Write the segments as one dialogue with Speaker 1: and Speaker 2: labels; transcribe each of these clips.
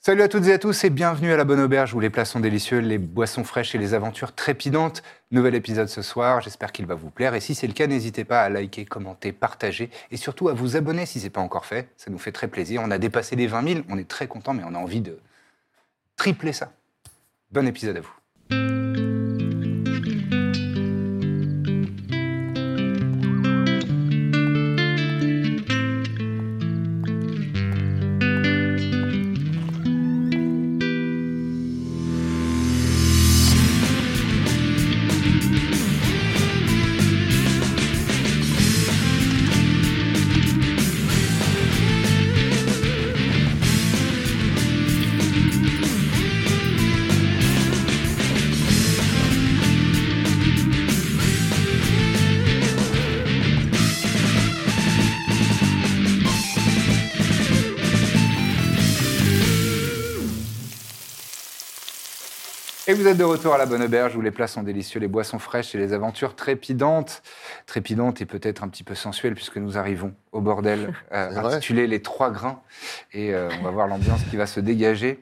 Speaker 1: Salut à toutes et à tous et bienvenue à la Bonne Auberge où les plats sont délicieux, les boissons fraîches et les aventures trépidantes. Nouvel épisode ce soir, j'espère qu'il va vous plaire et si c'est le cas, n'hésitez pas à liker, commenter, partager et surtout à vous abonner si ce n'est pas encore fait. Ça nous fait très plaisir. On a dépassé les 20 000, on est très content mais on a envie de tripler ça. Bon épisode à vous. Et vous êtes de retour à la bonne auberge où les plats sont délicieux, les boissons fraîches et les aventures trépidantes. Trépidantes et peut-être un petit peu sensuelles puisque nous arrivons au bordel euh,
Speaker 2: C'est vrai.
Speaker 1: intitulé Les Trois Grains. Et euh, on va voir l'ambiance qui va se dégager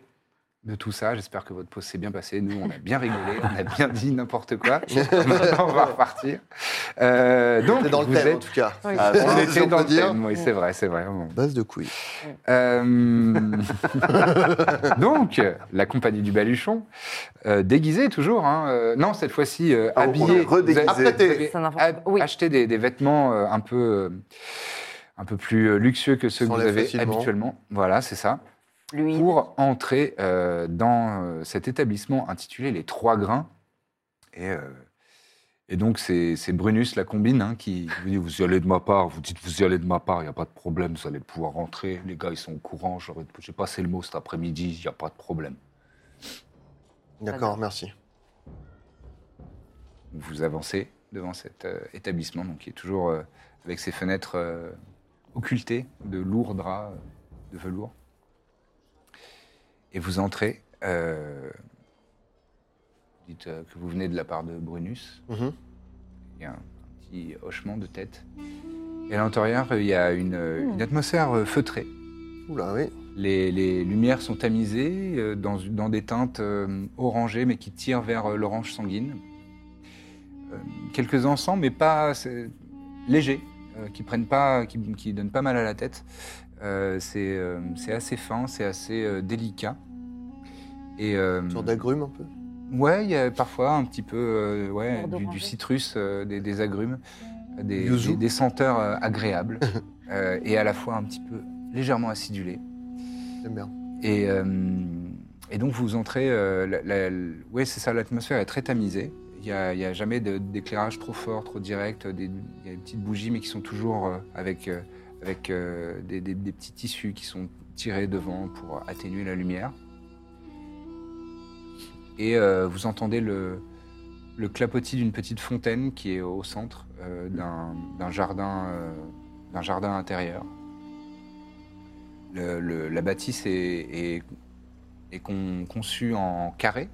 Speaker 1: de tout ça. J'espère que votre pause s'est bien passée. Nous, on a bien rigolé, on a bien dit n'importe quoi. Maintenant, on va repartir. Euh, donc,
Speaker 2: C'est dans le
Speaker 1: vous
Speaker 2: thème, en
Speaker 1: êtes...
Speaker 2: tout cas.
Speaker 1: Ah, on
Speaker 2: Si
Speaker 1: était
Speaker 2: on
Speaker 1: dans le
Speaker 2: peut dire.
Speaker 1: thème, oui, c'est vrai, c'est vrai. Bon.
Speaker 2: Base de couilles.
Speaker 1: Euh, Donc, la compagnie du Baluchon, euh, déguisée toujours, hein, euh, non, cette fois-ci euh,
Speaker 2: Ah,
Speaker 1: habillée,
Speaker 2: on est redéguisé.
Speaker 1: Vous avez- vous avez
Speaker 3: C'est n'importe
Speaker 1: ab-
Speaker 3: quoi. Oui.
Speaker 1: acheté des, des vêtements euh, un peu, euh, un peu plus euh, luxueux que ceux que vous
Speaker 2: S'enlève
Speaker 1: avez
Speaker 2: facilement.
Speaker 1: habituellement. Voilà, c'est ça.
Speaker 3: Lui,
Speaker 1: Pour entrer euh, dans euh, cet établissement intitulé Les Trois Grains. Et, euh, et donc, c'est c'est Brunus, la combine, hein, qui vous dit Vous y allez de ma part, vous dites Vous y allez de ma part, il n'y a pas de problème, vous allez pouvoir rentrer. Les gars, ils sont au courant, j'aurais- j'ai passé le mot cet après-midi, il n'y a pas de problème.
Speaker 2: D'accord, merci.
Speaker 1: Vous avancez devant cet euh, établissement, donc qui est toujours euh, avec ses fenêtres euh, occultées de lourds draps euh, de velours. Et vous entrez. euh, vous dites euh, que vous venez de la part de Brunus.
Speaker 2: Mhm.
Speaker 1: Il y a un petit hochement de tête. Et à l'intérieur, euh, il y a une, euh, une atmosphère euh, feutrée.
Speaker 2: Oula, oui.
Speaker 1: Les, les lumières sont tamisées euh, dans, dans des teintes euh, orangées, mais qui tirent vers euh, l'orange sanguine. Euh, quelques encens, mais pas c'est- légers, euh, qui prennent pas, qui, qui donnent pas mal à la tête. Euh, c'est euh, c'est assez fin, c'est assez euh, délicat. Et euh,
Speaker 2: Sur d'agrumes un peu.
Speaker 1: ouais, il y a parfois un petit peu euh, ouais,
Speaker 3: Genre
Speaker 1: du, du
Speaker 3: d'oranger.
Speaker 1: citrus, euh, des, des agrumes, des,
Speaker 2: Yuzu.
Speaker 1: des- des senteurs euh, agréables euh, et à la fois un petit peu légèrement acidulées.
Speaker 2: J'aime bien.
Speaker 1: Et, euh, et donc vous entrez, euh, la- la- l- ouais c'est ça, l'atmosphère est très tamisée. Il n'y a, il y a jamais de- d'éclairage trop fort, trop direct. Des- Il y a des petites bougies, mais qui sont toujours euh, avec, euh, avec euh, des, des- des petits tissus qui sont tirés devant pour atténuer la lumière. Et euh, vous entendez le, le clapotis d'une petite fontaine qui est au centre euh, d'un d'un jardin, euh, d'un jardin intérieur. Le- le- la bâtisse est, est- est con- conçue en carré,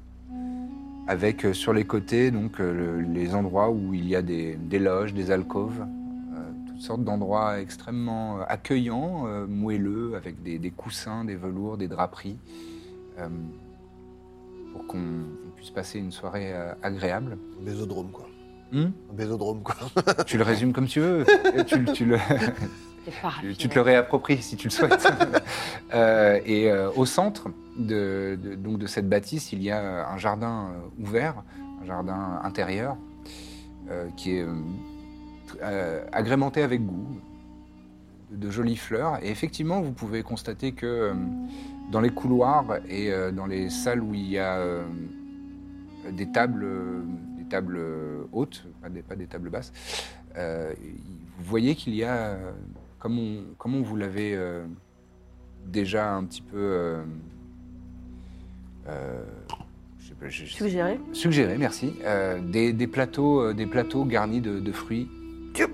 Speaker 1: avec euh, sur les côtés donc euh, le- les endroits où il y a des, des loges, des alcôves, euh, toutes sortes d'endroits extrêmement euh, accueillants, euh, moelleux, avec des, des coussins, des velours, des draperies, euh, pour qu'on on puisse passer une soirée euh, agréable.
Speaker 2: Un bésodrome, quoi.
Speaker 1: Hmm
Speaker 2: Un bésodrome, quoi.
Speaker 1: tu le résumes comme tu veux, tu, le- tu le,
Speaker 3: c'est pas
Speaker 1: Tu-
Speaker 3: raffiné.
Speaker 1: Tu te le réappropries si tu le souhaites. Euh, et euh, au centre de, de- donc de cette bâtisse, il y a euh, un jardin euh, ouvert, un jardin intérieur, euh, qui est euh, tr- euh, agrémenté avec goût, de, de jolies fleurs. Et effectivement, vous pouvez constater que euh, dans les couloirs et euh, dans les salles où il y a euh, des tables, euh, des tables euh, hautes, pas des, pas des tables basses, euh, y- vous voyez qu'il y a euh, comme on, comme on vous l'avait euh, déjà un petit peu. euh, euh, je sais pas, je- je-
Speaker 3: Suggéré
Speaker 1: Suggéré, merci. Euh, des, des plateaux, euh, des plateaux garnis de, de fruits
Speaker 2: Ouais,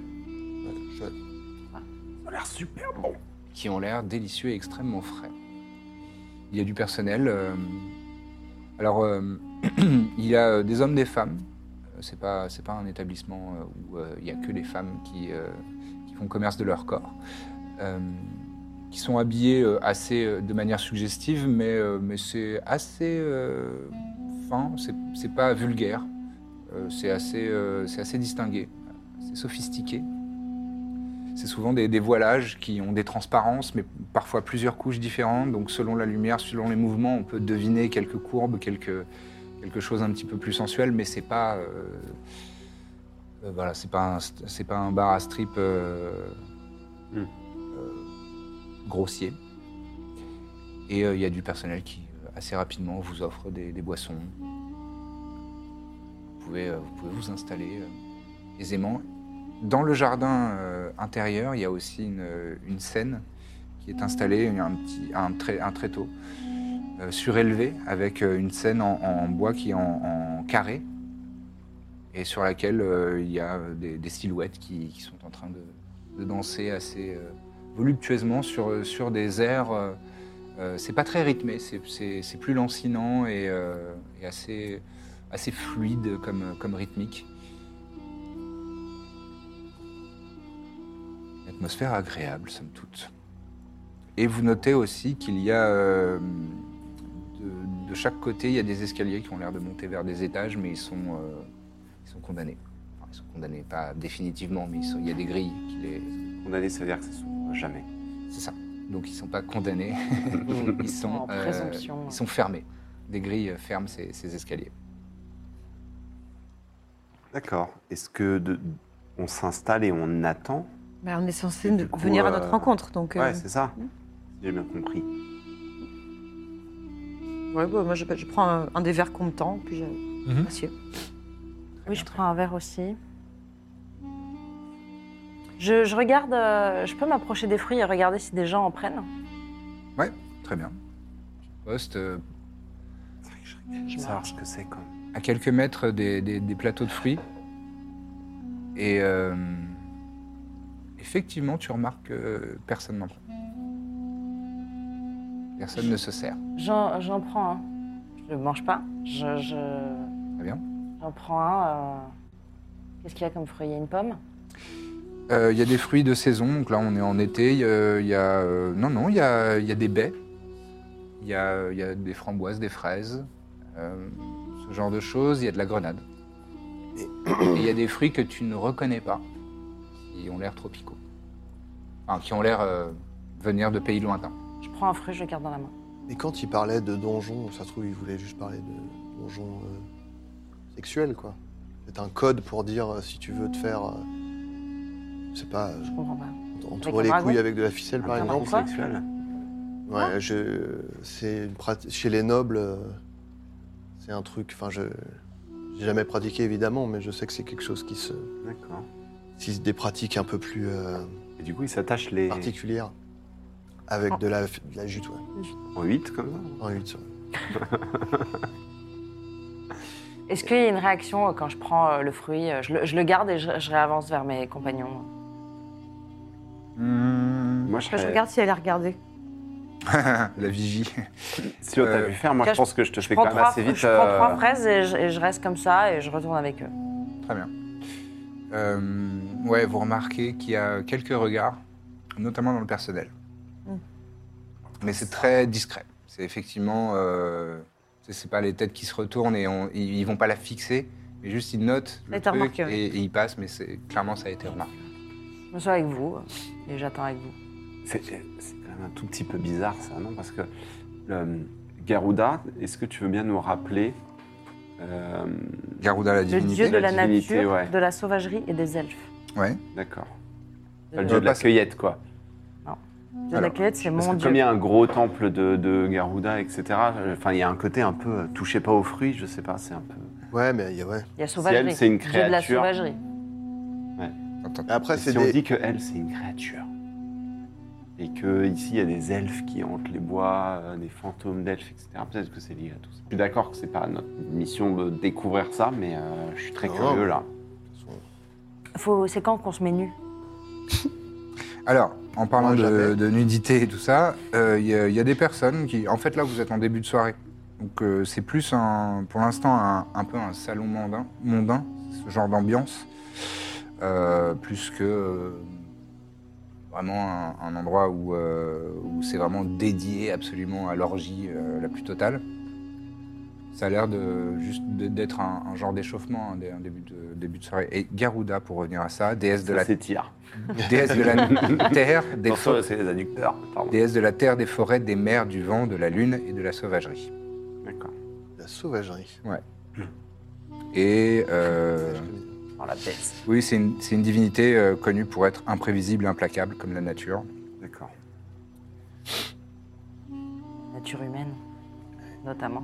Speaker 2: chouette.
Speaker 1: Ça a l'air super bon. Qui ont l'air délicieux et extrêmement frais. Il y a du personnel. euh, alors, euh, il y a euh, des hommes, des femmes. Euh, C'est pas, c'est pas un établissement euh, où euh, il y a que les femmes qui, euh, qui font commerce de leur corps. Euh, qui sont habillés euh, assez euh, de manière suggestive, mais, euh, mais c'est assez euh, fin. C'est, c'est pas vulgaire. Euh, c'est assez, euh, c'est assez distingué, c'est sophistiqué. C'est souvent des, des voilages qui ont des transparences, mais parfois plusieurs couches différentes. Donc selon la lumière, selon les mouvements, on peut deviner quelques courbes, quelques, quelque chose un petit peu plus sensuel, mais c'est pas, euh, euh, voilà, c'est pas, un st- c'est pas un bar à strip euh,
Speaker 4: Hmm.
Speaker 1: euh, grossier. Et euh, il y a du personnel qui euh, assez rapidement vous offre des, des boissons. Vous pouvez, euh, vous pouvez vous installer euh, aisément dans le jardin euh, intérieur, il y a aussi une, euh, une scène qui est installée, un, petit, un, tré- un tréteau euh, surélevé avec euh, une scène en, en bois qui est en, en carré et sur laquelle euh, il y a des, des silhouettes qui, qui sont en train de, de danser assez euh, voluptueusement sur, sur des airs. euh, euh, c'est pas très rythmé, c'est- c'est c'est plus lancinant et, euh, et assez, assez fluide comme, comme rythmique. Une atmosphère agréable, somme toute. Et vous notez aussi qu'il y a. euh, de, de chaque côté, il y a des escaliers qui ont l'air de monter vers des étages, mais ils sont, euh, ils sont condamnés. Enfin, ils sont condamnés, pas définitivement, mais ils sont- il y a des grilles qui les.
Speaker 4: Condamné, ça veut dire que ça s'ouvre jamais.
Speaker 1: C'est ça. Donc ils sont pas condamnés, ils, sont,
Speaker 3: En
Speaker 1: euh,
Speaker 3: présomption.
Speaker 1: ils sont fermés. Des grilles ferment ces, ces escaliers.
Speaker 4: D'accord. Est-ce que de- on s'installe et on attend
Speaker 3: Bah, on est censé
Speaker 4: Et du
Speaker 3: ne-
Speaker 4: coup,
Speaker 3: venir à
Speaker 4: euh,
Speaker 3: notre rencontre, donc. euh,
Speaker 4: Ouais, c'est ça.
Speaker 3: Hmm.
Speaker 4: J'ai bien compris.
Speaker 3: ouais, ouais, moi, je, je prends un, un des verres qu'on me tend, puis je-
Speaker 5: Mhm.
Speaker 3: Monsieur.
Speaker 6: Oui, je prends un verre aussi. Je, je regarde, euh, je peux m'approcher des fruits et regarder si des gens en prennent.
Speaker 1: Très bien. Poste euh,
Speaker 4: C'est vrai que je regarde. Je savoir ce que c'est quand même.
Speaker 1: à quelques mètres des, des- des plateaux de fruits. Et euh, effectivement, tu remarques que personne n'en prend. Personne ne se sert.
Speaker 6: J'en j'en prends un. Je ne mange pas. Je, je-
Speaker 1: Très bien.
Speaker 6: J'en prends un. euh, Qu'est-ce qu'il y a comme fruit Il y a une pomme
Speaker 1: Euh, Il y a des fruits de saison, donc là on est en été. Il y a- il y a, euh, non, non, il y a, il y a des baies. Il y a, il y a des framboises, des fraises, euh, ce genre de choses. Il y a de la grenade. Et il y a des fruits que tu ne reconnais pas, qui ont l'air tropicaux. Enfin, qui ont l'air euh, venir de pays lointains.
Speaker 6: Je prends un fruit, je le garde dans la main.
Speaker 2: Et quand il parlait de donjon, ça se trouve, il voulait juste parler de donjon euh, sexuel, quoi. C'est un code pour dire euh, si tu veux te faire. euh, je sais pas,
Speaker 6: Je comprends pas.
Speaker 2: entourant les
Speaker 6: dragon
Speaker 2: couilles avec de la ficelle, par
Speaker 4: Un
Speaker 6: dragon.
Speaker 2: exemple.
Speaker 4: parcours sexuel
Speaker 2: Ouais, je, c'est une prat- chez les nobles, euh, c'est un truc. Enfin, je j'ai jamais pratiqué évidemment, mais je sais que c'est quelque chose qui se,
Speaker 4: D'accord.
Speaker 2: si des pratiques un peu plus euh,
Speaker 4: Et du coup, il s'attache les
Speaker 2: particulières, avec de la de la jute, ouais.
Speaker 4: en 8 comme ça.
Speaker 2: En jute, ouais.
Speaker 6: Est-ce qu'il y a une réaction euh, quand je prends euh, le fruit euh, je le, je le garde et je, je réavance vers mes compagnons.
Speaker 4: Moi, je,
Speaker 3: Après, je
Speaker 4: serais-
Speaker 3: regarde si elle est regardée.
Speaker 1: La vigie.
Speaker 4: Si on t'a
Speaker 1: Euh,
Speaker 4: vu faire, moi,
Speaker 6: tiens,
Speaker 4: je pense que je te
Speaker 6: Je
Speaker 4: fais
Speaker 6: prends
Speaker 4: quand même
Speaker 6: trois-
Speaker 4: assez vite.
Speaker 6: Je prends trois
Speaker 4: euh,
Speaker 6: fraises et je, et je reste comme ça et je retourne avec eux.
Speaker 1: Très bien. Euh, ouais, vous remarquez qu'il y a quelques regards, notamment dans le personnel.
Speaker 6: Mm.
Speaker 1: Mais c'est très discret. C'est effectivement, euh, c'est- c'est pas les têtes qui se retournent et on- ils, ils vont pas la fixer, mais juste ils notent le
Speaker 3: Mais t'as
Speaker 1: truc
Speaker 3: remarqué, oui.
Speaker 1: et, et ils passent. Mais c'est clairement ça a été remarqué.
Speaker 6: Je me suis avec vous euh, et j'attends avec vous.
Speaker 4: C'est c'est quand même un tout petit peu bizarre, ça, non Parce que euh, Garuda, est-ce que tu veux bien nous rappeler euh,
Speaker 1: Garuda la
Speaker 6: Le
Speaker 1: divinité.
Speaker 6: dieu de la,
Speaker 4: La divinité,
Speaker 6: nature,
Speaker 4: ouais.
Speaker 6: de la sauvagerie et des elfes.
Speaker 1: Ouais.
Speaker 4: D'accord.
Speaker 6: De-
Speaker 4: Pas le
Speaker 1: doit
Speaker 4: dieu de la
Speaker 1: passer.
Speaker 4: cueillette, quoi.
Speaker 6: de la
Speaker 1: Alors,
Speaker 6: cueillette, c'est
Speaker 4: Parce
Speaker 6: mon
Speaker 4: que
Speaker 6: dieu.
Speaker 4: comme il y a un gros temple de, de Garuda, etc., euh, enfin, il y a un côté un peu euh, touché pas aux fruits, je sais pas, c'est un peu.
Speaker 2: Ouais, mais il y a- ouais.
Speaker 6: Il y a sauvagerie.
Speaker 4: elle, c'est une
Speaker 6: Dieu de la
Speaker 4: créature.
Speaker 6: sauvagerie.
Speaker 1: Attends,
Speaker 2: Après,
Speaker 4: Et
Speaker 2: c'est
Speaker 4: si on
Speaker 2: des.
Speaker 4: dit que elle, c'est une créature. et que ici il y a des elfes qui hantent les bois, euh, des fantômes d'elfes, etc. Peut-être que c'est lié à tout ça. Je suis d'accord que c'est pas notre mission de découvrir ça, mais euh, je suis très
Speaker 2: Non.
Speaker 4: curieux là.
Speaker 6: Faut- C'est quand qu'on se met nu
Speaker 1: Alors, en parlant
Speaker 2: Moi,
Speaker 1: de,
Speaker 2: jamais.
Speaker 1: de nudité et tout ça, euh, il y, a- il y a des personnes qui... En fait, là, vous êtes en début de soirée. Donc, euh, c'est plus, un, pour l'instant, un, un peu un salon mondain, mondain ce genre d'ambiance, euh, plus que euh, vraiment un, un endroit où, euh, où c'est vraiment dédié absolument à l'orgie euh, la plus totale. Ça a l'air de juste de- d'être un, un genre d'échauffement, un, dé- un début, de, début de soirée. Et Garuda, pour revenir à ça, déesse de
Speaker 4: Ça
Speaker 1: la
Speaker 4: s'étire.
Speaker 1: déesse de la terre, des
Speaker 4: Attention,
Speaker 1: fo-
Speaker 4: c'est les adducteurs. Pardon.
Speaker 1: déesse de la terre, des forêts, des mers, du vent, de la lune et de la sauvagerie.
Speaker 4: D'accord.
Speaker 2: La sauvagerie.
Speaker 1: Et euh,
Speaker 2: Je connais.
Speaker 4: Dans la baisse.
Speaker 1: oui, c'est une, c'est une divinité euh, connue pour être imprévisible, implacable, comme la nature.
Speaker 4: D'accord.
Speaker 6: Nature humaine, notamment.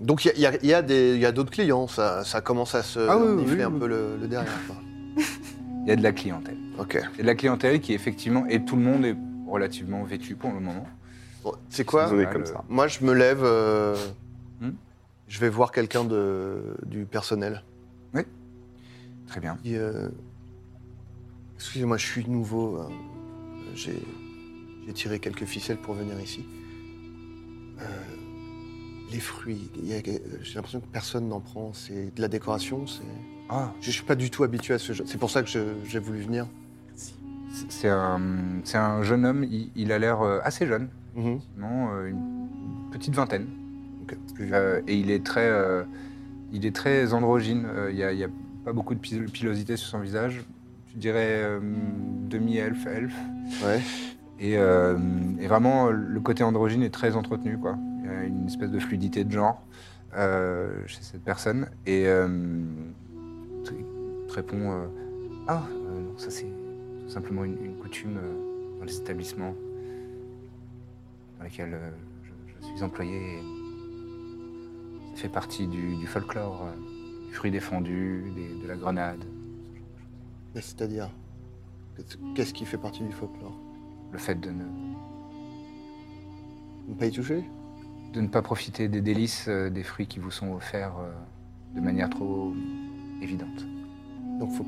Speaker 2: Donc il y a- il y a, il y a des- il y a d'autres clients, ça, ça commence à se
Speaker 1: Ah oui, oui,
Speaker 2: renifler
Speaker 1: oui,
Speaker 2: un
Speaker 1: oui.
Speaker 2: peu le, le derrière. quoi.
Speaker 1: Il y a de la clientèle.
Speaker 2: Ok.
Speaker 1: Il y a de la clientèle qui, effectivement, et tout le monde est relativement vêtu pour le moment.
Speaker 2: Bon, c'est quoi
Speaker 4: Vous êtes
Speaker 1: Ah,
Speaker 4: comme
Speaker 1: le-
Speaker 4: ça.
Speaker 2: Moi je me lève, euh,
Speaker 1: Hmm
Speaker 2: je vais voir quelqu'un de- du personnel.
Speaker 1: Très bien.
Speaker 2: qui, euh, Excusez-moi, je suis nouveau. euh, J'ai j'ai tiré quelques ficelles pour venir ici. Euh, les fruits, il y a- j'ai l'impression que personne n'en prend. C'est de la décoration. c'est-
Speaker 1: Ah,
Speaker 2: Je suis pas du tout habitué à ce jeu. C'est pour ça que je- j'ai voulu venir.
Speaker 1: c'est- c'est un, c'est un jeune homme, il, il a l'air euh, assez jeune,
Speaker 2: Mhm.
Speaker 1: non, euh, une petite vingtaine.
Speaker 2: Ok, plus vieux.
Speaker 1: Euh, et il est très, euh, il est très androgyne. Euh, Il n'y a, pas beaucoup de pil- pilosité sur son visage. Tu dirais euh, demi-elfe, elfe.
Speaker 2: Ouais.
Speaker 1: Et, euh, et vraiment, euh, le côté androgyne est très entretenu. Quoi. Il y a une espèce de fluidité de genre euh, chez cette personne. Et euh, t- il te répond euh, Ah, euh, non, ça c'est tout simplement une, une coutume euh, dans les établissements dans lesquels euh, je, je suis employé. et ça fait partie du, du folklore, euh, du fruit défendu, des- de la grenade,
Speaker 2: Mais C'est-à-dire, qu'est-ce- qu'est-ce qui fait partie du folklore
Speaker 1: le fait de ne
Speaker 2: Ne pas y toucher
Speaker 1: de ne pas profiter des délices euh, des fruits qui vous sont offerts euh, de manière trop évidente.
Speaker 2: Donc faut.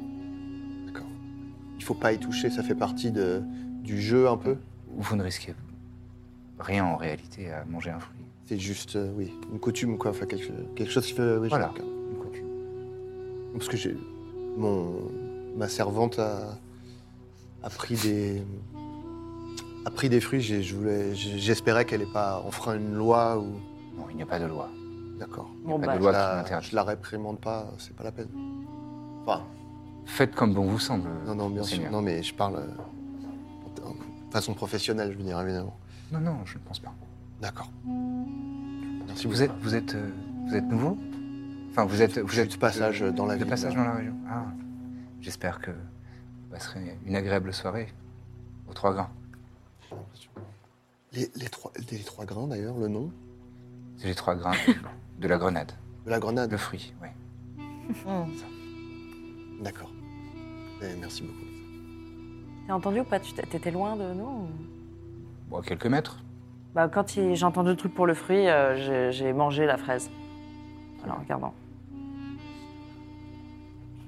Speaker 2: D'accord. Il faut pas y toucher, ça fait partie de- du jeu un peu
Speaker 1: Vous ne risquez rien en réalité à manger un fruit.
Speaker 2: C'est juste, euh, oui, une coutume quoi, enfin quelque, quelque chose qui fait. oui, j'ai
Speaker 1: Voilà.
Speaker 2: compris.
Speaker 1: Une coutume.
Speaker 2: Parce que j'ai. Mon. Ma servante a. a pris des. a pris des fruits, j'ai- je voulais- j'ai- j'espérais qu'elle n'ait pas enfreint une loi ou.
Speaker 1: Non, il n'y a pas de loi.
Speaker 2: D'accord.
Speaker 1: Il n'y a
Speaker 6: Bon,
Speaker 1: pas
Speaker 6: bah,
Speaker 1: de
Speaker 2: Je
Speaker 1: loi qui
Speaker 2: la,
Speaker 1: l'interdit.
Speaker 2: je la réprimande pas, c'est pas la peine. Enfin,
Speaker 1: Faites comme bon vous semble.
Speaker 2: non, non, bien sûr.
Speaker 1: monseigneur.
Speaker 2: Non, mais je parle. euh, de façon professionnelle, je veux dire, évidemment.
Speaker 1: Non, non, je ne pense pas.
Speaker 2: D'accord.
Speaker 1: Si vous êtes, vous êtes, euh, vous êtes nouveau. Enfin, vous êtes, vous
Speaker 2: Je suis
Speaker 1: êtes
Speaker 2: de passage dans la
Speaker 1: de
Speaker 2: ville.
Speaker 1: passage dans la région. Ah, j'espère que vous passerez une agréable soirée aux trois grains.
Speaker 2: Les, les trois, les trois grains d'ailleurs, le nom
Speaker 1: C'est les trois grains de la grenade,
Speaker 2: de la grenade.
Speaker 1: le fruit. Ouais.
Speaker 2: D'accord. Eh, Merci beaucoup.
Speaker 6: T'as entendu ou pas Tu t'étais t'étais loin de nous ou-
Speaker 1: Bon, à quelques mètres.
Speaker 6: Bah, quand il- j'ai entendu le truc pour le fruit, euh, j'ai- j'ai mangé la fraise. Alors, regardant.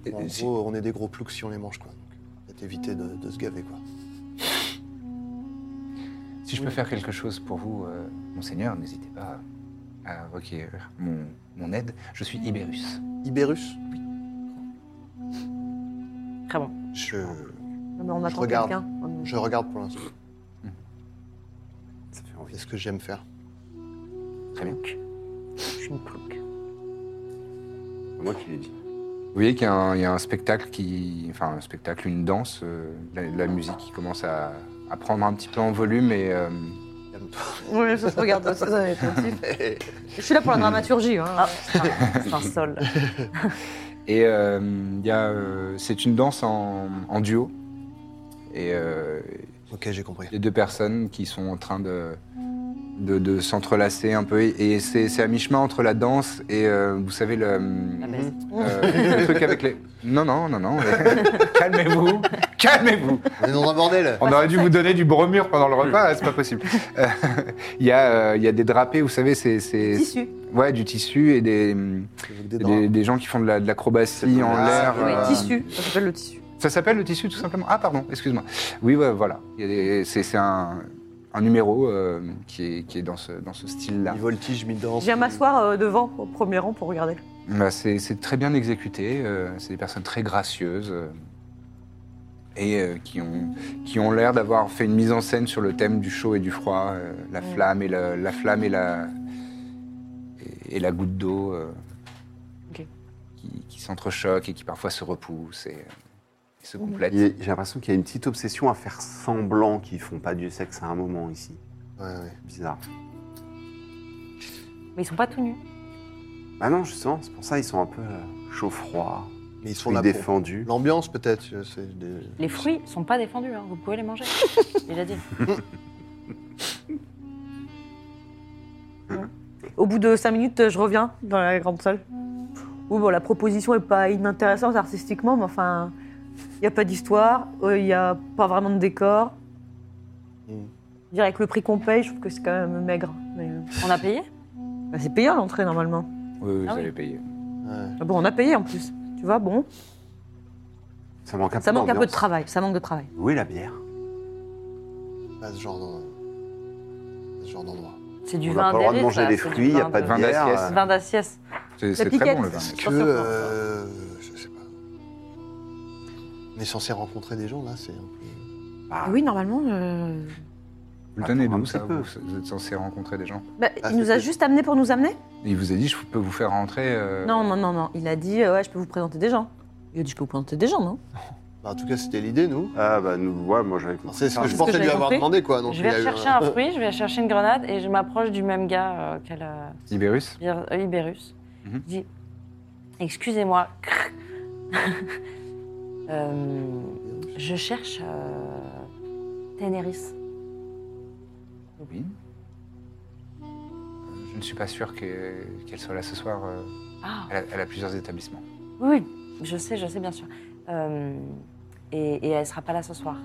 Speaker 1: Et-
Speaker 2: En
Speaker 1: et si-
Speaker 2: gros, on est des gros ploucs si on les mange, quoi. Donc, peut-être éviter de, de se gaver, quoi.
Speaker 1: Si je peux faire quelque chose pour vous, euh, monseigneur, n'hésitez pas à requérir mon, mon aide. Je suis Ibérus.
Speaker 2: Iberus
Speaker 6: Très bon.
Speaker 2: Je,
Speaker 3: Non, mais on attend
Speaker 2: regarde.
Speaker 3: quelqu'un. On-
Speaker 2: je regarde pour l'instant.
Speaker 4: Ça fait
Speaker 2: C'est
Speaker 4: envie.
Speaker 2: ce que j'aime faire.
Speaker 1: Très bien.
Speaker 6: Je suis une plouc.
Speaker 4: C'est moi qui l'ai dit.
Speaker 1: Vous voyez qu'il y, a un- il y a un spectacle qui. Enfin, un spectacle, une danse, euh, la, la musique qui commence à, à prendre un petit peu en volume et. euh,
Speaker 2: Calme-toi.
Speaker 3: Oui, ça se regarde, ça, ça va être actif. Je suis là pour la dramaturgie. Hein.
Speaker 6: Ah, c'est un- c'est un sol.
Speaker 1: et euh, il y a. euh, C'est une danse en, en duo. Et euh,
Speaker 2: Ok, j'ai compris.
Speaker 1: il y a deux personnes qui sont en train de. De, de s'entrelacer un peu et c'est c'est à mi-chemin entre la danse et euh, vous savez le,
Speaker 6: La baisse.
Speaker 1: Euh, le truc avec les. Non, non, non, non. euh, Calmez-vous. Calmez-vous
Speaker 2: On est dans un bordel.
Speaker 1: On aurait dû vous donner du bromure pendant le repas, là, c'est pas possible. Euh, Il y, a, euh, il y a des drapés, vous savez, c'est. c'est-
Speaker 3: Tissu.
Speaker 1: Ouais, du tissu et des,
Speaker 2: Des
Speaker 1: et
Speaker 2: draps.
Speaker 1: des, des gens qui font de la- de l'acrobatie en
Speaker 2: Ah,
Speaker 1: l'air.
Speaker 3: Oui,
Speaker 1: euh,
Speaker 3: tissu. Ça s'appelle le tissu.
Speaker 1: Ça s'appelle le tissu tout simplement Ah pardon, excuse-moi. Oui, ouais, voilà. Il y a des- C'est c'est un, un numéro euh, qui, est, qui est dans ce, dans ce style-là.
Speaker 2: Mi voltige, mi danse.
Speaker 3: Je viens m'asseoir euh, devant, au premier rang, pour regarder.
Speaker 1: Bah, c'est c'est très bien exécuté. euh, c'est des personnes très gracieuses euh, et euh, qui ont, qui ont l'air d'avoir fait une mise en scène sur le thème du chaud et du froid, euh, la flamme et la, la flamme et la et, et la goutte d'eau euh,
Speaker 3: Ok.
Speaker 1: qui, qui s'entrechoquent et qui parfois se repoussent et, euh, et se complètent.
Speaker 4: Il y a- J'ai l'impression qu'il y a une petite obsession à faire semblant qu'ils font pas du sexe à un moment ici.
Speaker 2: Ouais, ouais.
Speaker 4: Bizarre.
Speaker 6: Mais ils sont pas tout nus.
Speaker 4: Bah non, justement, c'est pour ça ils sont un peu euh, chaud-froid,
Speaker 2: Mais ils sont
Speaker 4: plus
Speaker 2: là pour
Speaker 4: défendus.
Speaker 2: l'ambiance peut-être. je sais, des-
Speaker 6: Les fruits sont pas défendus, hein. vous pouvez les manger. Déjà dit.
Speaker 3: Au bout de 5 minutes, euh, je reviens dans la grande salle. Oui, bon, la proposition est pas inintéressante artistiquement, mais enfin, il n'y a pas d'histoire, il n'y a pas vraiment de décor.
Speaker 2: Mm.
Speaker 3: Je dirais que le prix qu'on paye, je trouve que c'est quand même maigre. mais, euh,
Speaker 6: On a payé
Speaker 3: bah, c'est payant l'entrée normalement.
Speaker 1: Oui, oui, vous
Speaker 6: Ah oui.
Speaker 1: allez payer.
Speaker 2: Ouais.
Speaker 3: Ah Bon, on a payé en plus. Tu vois, bon,
Speaker 4: Ça manque un peu
Speaker 3: ça manque un peu de
Speaker 4: d'ambiance.
Speaker 3: travail. Ça manque de travail.
Speaker 4: Où est la bière
Speaker 2: Pas ce genre d'endroit. Pas ce genre d'endroit.
Speaker 6: C'est du
Speaker 4: On
Speaker 6: vin
Speaker 4: n'a pas le droit de
Speaker 6: d'Aries,
Speaker 4: manger
Speaker 6: ça,
Speaker 4: des
Speaker 6: c'est du
Speaker 4: fruits, il n'y a
Speaker 6: vin
Speaker 4: pas de
Speaker 1: Vin
Speaker 4: bière.
Speaker 1: d'assiette.
Speaker 4: euh,
Speaker 6: Vin d'assiette.
Speaker 1: C'est c'est très
Speaker 3: piquette.
Speaker 1: bon le vin.
Speaker 2: Est-ce que
Speaker 6: Sur ce point,
Speaker 2: euh, je sais pas. On est censé rencontrer des gens là, c'est un peu.
Speaker 4: bah,
Speaker 3: Ah Oui, normalement. euh,
Speaker 1: Vous le
Speaker 4: Attends,
Speaker 1: tenez
Speaker 4: un
Speaker 1: d'où
Speaker 4: petit
Speaker 1: ça
Speaker 4: peu.
Speaker 1: vous, vous êtes censé rencontrer des gens.
Speaker 3: bah,
Speaker 2: Ah,
Speaker 3: il nous a
Speaker 2: c'était-
Speaker 3: juste amené pour nous amener
Speaker 1: Il vous a dit, je peux vous faire rentrer. euh,
Speaker 3: Non, non, non, non. Il a dit, euh, ouais, je peux vous présenter des gens. Il a dit, je peux vous présenter des gens, non
Speaker 2: Bah, en tout cas, c'était l'idée, nous.
Speaker 4: Ah bah nous, ouais, moi j'avais
Speaker 2: Enfin,
Speaker 4: compris.
Speaker 2: C'est ce que
Speaker 4: ça.
Speaker 2: je
Speaker 3: que
Speaker 2: pensais lui
Speaker 3: j'avais
Speaker 2: avoir
Speaker 3: compris.
Speaker 2: demandé, quoi. Donc,
Speaker 6: Je
Speaker 2: il
Speaker 6: vais
Speaker 2: a eu
Speaker 4: euh,
Speaker 6: chercher un fruit, je vais chercher une grenade et je m'approche du même gars euh, qu'elle a.
Speaker 1: Ibérus
Speaker 6: Bir- euh, Ibérus.
Speaker 1: Mhm.
Speaker 6: Je dis Excusez-moi. crrr. Euh, je cherche euh, Ténéris.
Speaker 1: Oui. Euh, Je ne suis pas sûr que- qu'elle soit là ce soir. euh,
Speaker 6: Ah,
Speaker 1: Elle a, elle a plusieurs établissements.
Speaker 6: oui, oui, je sais, je sais, bien sûr. Euh, et, et elle sera pas là ce soir.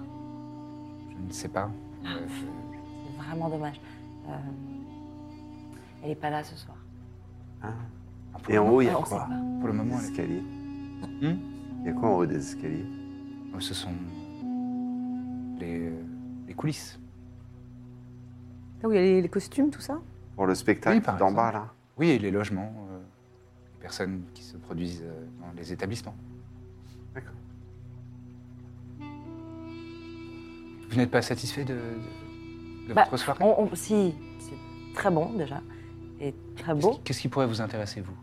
Speaker 1: Je ne sais pas. Euh, je-
Speaker 6: C'est vraiment dommage. Euh, elle est pas là ce soir.
Speaker 1: pour,
Speaker 4: Et
Speaker 1: le,
Speaker 4: en haut, il y a
Speaker 6: Alors, on sait
Speaker 4: quoi
Speaker 6: pas.
Speaker 1: pour le
Speaker 4: Des
Speaker 1: moment, elle
Speaker 4: escaliers.
Speaker 1: Hmm
Speaker 4: Il y a quoi en haut des escaliers
Speaker 1: est- euh, ce sont les, euh, les coulisses.
Speaker 3: Là où il y a les, les costumes, tout ça
Speaker 4: Pour le
Speaker 1: Oui,
Speaker 4: spectacle
Speaker 1: par
Speaker 4: d'en
Speaker 1: exemple.
Speaker 4: bas là
Speaker 1: Oui, et les logements, euh, les personnes qui se produisent euh, dans les établissements.
Speaker 4: D'accord.
Speaker 1: Vous n'êtes pas satisfait de, de- de
Speaker 6: Bah,
Speaker 1: votre soirée
Speaker 6: On- on- si, c'est très bon déjà. Et très
Speaker 1: Qu'est-ce
Speaker 6: beau
Speaker 1: qui- Qu'est-ce qui pourrait vous intéresser, vous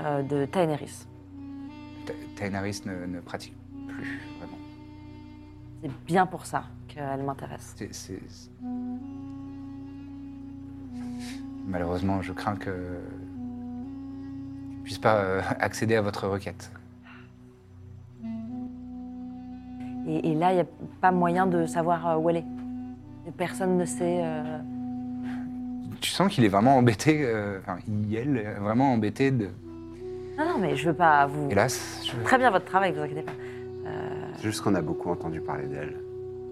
Speaker 6: euh, de Ténéris.
Speaker 1: Ta- Tainaris ne, ne pratique plus, vraiment.
Speaker 6: C'est bien pour ça qu'elle m'intéresse.
Speaker 1: C'est- c'est- c'est- Malheureusement, je crains que je ne puisse pas euh, accéder à votre requête.
Speaker 6: Et, et là, il n'y a pas moyen de savoir euh, où elle est. Et Personne ne sait. euh,
Speaker 1: Tu sens qu'il est vraiment embêté, euh, enfin, il, elle, est vraiment embêté de...
Speaker 6: Non, non, mais je veux pas vous.
Speaker 1: Hélas, je...
Speaker 6: Très bien votre travail, vous inquiétez pas. Euh,
Speaker 4: C'est juste qu'on a beaucoup entendu parler d'elle.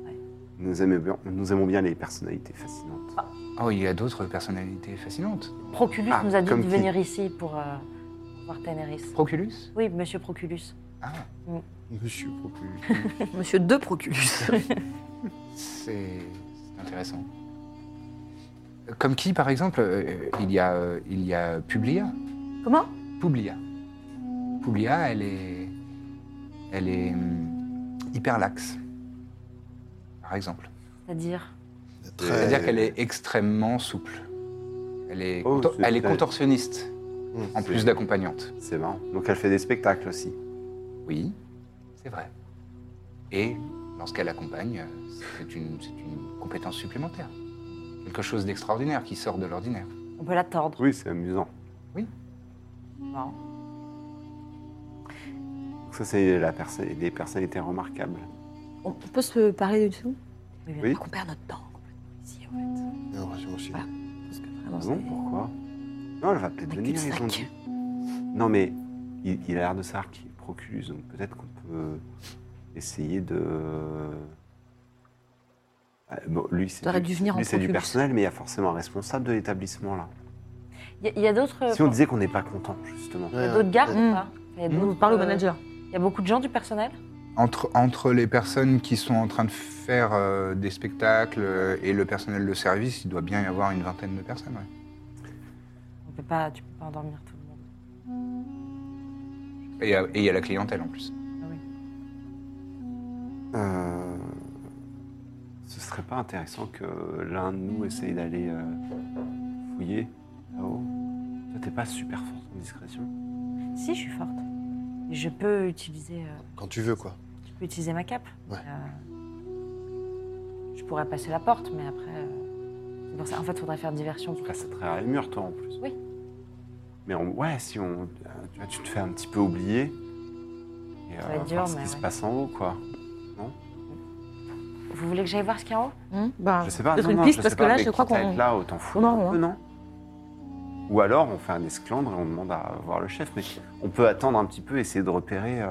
Speaker 6: Ouais.
Speaker 4: Nous, aimons bien, nous aimons bien les personnalités fascinantes.
Speaker 3: Ah.
Speaker 1: Oh, il y a d'autres personnalités fascinantes.
Speaker 6: Proculus
Speaker 4: Ah,
Speaker 6: nous a dit de
Speaker 4: comme qui
Speaker 6: venir ici pour euh, voir Ténéris.
Speaker 1: Proculus
Speaker 6: Oui, monsieur Proculus.
Speaker 2: Monsieur Proculus.
Speaker 3: Monsieur de Proculus.
Speaker 1: C'est c'est intéressant. Comme qui, par exemple, euh, il, y a, euh, il y a Publia,
Speaker 3: Comment
Speaker 1: Publia. Publia, elle est. Elle est hum, hyper laxe, par exemple.
Speaker 6: C'est-à-dire.
Speaker 2: Très-
Speaker 1: C'est-à-dire qu'elle est extrêmement souple. Elle est,
Speaker 4: Oh,
Speaker 1: contor-
Speaker 4: c'est
Speaker 1: elle est
Speaker 4: très-
Speaker 1: contorsionniste, en
Speaker 4: c'est-
Speaker 1: plus d'accompagnante.
Speaker 4: C'est marrant. Donc elle fait des spectacles aussi.
Speaker 1: Oui, c'est vrai. Et lorsqu'elle accompagne, euh, c'est une, c'est une compétence supplémentaire. Quelque chose d'extraordinaire qui sort de l'ordinaire.
Speaker 6: On peut la tordre.
Speaker 4: Oui, c'est amusant.
Speaker 6: Bon.
Speaker 4: Donc ça, c'est la perso- des personnalités remarquables.
Speaker 3: On peut se parler d'une seconde
Speaker 6: Oui, bien.
Speaker 4: Oui.
Speaker 3: On perd notre temps complètement ici, en fait.
Speaker 2: J'ai l'impression aussi.
Speaker 3: Voilà. Parce que vraiment,
Speaker 4: Ah bon,
Speaker 3: c'est-
Speaker 4: pourquoi Non, elle va peut-être
Speaker 3: Un
Speaker 4: venir, ils
Speaker 3: cul-de-sac.
Speaker 4: ont dit. Non, mais il, il a l'air de savoir qui est Proculus, donc peut-être qu'on peut essayer de. Ah, Bon, lui, c'est
Speaker 3: T'aurais
Speaker 4: du,
Speaker 3: dû venir en
Speaker 4: lui, c'est du
Speaker 3: Procubus.
Speaker 4: personnel, mais il y a forcément un responsable de l'établissement là.
Speaker 6: Il y a- il y a,
Speaker 3: Euh,
Speaker 6: d'autres euh,
Speaker 4: Si on disait qu'on n'est pas content, justement.
Speaker 2: Ouais,
Speaker 6: d'autres gardes
Speaker 3: Mm.
Speaker 6: ou pas Il y a
Speaker 1: Mm.
Speaker 6: d'autres,
Speaker 3: Vous parlez au
Speaker 6: euh,
Speaker 3: manager.
Speaker 6: Il y a beaucoup de gens du personnel
Speaker 1: Entre, entre les personnes qui sont en train de faire euh, des spectacles euh, et le personnel de service, il doit bien y avoir une vingtaine de personnes. ouais.
Speaker 6: On peut pas, Tu peux pas endormir tout le monde.
Speaker 1: Et il y a- et il y a la clientèle en plus.
Speaker 4: Euh, ce serait pas intéressant que l'un de nous essaye d'aller euh, fouiller là-haut Toi, t'es pas super fort en discrétion.
Speaker 6: Si, je suis forte. Je peux utiliser, euh,
Speaker 2: Quand tu veux, quoi.
Speaker 6: je peux utiliser ma cape.
Speaker 2: Ouais.
Speaker 6: Euh, je pourrais passer la porte, mais après. euh, c'est pour ça. En fait, il faudrait faire diversion.
Speaker 4: Tu
Speaker 6: Pour...
Speaker 4: passes à travers les murs, toi, en plus.
Speaker 6: Oui.
Speaker 4: Mais on- ouais, si on, euh, tu, vois, tu te fais un petit peu oublier. Et, euh,
Speaker 6: Ça va
Speaker 4: voir
Speaker 6: être dur,
Speaker 4: ce qui
Speaker 6: mais
Speaker 4: se
Speaker 6: ouais.
Speaker 4: passe en haut, quoi.
Speaker 6: Vous voulez que j'aille voir ce qu'il y a en haut
Speaker 3: Hmm Bah,
Speaker 4: Je sais pas.
Speaker 3: Peut-être
Speaker 4: non,
Speaker 3: une
Speaker 4: non,
Speaker 3: piste,
Speaker 4: sais
Speaker 3: parce que
Speaker 4: pas,
Speaker 3: là,
Speaker 4: mais
Speaker 3: je crois
Speaker 4: quitte à
Speaker 3: qu'on-
Speaker 4: être là, autant fouiller
Speaker 3: on
Speaker 4: un
Speaker 3: en
Speaker 4: peu,
Speaker 3: voit.
Speaker 4: non Ou alors, on fait un esclandre et on demande à voir le chef. Mais on peut attendre un petit peu, essayer de repérer. euh,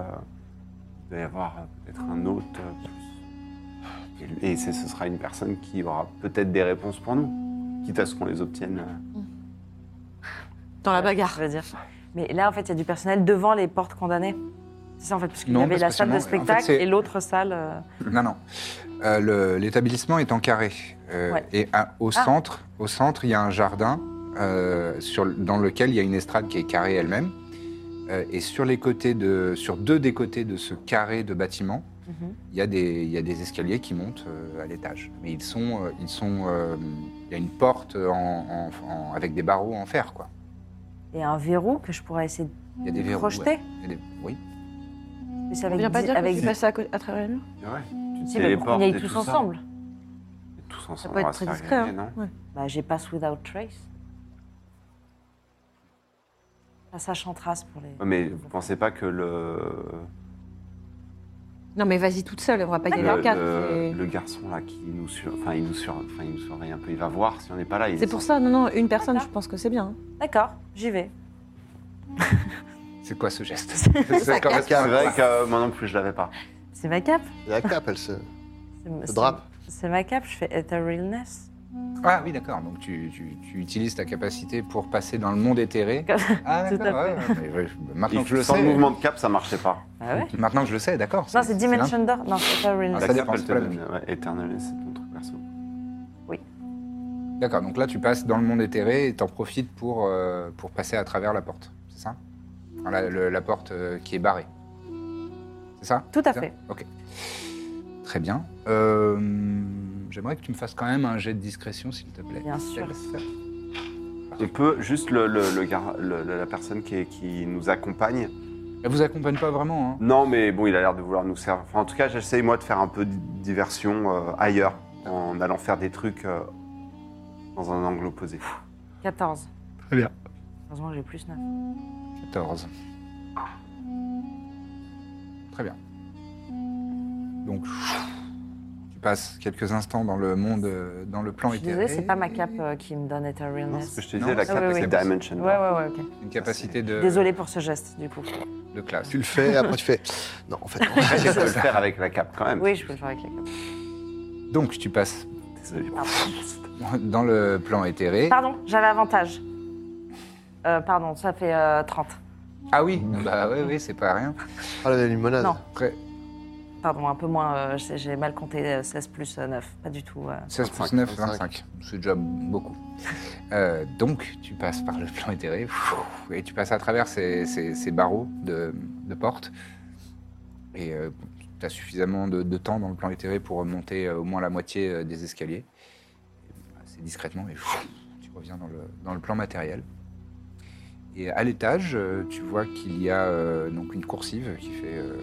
Speaker 4: il doit y avoir euh, peut-être un autre. euh, plus. Et, et c'est- ce sera une personne qui aura peut-être des réponses pour nous, quitte à ce qu'on les obtienne. euh.
Speaker 3: dans la bagarre.
Speaker 6: Je veux dire. Mais là, en fait, il y a du personnel devant les portes condamnées. C'est ça, en fait, parce qu'il y
Speaker 1: Non,
Speaker 6: avait
Speaker 1: parce
Speaker 6: la
Speaker 1: que
Speaker 6: salle de
Speaker 1: sinon, en fait,
Speaker 6: spectacle
Speaker 1: c'est-
Speaker 6: et l'autre salle. euh,
Speaker 1: Non, non. Euh, le- L'établissement est en carré. Euh,
Speaker 6: Ouais.
Speaker 1: Et à- au,
Speaker 6: Ah.
Speaker 1: centre, au centre, il y a un jardin euh, sur, le- dans lequel il y a une estrade qui est carrée elle-même. Euh, et sur, les côtés de, sur deux des côtés de ce carré de bâtiment,
Speaker 6: Mhm.
Speaker 1: il y, a des- il y a des escaliers qui montent euh, à l'étage. Mais ils sont. euh, ils sont euh, il y a une porte en- en- en- avec des barreaux en fer, quoi.
Speaker 6: Et un verrou que je pourrais essayer de
Speaker 1: Il y a des verrous.
Speaker 6: projeter.
Speaker 1: ouais. Il y a des- Oui.
Speaker 6: Mais c'est
Speaker 5: On
Speaker 6: avec,
Speaker 5: vient pas
Speaker 6: dix-
Speaker 5: dire que
Speaker 6: avec
Speaker 5: tu passes à, co- à travers les murs
Speaker 4: Ouais, tu te
Speaker 6: Si, bah, pour qu'on y
Speaker 4: téléportes
Speaker 6: aille
Speaker 4: et
Speaker 6: tous
Speaker 4: tout ça.
Speaker 6: ensemble.
Speaker 4: Tous ensemble,
Speaker 3: peut
Speaker 4: on
Speaker 3: être
Speaker 4: va
Speaker 3: très
Speaker 4: se faire
Speaker 3: discret,
Speaker 4: griller,
Speaker 3: hein.
Speaker 4: Ah, non
Speaker 6: Bah, j'ai Pass Without Trace. Passage en trace pour les.
Speaker 4: Ouais, Mais vous pensez pas que le,
Speaker 5: Non, mais vas-y toute seule, on va pas y aller en
Speaker 4: le,
Speaker 5: quatre.
Speaker 4: le-
Speaker 5: c'est-
Speaker 4: le garçon là qui nous sur, enfin il nous sur, enfin il nous surveille un peu, il va voir si on n'est pas là. il
Speaker 5: C'est
Speaker 4: est
Speaker 5: pour
Speaker 4: sorti.
Speaker 5: ça, non, non, une personne, je pense que c'est
Speaker 3: hein.
Speaker 5: bien.
Speaker 6: D'accord, j'y vais.
Speaker 1: C'est quoi ce geste C'est comme-
Speaker 4: C'est vrai que euh, moi non plus je l'avais pas.
Speaker 6: C'est ma cape.
Speaker 2: La cape, elle se
Speaker 6: C'est ma-
Speaker 2: se
Speaker 6: c'est-
Speaker 2: drape.
Speaker 6: C'est ma cape, je fais Etherealness.
Speaker 1: Ah oui, d'accord. Donc tu, tu- tu utilises ta capacité pour passer dans le monde éthéré. Ah
Speaker 6: Tout
Speaker 1: d'accord.
Speaker 6: à
Speaker 1: ouais, ouais, mais je- maintenant
Speaker 4: Il
Speaker 1: que je le
Speaker 4: sans
Speaker 1: sais.
Speaker 4: mouvement de cap ça marchait pas.
Speaker 6: Ah ouais
Speaker 1: Maintenant que je le sais, d'accord.
Speaker 6: Non, c'est
Speaker 1: l'un-
Speaker 6: Dimension Door. Non, c'est
Speaker 1: Ah,
Speaker 6: Etherealness.
Speaker 1: ça
Speaker 4: La
Speaker 1: dépend,
Speaker 4: cape, elle
Speaker 1: c'est
Speaker 4: te
Speaker 1: pas la
Speaker 4: donne, ouais, Eternal, c'est ton truc perso.
Speaker 1: D'accord. Donc là, tu passes dans le monde éthéré et t'en profites pour euh, pour passer à travers la porte. C'est ça Enfin, la, le- la porte euh, qui est barrée. C'est ça
Speaker 6: Tout à
Speaker 1: C'est
Speaker 6: fait.
Speaker 1: ça Ok. Très bien. Euh, J'aimerais que tu me fasses quand même un jet de discrétion, s'il te plaît.
Speaker 6: Bien sûr.
Speaker 4: On peut juste le, le, le gar- le- le- la personne qui, est- qui nous accompagne.
Speaker 1: Elle vous accompagne pas vraiment. Hein.
Speaker 4: Non mais bon il a l'air de vouloir nous servir. Enfin en tout cas j'essaye moi de faire un peu de diversion euh, ailleurs en allant faire des trucs euh, dans un angle opposé.
Speaker 6: 14.
Speaker 1: Très bien.
Speaker 6: Heureusement que j'ai plus 9.
Speaker 1: 14. Très bien. Donc, tu passes quelques instants dans le monde, euh, dans le plan
Speaker 6: Je suis
Speaker 1: éthéré.
Speaker 6: désolée, c'est pas ma cape euh, qui me donne
Speaker 4: Non, ce
Speaker 6: Etherealness.
Speaker 4: que je Euh, te
Speaker 1: Non,
Speaker 4: disais, la
Speaker 1: c'est-
Speaker 4: cape
Speaker 6: oui,
Speaker 4: c'est
Speaker 6: oui.
Speaker 4: Dimension.
Speaker 6: Ouais, ouais, ouais, ok.
Speaker 1: Une capacité de.
Speaker 6: Désolée pour ce geste, du coup.
Speaker 1: De classe.
Speaker 2: Tu le fais, après tu fais. Non, en fait, non.
Speaker 4: Après, tu peux le faire avec la cape quand même.
Speaker 6: Oui, je peux le faire avec la cape.
Speaker 1: Donc, tu passes
Speaker 4: Désolé.
Speaker 1: dans le plan éthéré.
Speaker 6: Pardon, j'avais avantage. Euh, pardon, ça fait euh, 30.
Speaker 1: Ah oui, bah oui, oui, c'est pas rien.
Speaker 2: Ah, la limonade.
Speaker 6: Non.
Speaker 1: Après,
Speaker 6: Pardon, un peu moins, euh, j'ai j'ai mal compté euh, 16 plus euh, 9, pas du tout. euh.
Speaker 1: 16 plus 9, 25. C'est déjà beaucoup. Euh, donc, tu passes par le plan éthéré pfff, et tu passes à travers ces, ces- ces barreaux de, de porte. Et tu as suffisamment de, de temps dans le plan éthéré pour monter euh, au moins la moitié euh, des escaliers. C'est discrètement et pfff, tu reviens dans le, dans le plan matériel. Et à l'étage, euh, tu vois qu'il y a euh, donc une coursive qui fait. euh,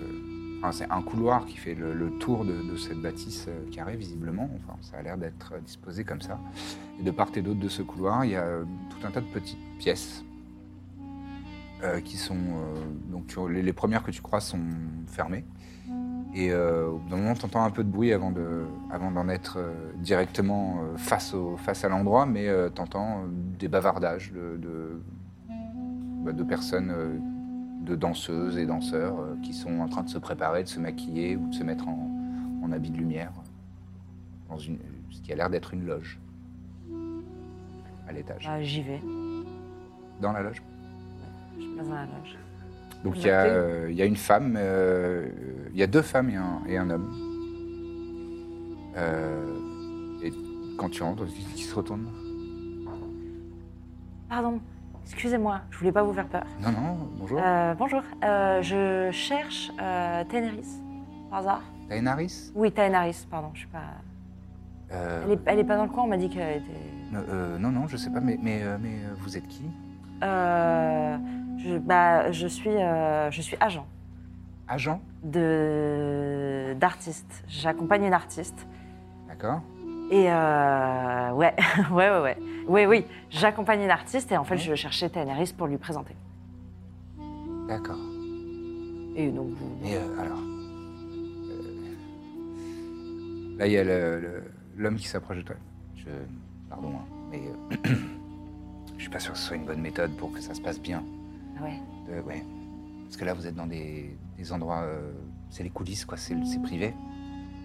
Speaker 1: Enfin, c'est un couloir qui fait le, le tour de, de cette bâtisse euh, carrée, visiblement. Enfin, ça a l'air d'être euh, disposé comme ça. Et de part et d'autre de ce couloir, il y a euh, tout un tas de petites pièces euh, qui sont. euh, donc, tu- les, les premières que tu croises sont fermées. Et euh, au bout d'un moment, tu entends un peu de bruit avant de- avant d'en être euh, directement euh, face, au, face à l'endroit, mais euh, tu entends des bavardages de, de, bah, de personnes euh, de danseuses et danseurs euh, qui sont en train de se préparer, de se maquiller ou de se mettre en, en habit de lumière dans une, ce qui a l'air d'être une loge à l'étage.
Speaker 6: Ah, J'y vais.
Speaker 1: Dans la loge.
Speaker 6: Je passe dans la loge.
Speaker 1: Donc il y, a, euh, il y a une femme, euh, il y a deux femmes et un, et un homme. Euh, et quand tu rentres, qui se retourne
Speaker 6: Pardon, excusez-moi, je voulais pas vous faire peur.
Speaker 1: Non, non, bonjour.
Speaker 6: Euh, bonjour, euh, je cherche euh, Taenaris, par hasard.
Speaker 1: T'as une Harris
Speaker 6: Oui, Taenaris, pardon, je suis pas...
Speaker 1: Euh,
Speaker 6: Elle est, elle est pas dans le coin, on m'a dit qu'elle était...
Speaker 1: non, euh, non, non, je sais pas, mais, mais, euh, mais euh, vous êtes qui
Speaker 6: Euh, je, bah, je, suis, euh, je suis agent
Speaker 1: Agent
Speaker 6: de d'artiste. J'accompagne une artiste.
Speaker 1: D'accord
Speaker 6: Et euh, ouais, ouais, ouais, ouais. Oui, oui, j'accompagne une artiste et en fait, je cherchais Taenaris pour lui présenter.
Speaker 1: D'accord.
Speaker 6: Et donc, vous-
Speaker 1: Mais euh, alors. euh, là, il y a le- le- l'homme qui s'approche de toi. Je. Pardon, hein, mais. euh, je suis pas sûr que ce soit une bonne méthode pour que ça se passe bien.
Speaker 6: Ah ouais.
Speaker 1: Euh, ouais. Parce que là, vous êtes dans des, des endroits. euh, c'est les coulisses, quoi. C'est c'est privé.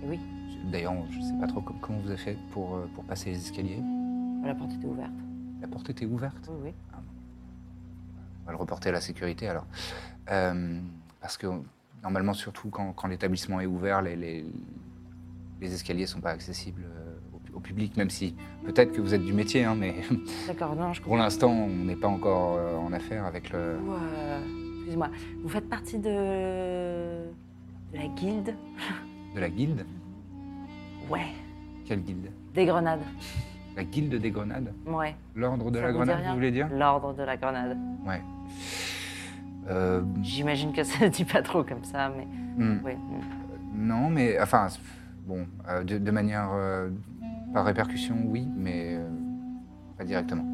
Speaker 6: Oui.
Speaker 1: Je- D'ailleurs, je sais pas trop com- comment vous avez fait pour, euh, pour passer les escaliers.
Speaker 6: oh, la porte était ouverte.
Speaker 1: La porte était ouverte.
Speaker 6: Oui, oui.
Speaker 1: On va le reporter à la sécurité, alors. Euh, parce que normalement, surtout quand, quand l'établissement est ouvert, les, les, les escaliers sont pas accessibles euh, au, pu- au public, même si peut-être que vous êtes du métier, hein, mais
Speaker 6: D'accord, non, je comprends.
Speaker 1: pour l'instant, on n'est pas encore euh, en affaire avec le.
Speaker 6: Vous, euh, Excusez-moi, vous faites partie de. de la guilde
Speaker 1: de la guilde.
Speaker 6: Ouais.
Speaker 1: Quelle guilde
Speaker 6: Des grenades.
Speaker 1: La guilde des grenades
Speaker 6: Ouais.
Speaker 1: L'ordre de
Speaker 6: Ça
Speaker 1: la
Speaker 6: vous dit
Speaker 1: grenade,
Speaker 6: rien
Speaker 1: vous voulez dire
Speaker 6: L'ordre de la grenade.
Speaker 1: Ouais. Euh,
Speaker 6: J'imagine que ça ne dit pas trop comme ça, mais.
Speaker 1: hmm.
Speaker 6: Ouais. mm.
Speaker 1: Non, mais enfin, c'est- bon, euh, de, de manière euh, par répercussion, oui, mais euh, pas directement.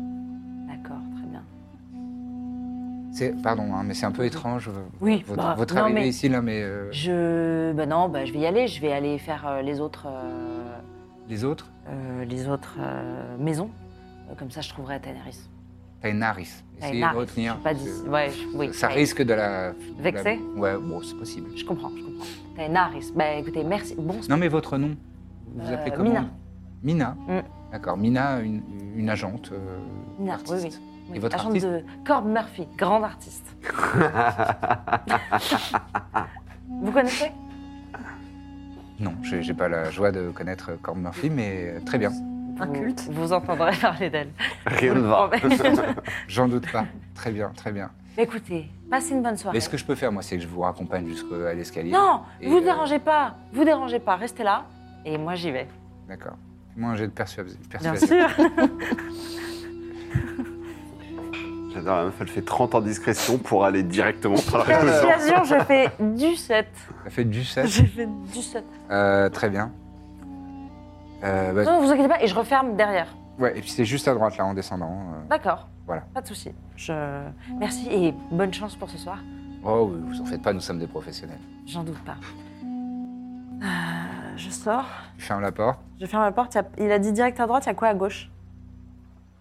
Speaker 6: D'accord, très bien.
Speaker 1: C'est, pardon, hein, mais c'est un peu étrange euh,
Speaker 6: Oui,
Speaker 1: votre,
Speaker 6: Mm. bah,
Speaker 1: votre
Speaker 6: non,
Speaker 1: arrivée
Speaker 6: mais-
Speaker 1: ici là, mais euh,
Speaker 6: Je. Ben non, bah, je vais y aller. Je vais aller faire euh, les autres. euh,
Speaker 1: les autres,
Speaker 6: euh, les autres euh, maisons. Euh, Comme ça, je trouverai Taneris.
Speaker 1: t'as une Harris. Essayez de retenir.
Speaker 6: Pas
Speaker 1: parce
Speaker 6: dit...
Speaker 1: que
Speaker 6: Ouais, je- oui.
Speaker 1: ça
Speaker 6: ouais.
Speaker 1: risque de la. de la-
Speaker 6: Vexer
Speaker 1: Ouais, bon, c'est possible.
Speaker 6: Je comprends, je comprends. Taneris. Bah écoutez, merci. Bon
Speaker 1: Non, mais votre nom, vous vous
Speaker 6: Euh,
Speaker 1: appelez comment
Speaker 6: Mina.
Speaker 1: Mina.
Speaker 6: Mm.
Speaker 1: D'accord, Mina, une, une agente. euh,
Speaker 6: Mina, oui,
Speaker 1: artiste.
Speaker 6: Oui,
Speaker 1: Et votre
Speaker 6: agent
Speaker 1: artiste
Speaker 6: de Corb Murphy, grande artiste. Vous connaissez
Speaker 1: Non, j'ai, j'ai pas la joie de connaître Corn Murphy, mais euh, très bien,
Speaker 3: Un
Speaker 6: Vous-
Speaker 3: culte.
Speaker 6: Vous entendrez parler d'elle.
Speaker 4: Rien ne
Speaker 6: Vous le
Speaker 4: va.
Speaker 6: promettez.
Speaker 1: j'en doute pas. Très bien, très bien.
Speaker 6: Écoutez, passez une bonne soirée.
Speaker 1: Mais ce que je peux faire, moi, c'est que je vous raccompagne jusqu'à l'escalier.
Speaker 6: Non,
Speaker 1: Et,
Speaker 6: vous
Speaker 1: euh,
Speaker 6: dérangez pas, vous dérangez pas, restez là. Et moi j'y vais.
Speaker 1: D'accord. Moi, un jet de persuas-
Speaker 6: Bien
Speaker 1: persuasion.
Speaker 6: sûr.
Speaker 4: J'adore la meuf, elle fait 30 ans de discrétion pour aller directement par la loge.
Speaker 6: Persuasion, je fais du 7.
Speaker 1: Ça fait du 7.
Speaker 6: Je fais du 7.
Speaker 1: Euh, très bien. Euh, bah,
Speaker 6: Non, vous inquiétez pas, et je referme derrière.
Speaker 1: ouais, et puis c'est juste à droite, là, en descendant. euh.
Speaker 6: D'accord.
Speaker 1: Voilà.
Speaker 6: Pas de souci. Je... Merci et bonne chance pour ce soir.
Speaker 1: Oh, oui, vous en faites pas, nous sommes des professionnels.
Speaker 6: J'en doute pas. Euh, je sors.
Speaker 1: Tu fermes la porte,
Speaker 6: Je ferme la porte, il y a- il a dit direct à droite, il y a quoi à gauche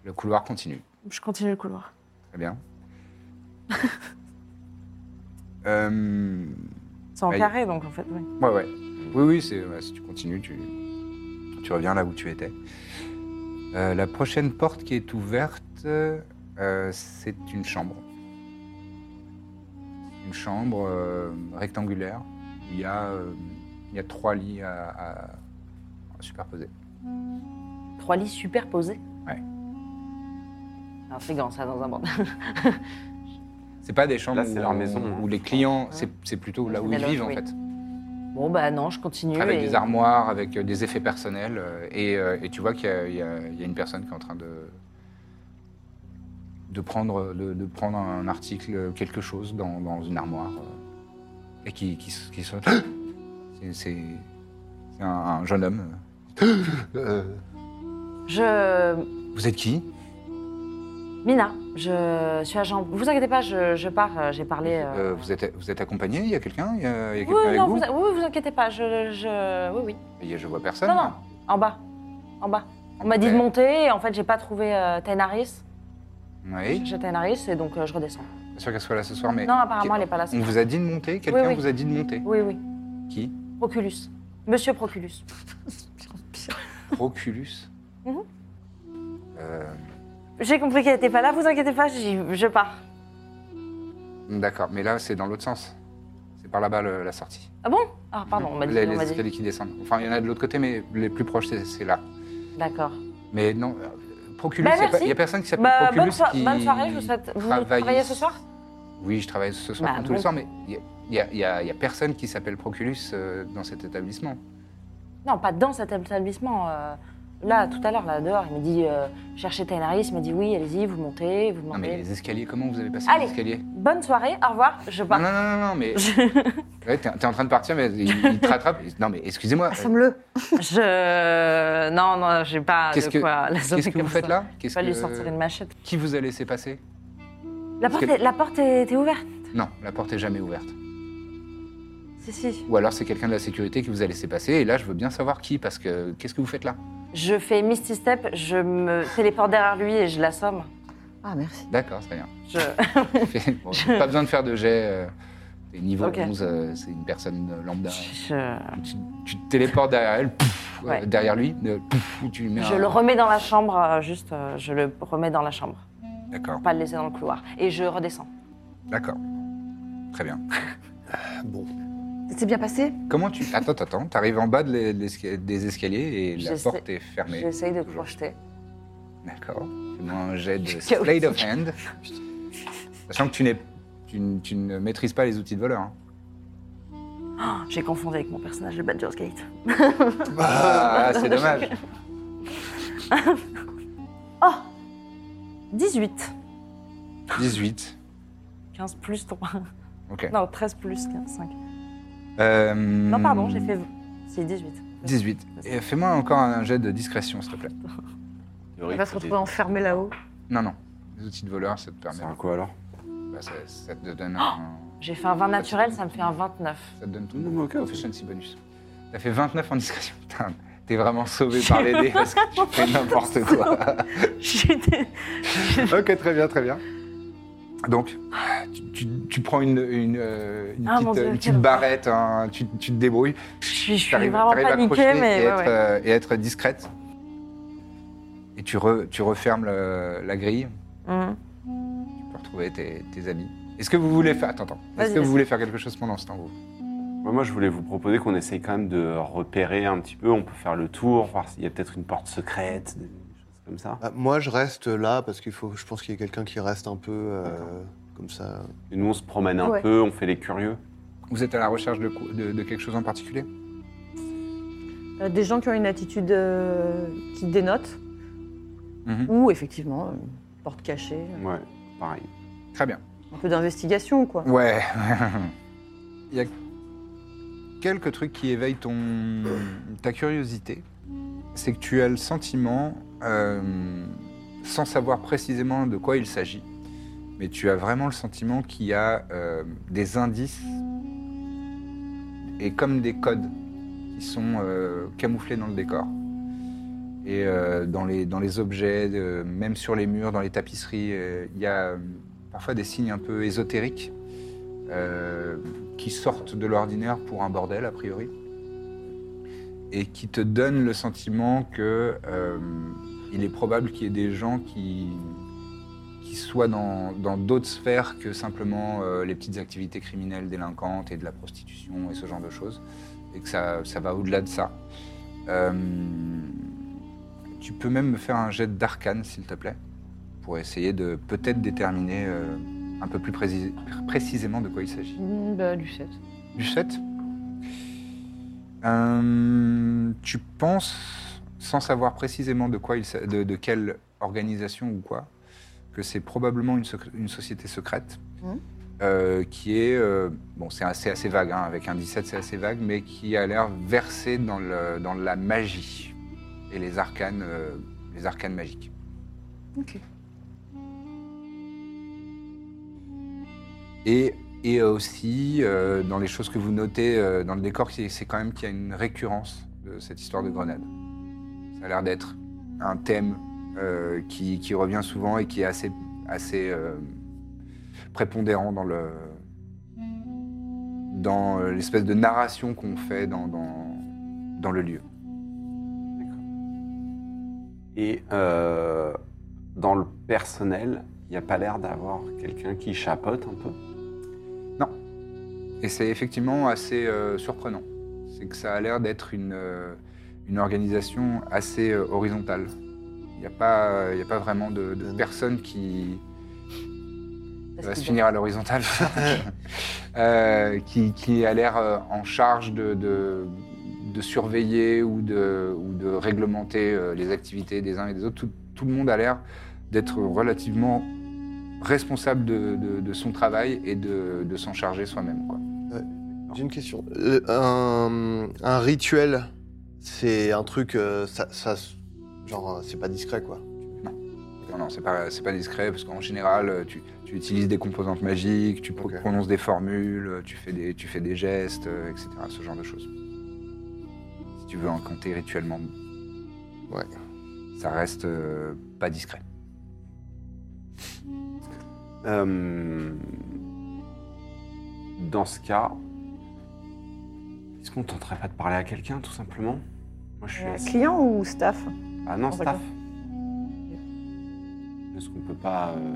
Speaker 1: le couloir continue.
Speaker 5: Je continue le couloir.
Speaker 1: Très bien. Euh,
Speaker 6: C'est en
Speaker 1: Aïe.
Speaker 6: carré, donc en fait, oui.
Speaker 1: ouais, ouais. Oui, oui, c'est, ouais, si tu continues, tu, tu reviens là où tu étais. Euh, la prochaine porte qui est ouverte, euh, c'est une chambre. Une chambre euh, rectangulaire. Il y, a, euh, il y a trois lits à, à- à superposer.
Speaker 6: Trois lits superposés.
Speaker 1: Ouais.
Speaker 6: Intriguant, ça, dans un monde.
Speaker 1: C'est pas des chambres
Speaker 4: Là, c'est
Speaker 1: où-
Speaker 4: leur maison, hein.
Speaker 1: où les clients, c'est, c'est plutôt là
Speaker 6: C'est
Speaker 1: où
Speaker 6: des
Speaker 1: ils
Speaker 6: loges,
Speaker 1: vivent
Speaker 6: oui.
Speaker 1: en fait.
Speaker 6: bon, bah non, je continue.
Speaker 1: Avec
Speaker 6: et-
Speaker 1: des armoires, avec euh, des effets personnels. euh, et, euh, et tu vois qu'il y, a- il y a il y a une personne qui est en train de, de, prendre, de, de prendre un article, euh, quelque chose dans, dans une armoire. euh, et qui, qui, s- qui saute. C'est- C'est c'est un, un jeune homme.
Speaker 6: Je.
Speaker 1: Vous êtes qui
Speaker 6: Mina, je suis agent. Vous inquiétez pas, je, je pars, euh, j'ai parlé. euh,
Speaker 1: Euh, vous, êtes, vous êtes accompagné Il y a quelqu'un Il y a, il y a quelqu'un
Speaker 6: Oui,
Speaker 1: avec
Speaker 6: non,
Speaker 1: vous
Speaker 6: vous... oui, oui, vous inquiétez pas, je. je- Oui, oui.
Speaker 1: Il y a- Je vois personne.
Speaker 6: Non, non, en bas. En bas. On m'a dit de monter, et en fait, j'ai pas trouvé euh, Tainaris.
Speaker 1: Oui.
Speaker 6: J'ai Tainaris, et donc euh, je redescends.
Speaker 1: Pas sûr qu'elle soit là ce soir, mais.
Speaker 6: Non, apparemment, elle n'est pas là. ce
Speaker 1: On
Speaker 6: soir.
Speaker 1: vous a dit de monter Quelqu'un
Speaker 6: oui.
Speaker 1: vous a dit de monter
Speaker 6: Oui, oui.
Speaker 1: Qui
Speaker 6: Proculus. Monsieur Proculus.
Speaker 1: Proculus
Speaker 6: Mhm.
Speaker 1: Euh,
Speaker 6: J'ai compris qu'elle n'était pas là, vous inquiétez pas, j'y- je pars.
Speaker 1: D'accord, mais là, c'est dans l'autre sens. C'est par là-bas le- la sortie.
Speaker 6: Ah bon Ah, pardon, on m'a dit.
Speaker 1: les
Speaker 6: on
Speaker 1: les
Speaker 6: m'a dit.
Speaker 1: escaliers qui descendent. Enfin, il y en a de l'autre côté, mais les plus proches, c'est c'est là.
Speaker 6: D'accord.
Speaker 1: Mais non, euh, Proculus,
Speaker 6: Bah,
Speaker 1: il y a pas-
Speaker 6: merci.
Speaker 1: il n'y a personne qui s'appelle
Speaker 6: Bah,
Speaker 1: Proculus.
Speaker 6: bonne, so-
Speaker 1: qui
Speaker 6: bonne soirée, je vous souhaite. Vous
Speaker 1: travaille-
Speaker 6: travaillez ce soir
Speaker 1: Oui, je travaille ce soir
Speaker 6: Bah,
Speaker 1: dans tous les
Speaker 6: bon.
Speaker 1: soirs, mais il n'y a, y a- y a personne qui s'appelle Proculus euh, dans cet établissement.
Speaker 6: Non, pas dans cet établissement. euh, là, tout à l'heure, là, dehors, il m'a dit euh, cherchez Tainaris. Il m'a dit oui, allez-y, vous montez, vous
Speaker 1: Non, mais
Speaker 6: montez.
Speaker 1: les escaliers, comment vous avez passé
Speaker 6: Allez.
Speaker 1: les escaliers
Speaker 6: Bonne soirée, au revoir, je
Speaker 1: non,
Speaker 6: pars.
Speaker 1: non, non, non, non, mais.
Speaker 6: Je...
Speaker 1: Ouais, t'es t'es en train de partir, mais il, il te rattrape. Non, mais excusez-moi.
Speaker 6: Ah,
Speaker 3: Somme-le.
Speaker 6: je- Non, non, j'ai pas
Speaker 1: Qu'est-ce
Speaker 6: Ah, de
Speaker 1: que,
Speaker 6: quoi la
Speaker 1: qu'est-ce que vous faites là Qu'est-ce
Speaker 6: Je vais lui
Speaker 1: que-
Speaker 6: sortir une machette.
Speaker 1: Qui vous a laissé passer
Speaker 6: La porte,
Speaker 1: que-
Speaker 6: est- la porte est- était ouverte.
Speaker 1: Non, la porte est jamais ouverte.
Speaker 6: Si, si.
Speaker 1: Ou alors c'est quelqu'un de la sécurité qui vous a laissé passer, et là je veux bien savoir qui, parce que qu'est-ce que vous faites là
Speaker 6: Je fais Misty Step, je me téléporte derrière lui et je l'assomme.
Speaker 5: Ah, merci.
Speaker 1: D'accord, très bien.
Speaker 6: Je...
Speaker 1: Bon, Pas besoin de faire de jet. euh, t'es niveau
Speaker 6: Ok.
Speaker 1: 11, euh, c'est une personne euh, lambda.
Speaker 6: je...
Speaker 1: Tu, tu te téléportes derrière elle, pouf, euh,
Speaker 6: Ouais.
Speaker 1: derrière lui, euh, pouf, tu lui mets
Speaker 6: Je
Speaker 1: un-
Speaker 6: le remets dans la chambre, euh, juste, euh, je le remets dans la chambre,
Speaker 1: D'accord,
Speaker 6: pas le laisser dans le couloir. Et je redescends.
Speaker 1: d'accord. Très bien.
Speaker 2: Bon.
Speaker 5: C'est bien passé
Speaker 1: Comment tu. Attends, attends, attends, t'arrives en bas de l'es- l'esca- des escaliers et la
Speaker 6: J'essaie-
Speaker 1: porte est fermée.
Speaker 6: J'essaye de
Speaker 1: toujours.
Speaker 6: projeter.
Speaker 1: D'accord. Fais-moi un jet de
Speaker 6: Chaotique.
Speaker 1: Slate of Hand. Sachant que tu, n'es- tu n- tu ne maîtrises pas les outils de voleur. hein.
Speaker 6: J'ai confondu avec mon personnage de Badger's Gate.
Speaker 1: Ah, c'est dommage.
Speaker 6: 18.
Speaker 1: 18.
Speaker 6: 15 plus 3.
Speaker 1: Ok.
Speaker 6: Non, 13 plus 15, 5.
Speaker 1: Euh,
Speaker 6: Non, pardon, j'ai fait... C'est 18.
Speaker 1: 18. Euh, Et Fais-moi encore un jet de discrétion, s'il te plaît.
Speaker 3: Elle va se retrouver enfermée là-haut.
Speaker 1: Non, non. Les outils de voleur, ça te permet.
Speaker 4: C'est un quoi alors
Speaker 1: bah, ça, ça te
Speaker 6: Oh
Speaker 1: donne un.
Speaker 6: J'ai fait un 20 naturel, ça me fait un 29.
Speaker 1: Ça te donne tout.
Speaker 4: Non, mais ok, ok.
Speaker 1: Proficiency bonus. T'as fait 29 en discrétion. Putain, t'es vraiment sauvé par les dés parce que tu fais n'importe quoi.
Speaker 6: J'étais-
Speaker 1: ok, très bien, très bien. Donc, tu, tu- tu prends une, une, euh, une
Speaker 6: Ah, mon
Speaker 1: petite,
Speaker 6: Dieu,
Speaker 1: une petite
Speaker 6: quel enfer.
Speaker 1: barrette, hein, tu, tu te débrouilles.
Speaker 6: Je suis, je suis
Speaker 1: T'arrives-
Speaker 6: vraiment
Speaker 1: t'arrives à
Speaker 6: paniquée,
Speaker 1: crocheter
Speaker 6: mais...
Speaker 1: et,
Speaker 6: ouais,
Speaker 1: être,
Speaker 6: ouais.
Speaker 1: euh, et être discrète. Et tu, re- tu refermes le- la grille
Speaker 3: Hum.
Speaker 6: Mmh.
Speaker 1: pour retrouver tes, tes habits. Est-ce que vous voulez faire... Attends, attends. Est-ce
Speaker 6: Vas-y,
Speaker 1: que vous
Speaker 6: vas-y.
Speaker 1: voulez faire quelque chose pendant ce temps, vous
Speaker 4: Ouais, Moi, je voulais vous proposer qu'on essaye quand même de repérer un petit peu. On peut faire le tour, voir s'il y a peut-être une porte secrète, des choses comme ça.
Speaker 2: Bah, moi, je reste là parce qu'il faut. Je pense qu'il y a quelqu'un qui reste un peu euh, comme ça.
Speaker 4: Et nous, on se promène un
Speaker 5: Ouais.
Speaker 4: peu, on fait les curieux.
Speaker 1: Vous êtes à la recherche de, cou- de- de quelque chose en particulier
Speaker 3: Euh, Des gens qui ont une attitude euh, qui dénote.
Speaker 1: Mhm.
Speaker 3: Ou effectivement, une porte cachée.
Speaker 4: Ouais, pareil.
Speaker 1: Très bien.
Speaker 3: Un peu d'investigation, quoi.
Speaker 1: Ouais. Il y a quelques trucs qui éveillent ton, ta curiosité. C'est que tu as le sentiment, euh, sans savoir précisément de quoi il s'agit, mais tu as vraiment le sentiment qu'il y a euh, des indices et comme des codes qui sont euh, camouflés dans le décor. Et euh, dans, les, dans les objets, euh, même sur les murs, dans les tapisseries, euh, il y a euh, parfois des signes un peu ésotériques euh, qui sortent de l'ordinaire pour un bordel, a priori, et qui te donnent le sentiment que euh, il est probable qu'il y ait des gens qui, qui soient dans dans d'autres sphères que simplement euh, les petites activités criminelles délinquantes et de la prostitution et ce genre de choses, et que ça, ça va au-delà de ça. Euh, tu peux même me faire un jet d'arcane, s'il te plaît, pour essayer de peut-être déterminer euh, un peu plus précis- précisément de quoi il s'agit.
Speaker 3: Hmm,
Speaker 5: Mm, Bah, du 7.
Speaker 1: Du 7 Euh, Tu penses, sans savoir précisément de, quoi il, s'a- de, de quelle organisation ou quoi, que c'est probablement une, soc- une société secrète
Speaker 3: Mhm.
Speaker 1: euh, qui est. euh, bon, c'est assez, assez vague, hein, avec un 17, c'est assez vague, mais qui a l'air versée dans, le- dans la magie et les arcanes, euh, les arcanes magiques.
Speaker 5: Ok.
Speaker 1: Et, et aussi, euh, dans les choses que vous notez euh, dans le décor, c'est c'est quand même qu'il y a une récurrence de cette histoire de grenade. Ça a l'air d'être un thème euh, qui, qui revient souvent et qui est assez, assez euh, prépondérant dans le dans euh, l'espèce de narration qu'on fait dans, dans, dans le lieu.
Speaker 4: Et euh, dans le personnel, il n'y a pas l'air d'avoir quelqu'un qui chapote un peu.
Speaker 1: Et c'est effectivement assez euh, surprenant. C'est que ça a l'air d'être une, euh, une organisation assez euh, horizontale. Il n'y a, pas- euh, il y a pas vraiment de, de personne qui ça va se finir à l'horizontale, Euh, qui, qui a l'air euh, en charge de, de- de surveiller ou de, ou de réglementer euh, les activités des uns et des autres. Tout, tout le monde a l'air d'être relativement responsable de, de- de son travail et de, de s'en charger soi-même. quoi.
Speaker 2: J'ai une question. Euh, un, un rituel, c'est un truc, euh, ça, ça se- genre, euh, c'est pas discret quoi.
Speaker 1: Non, non, c'est pas, c'est pas discret, parce qu'en général, euh, tu, tu utilises des composantes magiques, tu pro-
Speaker 2: Ok.
Speaker 1: prononces des formules, euh, tu fais des, tu fais des gestes, euh, etc., ce genre de choses. Si tu veux incanter rituellement,
Speaker 2: Ouais.
Speaker 1: ça reste euh, pas discret.
Speaker 4: Euh, dans ce cas, est-ce qu'on tenterait pas de parler à quelqu'un, tout simplement Moi, je suis assez-
Speaker 3: Client ou staff
Speaker 4: Ah non,
Speaker 3: On va
Speaker 4: staff. Est-ce qu'on peut pas euh,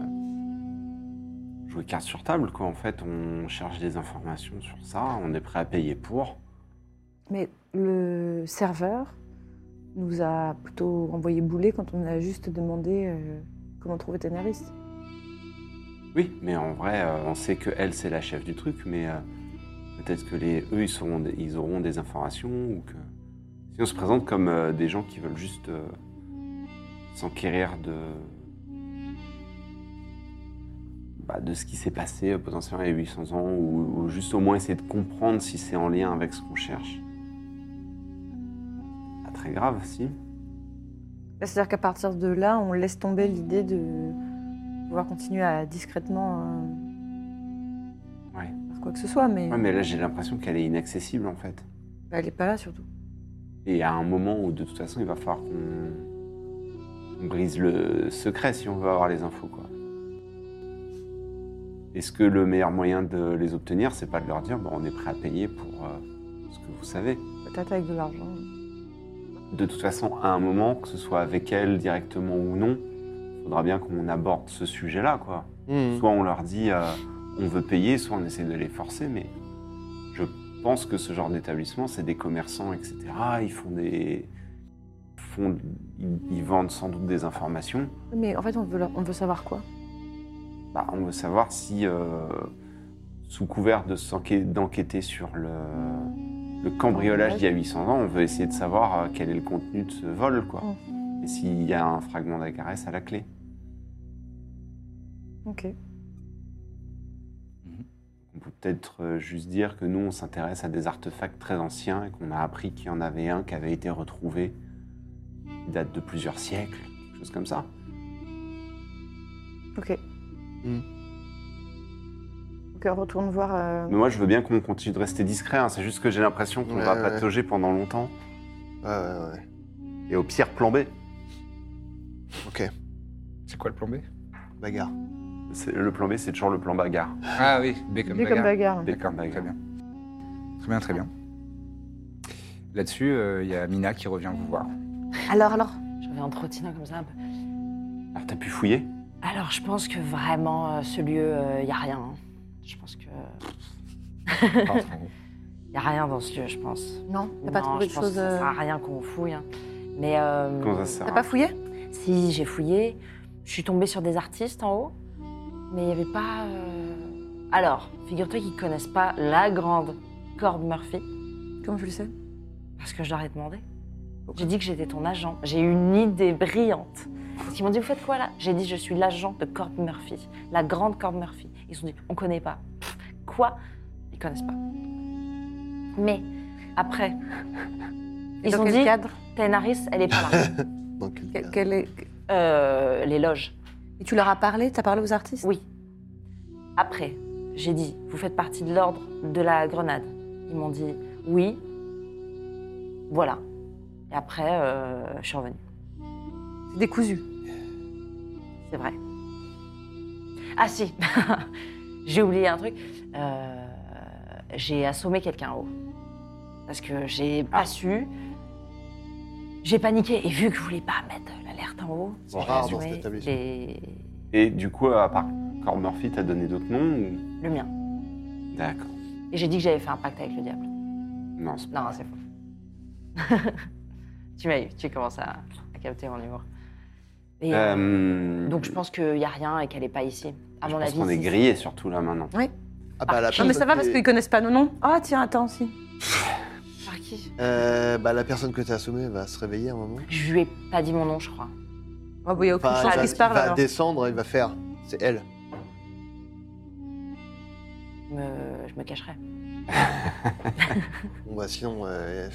Speaker 4: jouer carte sur table, quoi En fait, on cherche des informations sur ça, on est prêt à payer pour.
Speaker 5: Mais le serveur nous a plutôt envoyé bouler quand on a juste demandé euh, comment trouver Ténéris.
Speaker 4: Oui, mais en vrai, euh, on sait que elle, c'est la chef du truc, mais euh, peut-être que les, eux, ils, seront, ils auront des informations ou que. Si on se présente comme euh, des gens qui veulent juste euh, s'enquérir de. bah, de ce qui s'est passé euh, potentiellement il y a 800 ans, ou, ou juste au moins essayer de comprendre si c'est en lien avec ce qu'on cherche. Pas très grave, si.
Speaker 5: Bah, C'est-à-dire qu'à partir de là, on laisse tomber l'idée de pouvoir continuer à discrètement euh,
Speaker 4: Ouais.
Speaker 5: faire quoi que ce soit, mais
Speaker 4: Ouais, mais là, j'ai l'impression qu'elle est inaccessible en fait.
Speaker 5: bah, elle n'est pas là surtout.
Speaker 4: Et à un moment où de toute façon il va falloir qu'on qu'on brise le secret si on veut avoir les infos quoi. Est-ce que le meilleur moyen de les obtenir, c'est pas de leur dire bon on est prêt à payer pour euh, ce que vous savez.
Speaker 5: Peut-être avec de l'argent.
Speaker 4: De toute façon, à un moment, que ce soit avec elle directement ou non, faudra bien qu'on aborde ce sujet-là quoi.
Speaker 2: Mmh.
Speaker 4: Soit on leur dit euh, on veut payer, soit on essaie de les forcer, mais je pense que ce genre d'établissement, c'est des commerçants, etc. Ils font des. font- ils, ils vendent sans doute des informations.
Speaker 5: Mais en fait, on veut, leur- on veut savoir quoi
Speaker 4: Bah, on veut savoir si, euh, sous couvert de s'enquê- d'enquêter sur le, le cambriolage d'il y a 800 ans, on veut essayer de savoir euh, quel est le contenu de ce vol, quoi. Et s'il y a un fragment d'acarès à la clé.
Speaker 5: Ok.
Speaker 4: On peut peut-être euh, juste dire que nous, on s'intéresse à des artefacts très anciens et qu'on a appris qu'il y en avait un qui avait été retrouvé, qui date de plusieurs siècles, quelque chose comme ça.
Speaker 5: Ok.
Speaker 2: Hmm.
Speaker 5: Ok, on retourne voir. euh,
Speaker 4: Mais moi, je veux bien qu'on continue de rester discret, hein, c'est juste que j'ai l'impression qu'on
Speaker 2: Ouais,
Speaker 4: va
Speaker 2: ouais,
Speaker 4: patauger pendant longtemps.
Speaker 2: Ouais, ouais, ouais.
Speaker 4: Et au pire, plan B.
Speaker 1: C'est quoi le plan B
Speaker 2: Bagarre.
Speaker 4: C'est- Le plan B, c'est toujours le plan bagarre.
Speaker 1: Ah oui, B comme
Speaker 5: B comme
Speaker 1: bagarre.
Speaker 5: bagarre.
Speaker 4: B
Speaker 1: D'accord,
Speaker 4: comme
Speaker 1: très
Speaker 4: bagarre.
Speaker 1: bien. Très bien, très bien. Là-dessus, euh, il y a Mina qui revient vous voir.
Speaker 5: Alors, alors
Speaker 6: J'avais un trottinant comme ça un peu.
Speaker 4: Alors, t'as pu fouiller
Speaker 6: Alors, je pense que vraiment, euh, ce lieu, il n'y a rien. hein. Je pense que. Il n'y a rien dans ce lieu, je pense.
Speaker 5: Non, t'as pas
Speaker 6: Non,
Speaker 5: trouvé
Speaker 6: je
Speaker 5: de
Speaker 6: pense que
Speaker 5: choses.
Speaker 6: Ça
Speaker 5: euh,
Speaker 6: sert à rien qu'on fouille. hein. Mais. euh,
Speaker 4: Comment ça sert
Speaker 5: T'as pas fouillé
Speaker 6: Si, j'ai fouillé. Je suis tombée sur des artistes en haut. Mais il n'y avait pas. euh, Alors, figure-toi qu'ils ne connaissent pas la grande Corbe Murphy,
Speaker 5: Comment tu le sais
Speaker 6: parce que je leur ai demandé. J'ai dit que j'étais ton agent. J'ai eu une idée brillante. Ils m'ont dit Vous faites quoi là J'ai dit Je suis l'agent de Corbe Murphy, la grande Corbe Murphy. Ils ont dit On ne connaît pas. Pff, quoi Ils ne connaissent pas. Mais après,
Speaker 5: Et
Speaker 6: ils
Speaker 5: dans
Speaker 6: ont
Speaker 5: quel
Speaker 6: dit
Speaker 5: cadre
Speaker 6: Ténaris, elle est pas là.
Speaker 2: Dans quel
Speaker 5: Que-
Speaker 2: cas
Speaker 5: quel est-
Speaker 6: Euh, les loges.
Speaker 5: Et tu leur as parlé T'as parlé aux artistes
Speaker 6: Oui. Après, j'ai dit, vous faites partie de l'ordre de la grenade. Ils m'ont dit, oui. Voilà. Et après, euh, je suis revenue.
Speaker 5: C'est décousu.
Speaker 6: C'est vrai. Ah si J'ai oublié un truc. Euh, j'ai assommé quelqu'un en haut. Parce que j'ai pas su. J'ai paniqué. Et vu que je voulais pas mettre l'alerte en haut,
Speaker 2: C'est
Speaker 6: j'ai
Speaker 2: rare dans
Speaker 6: assommé
Speaker 2: cet établissement.
Speaker 6: les-
Speaker 4: Et du coup, à part Corp Murphy, t'as donné d'autres noms ou-
Speaker 6: le mien.
Speaker 4: D'accord.
Speaker 6: Et j'ai dit que j'avais fait un pacte avec le diable.
Speaker 4: Non, c'est pas.
Speaker 6: Non, c'est faux. tu m'as eu, tu commences à, à capter mon humour. Et, euh,
Speaker 4: Euh,
Speaker 6: donc je pense qu'il n'y a rien et qu'elle n'est pas ici. À
Speaker 4: je
Speaker 6: mon
Speaker 4: pense
Speaker 6: avis.
Speaker 4: qu'on est
Speaker 6: si-
Speaker 4: grillé surtout là maintenant.
Speaker 2: Ah bah, la
Speaker 6: Non,
Speaker 3: Non, mais ça va
Speaker 2: personne
Speaker 3: parce
Speaker 2: que-
Speaker 3: qu'ils connaissent pas nos noms.
Speaker 5: Ah, tiens, attends, si.
Speaker 6: Par qui
Speaker 2: Euh, bah, la personne que t'as assommée va se réveiller un moment.
Speaker 6: Je lui ai pas dit mon nom, je crois.
Speaker 3: Ah, bah, il n'y a aucune
Speaker 2: Enfin,
Speaker 3: chance
Speaker 2: il va,
Speaker 3: qu'ils se parlent
Speaker 2: il va
Speaker 3: alors.
Speaker 2: descendre, il va faire. C'est elle.
Speaker 6: Je me, Euh, je me cacherai.
Speaker 2: Bon bah sinon, euh,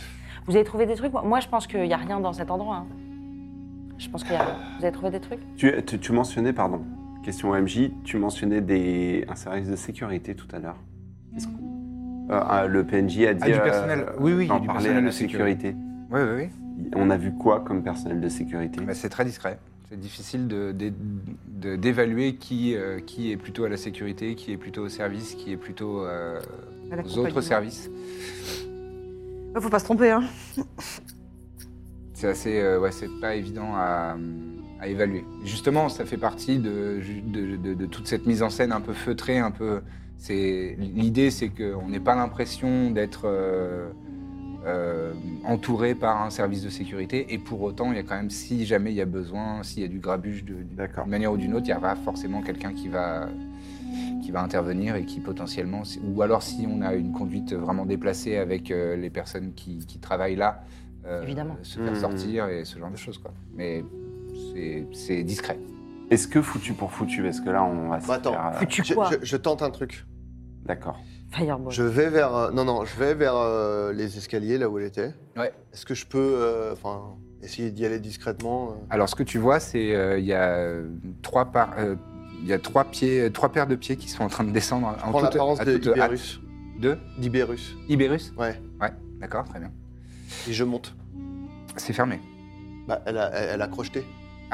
Speaker 6: Vous avez trouvé des trucs Moi, moi, je pense qu'il n'y a rien dans cet endroit. hein. Je pense qu'il y a rien. Vous avez trouvé des trucs
Speaker 4: Tu, tu, tu mentionnais, pardon, question OMJ, tu mentionnais des, un service de sécurité tout à l'heure. Qu'est-ce qu'on- Euh, ah, le PNJ a dit.
Speaker 1: Ah, du personnel. Oui, oui, il y a
Speaker 4: d'en
Speaker 1: du
Speaker 4: parler à
Speaker 1: personnel
Speaker 4: la
Speaker 1: de sécurité.
Speaker 4: sécurité.
Speaker 1: Oui, oui, oui.
Speaker 4: On a vu quoi comme personnel de sécurité
Speaker 1: Bah, c'est très discret. C'est difficile de- de- de- d'évaluer qui, euh, qui est plutôt à la sécurité, qui est plutôt au service, qui est plutôt euh, aux
Speaker 3: À
Speaker 1: autres
Speaker 3: l'accompagnement.
Speaker 1: services.
Speaker 5: Ah,
Speaker 3: Ouais, Faut pas se tromper, hein.
Speaker 1: C'est assez, euh, ouais, c'est pas évident à, à évaluer. Justement, ça fait partie de, de- de- de toute cette mise en scène un peu feutrée, un peu. C'est l'idée, c'est qu'on n'ait pas l'impression d'être euh, euh, entouré par un service de sécurité, et pour autant, il y a quand même, si jamais il y a besoin, s'il y a du grabuge de-
Speaker 4: D'accord.
Speaker 1: d'une manière ou d'une autre, il y aura forcément quelqu'un qui va qui va intervenir et qui potentiellement, ou alors si on a une conduite vraiment déplacée avec euh, les personnes qui, qui travaillent là, euh,
Speaker 6: Évidemment.
Speaker 1: se faire
Speaker 4: Mhm.
Speaker 1: sortir et ce genre de choses quoi. Mais c'est- c'est discret.
Speaker 4: Est-ce que foutu pour foutu Parce que là, on va se
Speaker 2: Bah, attends.
Speaker 4: faire, euh,
Speaker 6: Foutu
Speaker 2: je,
Speaker 6: quoi
Speaker 2: je- je tente un truc.
Speaker 4: D'accord.
Speaker 6: Fireball.
Speaker 2: Je vais vers, euh, non non, je vais vers euh, les escaliers là où elle était.
Speaker 1: Ouais.
Speaker 2: Est-ce que je peux, euh, enfin, essayer d'y aller discrètement euh,
Speaker 1: Alors ce que tu vois, c'est euh, il y a euh, trois par- euh, il y a trois pieds, euh, trois paires de pieds qui sont en train de descendre en
Speaker 2: Prends
Speaker 1: toute-
Speaker 2: l'apparence
Speaker 1: à
Speaker 2: de
Speaker 1: toute hâte.
Speaker 2: Iberus.
Speaker 1: De
Speaker 2: D'Iberus.
Speaker 1: Iberus.
Speaker 2: Ouais.
Speaker 1: Ouais, d'accord, très bien.
Speaker 2: Et je monte.
Speaker 1: C'est fermé.
Speaker 2: Bah, elle a, elle, elle a crocheté.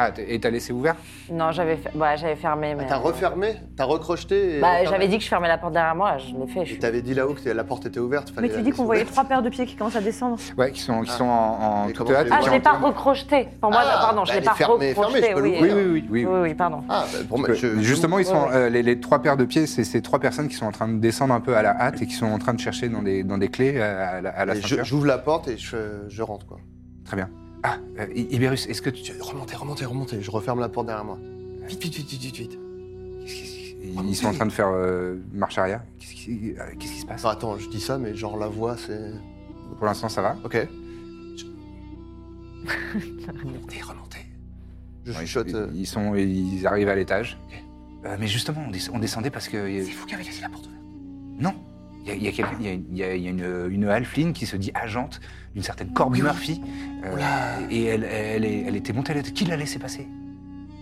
Speaker 1: Ah, t'es- et t'as laissé ouvert
Speaker 6: Non, j'avais fe- bah, j'avais fermé.
Speaker 2: Ah,
Speaker 6: Mais...
Speaker 2: t'as refermé, t'as recrocheté. et
Speaker 6: Bah,
Speaker 2: refermé.
Speaker 6: J'avais dit que je fermais la porte derrière moi, je l'ai fait. je
Speaker 2: Et
Speaker 6: suis-
Speaker 2: t'avais dit là-haut que la porte était ouverte. fallait
Speaker 3: Mais tu
Speaker 2: la
Speaker 3: dis
Speaker 2: laisser
Speaker 3: qu'on voyait
Speaker 2: ouverte.
Speaker 3: trois paires de pieds qui commencent à descendre.
Speaker 1: Ouais, qui sont, qui
Speaker 2: Ah.
Speaker 1: sont en, en
Speaker 2: Et
Speaker 1: toute
Speaker 2: comment je
Speaker 1: hâte
Speaker 2: les
Speaker 1: et
Speaker 6: Ah,
Speaker 2: vois
Speaker 1: qui
Speaker 6: je
Speaker 1: en-
Speaker 6: l'ai pas recrocheté. Pour moi,
Speaker 2: Ah,
Speaker 6: pardon, je
Speaker 2: bah,
Speaker 6: l'ai
Speaker 2: elle
Speaker 6: pas
Speaker 2: est fermée, fermée,
Speaker 6: recrocheté.
Speaker 2: je peux
Speaker 6: oui,
Speaker 1: Oui,
Speaker 2: l'ouvrir.
Speaker 1: oui, oui, oui, oui.
Speaker 6: oui, oui, pardon.
Speaker 2: Ah, bah, bon, bah, je-
Speaker 1: Justement, ils sont,
Speaker 2: Ouais, ouais.
Speaker 1: euh, les, les trois paires de pieds, c'est c'est trois personnes qui sont en train de descendre un peu à la hâte et qui sont en train de chercher dans des, dans des clés euh, à, la- à la
Speaker 2: Et je-
Speaker 1: ceinture.
Speaker 2: J'ouvre la porte et je, je rentre quoi.
Speaker 1: Très bien. Ah, euh, I- Iberus, est-ce que tu...
Speaker 2: Je- Remontez, remontez, remontez. Je referme la porte derrière moi. Vite, vite, vite, vite, vite, vite.
Speaker 1: qu'est-ce qui- Ils sont en train de faire euh, marche arrière. Qu'est-ce qui, euh, qu'est-ce qui se passe
Speaker 2: Enfin, attends, je dis ça, mais genre la voix, c'est.
Speaker 1: Pour l'instant, ça va.
Speaker 2: Ok. Je- remontez, remontez. Je
Speaker 1: Ouais,
Speaker 2: chuchote. euh,
Speaker 1: Ils, sont, ils arrivent à l'étage. Euh, mais justement, on, des- on descendait parce que...
Speaker 2: C'est vous qui avez laissé la porte ouverte.
Speaker 1: Non. Il y a, il y a quelqu'un- il y a une- il y a- il y a une, une Halfling qui se dit agente d'une certaine Corby Murphy. euh, et elle, elle, est- elle était montée à la tête. Qui l'a laissé passer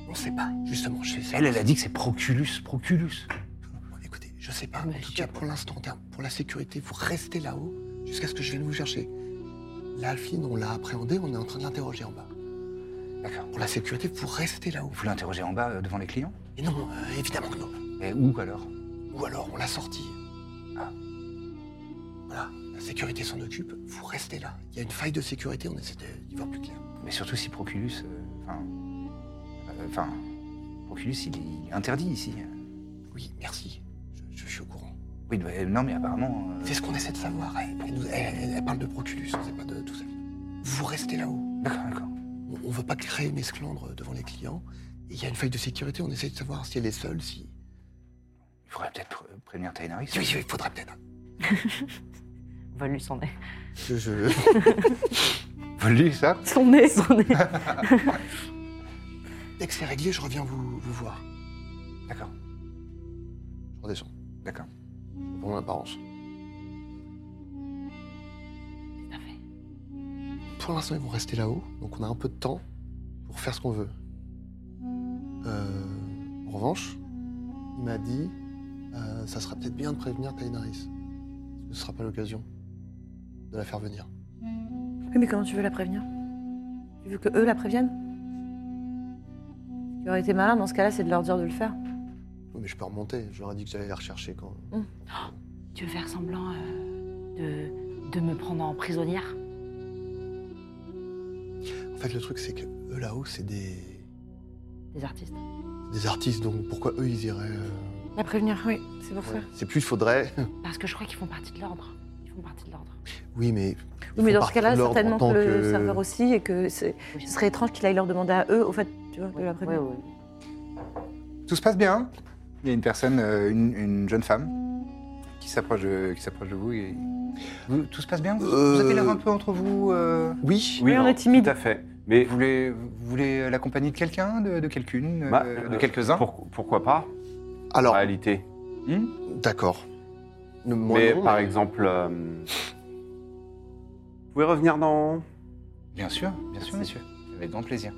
Speaker 2: On sait pas. Justement, je sais.
Speaker 1: Elle, elle a dit que c'est Proculus, Proculus.
Speaker 2: Bon, Écoutez, je sais pas. en tout cas, pour l'instant, en termes- pour la sécurité, vous restez là-haut jusqu'à ce que je vienne vous chercher. La Alphine, on l'a appréhendée, on est en train de l'interroger en bas.
Speaker 1: D'accord.
Speaker 2: Pour la sécurité, vous restez là-haut.
Speaker 1: Vous l'interrogez en bas euh, devant les clients
Speaker 2: Et non, euh, évidemment que non.
Speaker 1: Et Où alors
Speaker 2: Ou alors on l'a sortie. Ah. Voilà, la sécurité s'en occupe, vous restez là. Il y a une faille de sécurité, on essaie d'y voir plus clair.
Speaker 1: Mais surtout si Proculus. euh, Enfin. euh, Enfin. Proculus, il est, il est interdit ici.
Speaker 2: Oui, merci. Je, je suis au courant.
Speaker 1: Oui, bah, euh, non, mais apparemment. euh,
Speaker 2: C'est ce qu'on essaie de savoir. Elle, elle nous- elle- elle- elle parle de Proculus, on sait pas de tout ça. Vous restez là-haut.
Speaker 1: D'accord, d'accord.
Speaker 2: On, on veut pas créer une esclandre devant les clients. Et Il y a une faille de sécurité, on essaie de savoir si elle est seule, si.
Speaker 1: Il faudrait peut-être pr- prévenir Tainaris.
Speaker 2: Oui, oui, il faudrait peut-être.
Speaker 6: On va lui son nez.
Speaker 2: Je, je-
Speaker 1: Volu, ça
Speaker 3: Son nez.
Speaker 6: Son nez.
Speaker 2: Dès que c'est réglé, je reviens vous, vous voir.
Speaker 1: D'accord,
Speaker 2: Je redescends.
Speaker 1: d'accord.
Speaker 2: Pour mon apparence.
Speaker 6: Tout à fait.
Speaker 2: Pour l'instant, ils vont rester là-haut, donc on a un peu de temps pour faire ce qu'on veut. Euh, en revanche, il m'a dit euh, ça sera peut-être bien de prévenir Tainaris. Ce ne sera pas l'occasion de la faire venir.
Speaker 3: Oui, mais comment tu veux la prévenir Tu veux que eux la préviennent Ce qui aurait été malin dans ce cas-là, c'est de leur dire de le faire.
Speaker 2: Oui, mais je peux remonter. Je leur ai dit que j'allais la rechercher quand.
Speaker 6: Tu veux faire semblant euh, de, de me prendre en prisonnière
Speaker 2: En fait, le truc, c'est que eux là-haut, c'est des...
Speaker 6: des artistes
Speaker 2: des artistes, donc pourquoi eux, ils iraient. euh,
Speaker 5: La prévenir, oui, c'est pour
Speaker 2: ouais. C'est plus, il faudrait.
Speaker 6: Parce que je crois qu'ils font partie de l'ordre. Ils font partie de l'ordre.
Speaker 2: Oui, mais.
Speaker 5: Oui, mais dans
Speaker 2: ils font
Speaker 5: ce
Speaker 2: partie
Speaker 5: cas-là,
Speaker 2: de l'ordre en
Speaker 5: certainement
Speaker 2: tant
Speaker 5: que le
Speaker 2: que-
Speaker 5: serveur aussi, et que c'est- ce serait étrange qu'il aille leur demander à eux, au fait, tu vois, de la prévenir.
Speaker 6: oui.
Speaker 1: Tout se passe bien. hein. Il y a une personne, euh, une, une jeune femme, qui s'approche de, qui s'approche de vous et. Vous- tout se passe bien vous, vous avez l'air un peu entre vous. euh,
Speaker 2: Euh, Oui.
Speaker 4: Oui,
Speaker 3: on
Speaker 4: non,
Speaker 3: est timide.
Speaker 4: Tout à fait. Mais
Speaker 1: Vous voulez, vous voulez la compagnie de quelqu'un, de, de quelqu'une, euh,
Speaker 4: bah,
Speaker 1: de
Speaker 4: euh,
Speaker 1: quelques-uns
Speaker 4: pour- pourquoi pas En
Speaker 2: Alors,
Speaker 4: réalité.
Speaker 1: Hmm
Speaker 2: d'accord. Ne- Moi,
Speaker 4: mais
Speaker 2: non,
Speaker 4: par
Speaker 2: mais-
Speaker 4: exemple, euh, vous pouvez revenir dans.
Speaker 1: Bien sûr, bien sûr,
Speaker 4: Merci.
Speaker 1: monsieur. Avec grand plaisir.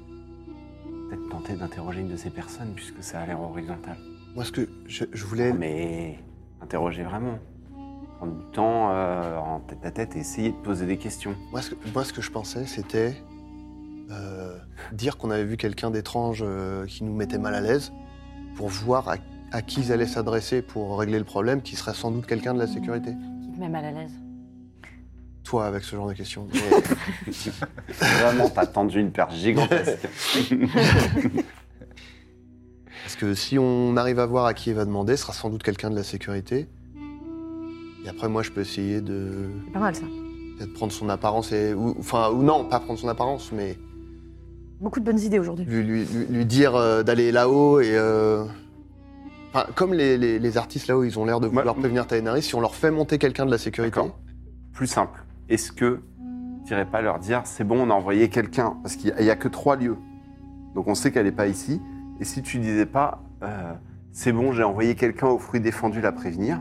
Speaker 4: Peut-être tenter d'interroger une de ces personnes puisque ça a l'air horizontal.
Speaker 2: Moi, ce que je, je voulais.
Speaker 4: Ah, Mais interroger vraiment. Prendre du temps euh, en tête à tête et essayer de poser des questions.
Speaker 2: Moi, ce que, moi, ce que je pensais, c'était euh, dire qu'on avait vu quelqu'un d'étrange euh, qui nous mettait mal à l'aise pour voir à, à qui ils allaient s'adresser pour régler le problème, qui serait sans doute quelqu'un de la sécurité.
Speaker 6: Qui te met mal à l'aise
Speaker 2: Toi, avec ce genre de questions. Mais-
Speaker 4: Vraiment, t'as tendu une perche gigantesque.
Speaker 2: parce que si on arrive à voir à qui il va demander, ce sera sans doute quelqu'un de la sécurité. Et après, moi, je peux essayer de,
Speaker 5: C'est pas mal ça.
Speaker 2: de prendre son apparence et. ou- Enfin, ou non, pas prendre son apparence, mais.
Speaker 5: Beaucoup de bonnes idées aujourd'hui.
Speaker 2: lui, lui- lui- lui dire euh, d'aller là-haut et. euh, enfin, comme les, les- les artistes là-haut, ils ont l'air de
Speaker 4: Moi-
Speaker 2: vouloir prévenir Taenaris, si on leur fait monter quelqu'un de la sécurité.
Speaker 4: D'accord. Plus simple. Est-ce que t'irais pas leur dire c'est bon, on a envoyé quelqu'un Parce qu'il n'y a, que trois lieux. Donc on sait qu'elle n'est pas ici. Et si tu disais pas euh, c'est bon, j'ai envoyé quelqu'un au fruit défendu la prévenir.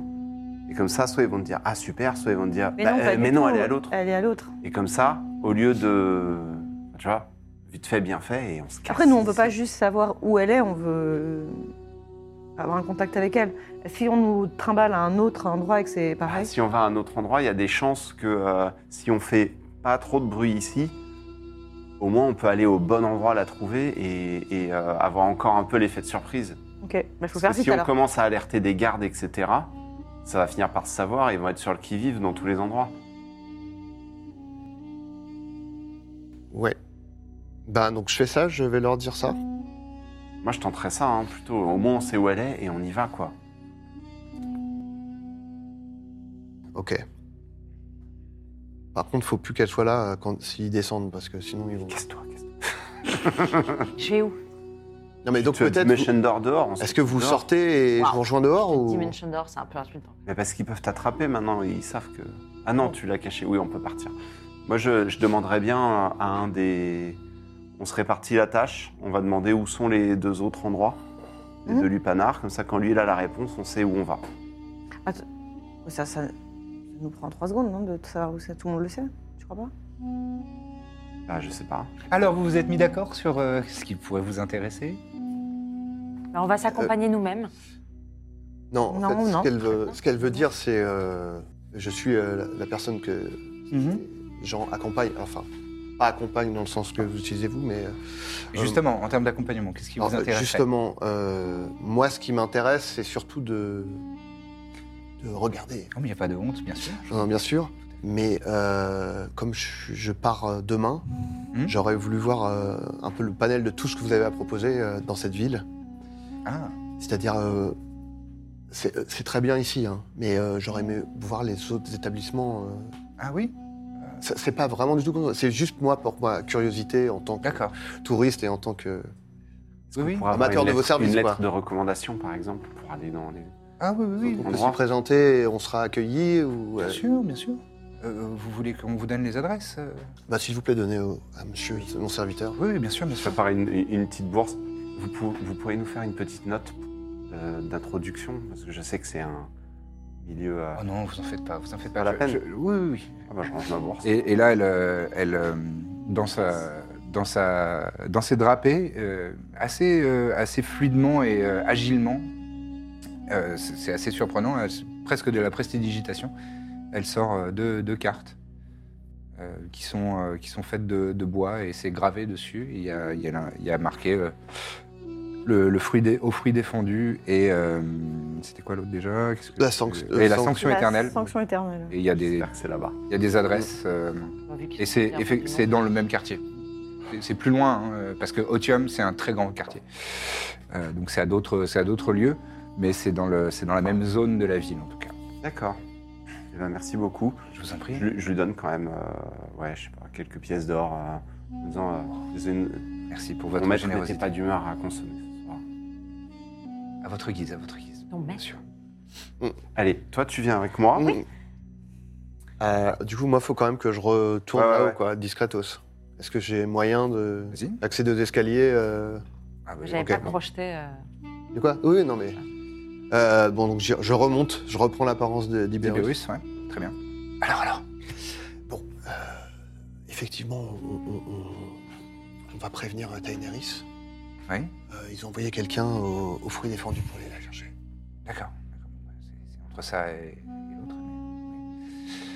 Speaker 4: Et comme ça, soit ils vont te dire ah super, soit ils vont te dire Bah, euh,
Speaker 3: pas du
Speaker 4: mais non
Speaker 3: tout.
Speaker 4: elle est à l'autre.
Speaker 3: Elle est à l'autre.
Speaker 4: Et comme ça, au lieu de. Tu vois, vite fait, bien fait, et on se casse.
Speaker 3: Après, nous, on peut
Speaker 4: ici.
Speaker 3: pas juste savoir où elle est, on veut avoir un contact avec elle. Si on nous trimballe à un autre endroit et que c'est
Speaker 4: Ah,
Speaker 3: pareil,
Speaker 4: Si on va à un autre endroit, il y a des chances que euh, si on fait pas trop de bruit ici, au moins on peut aller au bon endroit la trouver et, et, euh, avoir encore un peu l'effet de surprise.
Speaker 3: ok, bah,
Speaker 4: Parce
Speaker 3: faut faire
Speaker 4: que si
Speaker 3: vite
Speaker 4: on
Speaker 3: alors.
Speaker 4: commence à alerter des gardes, etc., ça va finir par se savoir et ils vont être sur le qui-vive dans tous les endroits.
Speaker 2: Ouais. Ben, donc je fais ça, je vais leur dire ça.
Speaker 4: Moi, je tenterais ça hein, plutôt. Au moins, on sait où elle est et on y va, quoi.
Speaker 2: Ok. Par contre, faut plus qu'elle soit là euh, quand s'ils descendent, parce que sinon ils vont.
Speaker 4: Casse-toi, casse-toi.
Speaker 6: Je vais où
Speaker 2: Non, mais donc
Speaker 4: Tu as
Speaker 2: peut-être.
Speaker 4: Dimension
Speaker 2: vous-
Speaker 4: Door dehors. on se
Speaker 2: Est-ce que vous
Speaker 4: dehors.
Speaker 2: sortez et je
Speaker 6: Wow.
Speaker 2: vous rejoins dehors ou
Speaker 6: Dimension Door, c'est un peu insultant.
Speaker 4: Mais parce qu'ils peuvent t'attraper maintenant, ils savent que. Ah non, tu l'as caché, oui, on peut partir. Moi, je, je demanderais bien à un des. On se répartit la tâche, on va demander où sont les deux autres endroits, les deux lupanards, comme ça, quand lui, il a la réponse, on sait où on va.
Speaker 3: Ça, ça- ça nous prend trois secondes non, de savoir où c'est. Tout le monde le sait, tu crois pas
Speaker 4: Ah, je sais pas.
Speaker 1: Alors, vous vous êtes mis d'accord sur euh, ce qui pourrait vous intéresser
Speaker 6: Mais Bah, on va s'accompagner nous-mêmes.
Speaker 2: Non, en
Speaker 3: Non,
Speaker 2: fait,
Speaker 3: non.
Speaker 2: ce qu'elle veut, ce qu'elle veut dire, c'est euh, je suis euh, la, la personne que
Speaker 1: Mhm.
Speaker 2: Jean accompagne, enfin, pas accompagne dans le sens que vous utilisez vous, mais euh,
Speaker 1: Justement, en termes d'accompagnement, qu'est-ce qui vous
Speaker 2: alors, euh,
Speaker 1: intéresse
Speaker 2: justement, euh, moi, ce qui m'intéresse, c'est surtout de, de regarder,
Speaker 1: Non, Oh, mais il n'y a pas de honte, bien sûr.
Speaker 2: Non, bien sûr, mais euh, comme je, je pars euh, demain,
Speaker 1: Mhm.
Speaker 2: j'aurais voulu voir euh, un peu le panel de tout ce que vous avez à proposer euh, dans cette ville.
Speaker 1: Ah,
Speaker 2: C'est-à-dire, euh, c'est euh, c'est très bien ici, hein, mais euh, j'aurais aimé voir les autres établissements. euh.
Speaker 1: ah oui
Speaker 2: Ça- c'est pas vraiment du tout comme ça. C'est juste moi, pour ma curiosité en tant que
Speaker 1: D'accord.
Speaker 2: touriste et en tant que.
Speaker 1: Oui, oui.
Speaker 4: Pour avoir
Speaker 2: Amateur
Speaker 4: une
Speaker 2: de vos
Speaker 4: lettre-
Speaker 2: services,
Speaker 4: Une lettre
Speaker 2: quoi.
Speaker 4: de recommandation, par exemple, pour aller dans les.
Speaker 1: Ah oui, oui, oui.
Speaker 2: On
Speaker 4: On
Speaker 2: peut
Speaker 4: voit.
Speaker 2: s'y présenter, et on sera accueilli ou.
Speaker 1: Bien
Speaker 2: euh,
Speaker 1: sûr, bien sûr. Euh, vous voulez qu'on vous donne les adresses euh
Speaker 2: Bah, s'il vous plaît, donnez au- à monsieur, mon serviteur.
Speaker 1: Oui, oui, bien sûr, bien sûr.
Speaker 4: Préparer une, une petite bourse. Vous, pou- vous pourriez nous faire une petite note euh, d'introduction, parce que je sais que c'est un milieu. euh,
Speaker 1: Oh non, vous en faites pas, vous en faites
Speaker 4: Pas
Speaker 1: pas.
Speaker 4: la
Speaker 1: Je-
Speaker 4: peine.
Speaker 1: je- oui, oui, oui.
Speaker 4: Ah bah, je range ma bourse.
Speaker 1: Et, et là, elle, euh, elle euh, dans, sa, dans, sa, dans ses drapés, euh, assez, euh, assez fluidement et euh, agilement, euh, c'est c'est assez surprenant, elle- c'est presque de la prestidigitation, elle sort euh, deux, deux cartes euh, qui, sont, euh, qui sont faites de, de bois et c'est gravé dessus. Il y a, il y a, la- il y a marqué euh, le, le fruit des, au fruit défendu et euh, c'était quoi l'autre déjà Qu'est-ce que-
Speaker 2: La sanction-
Speaker 1: Et la
Speaker 2: sanction-
Speaker 1: sanction éternelle.
Speaker 5: Sanction éternelle.
Speaker 1: Et il y a des,
Speaker 4: J'espère que c'est là-bas.
Speaker 1: il y a des adresses. euh,
Speaker 6: Vu qu'ils
Speaker 1: et
Speaker 6: sont
Speaker 1: c'est
Speaker 6: bien
Speaker 1: effe-
Speaker 6: venus.
Speaker 1: c'est dans le même quartier. C'est- C'est plus loin, hein, parce que Otium, c'est un très grand quartier. Euh, donc c'est à d'autres c'est à d'autres lieux, mais c'est dans, le- c'est dans la même zone de la ville, en tout cas.
Speaker 4: D'accord. Eh ben, merci beaucoup.
Speaker 1: Je vous en prie.
Speaker 4: Je, lui- je lui donne quand même, euh, ouais, je sais pas, quelques pièces d'or euh, en disant, euh, désolé,
Speaker 1: Merci pour
Speaker 4: mon
Speaker 1: votre
Speaker 4: maître n'était
Speaker 1: générosité.
Speaker 4: pas d'humeur à consommer ce soir.
Speaker 1: À votre guise, à votre guise.
Speaker 6: Ton
Speaker 1: Bien
Speaker 6: maître.
Speaker 1: sûr.
Speaker 4: Allez, toi, tu viens avec moi.
Speaker 2: Mm. Euh, du coup, moi, faut quand même que je retourne
Speaker 4: Ouais, ouais,
Speaker 2: là-haut,
Speaker 4: ouais.
Speaker 2: quoi, discretos. Est-ce que j'ai moyen de
Speaker 1: Vas-y.
Speaker 2: accéder aux escaliers euh,
Speaker 1: Ah, bah,
Speaker 6: J'avais
Speaker 2: Ok,
Speaker 6: pas
Speaker 2: bon.
Speaker 6: projeté. euh,
Speaker 2: De quoi Oui, non, mais. Euh, bon, donc j'y- je remonte, je reprends l'apparence de- d'Ibérus.
Speaker 1: Tiberius, ouais. Très bien. Alors, alors.
Speaker 2: Effectivement, on, on- on- on va prévenir euh, Daenerys.
Speaker 1: Oui.
Speaker 2: Euh, ils ont envoyé quelqu'un au, au fruit défendu pour aller la chercher.
Speaker 1: D'accord. d'accord. Bon, bah, c'est- C'est entre ça et, et l'autre.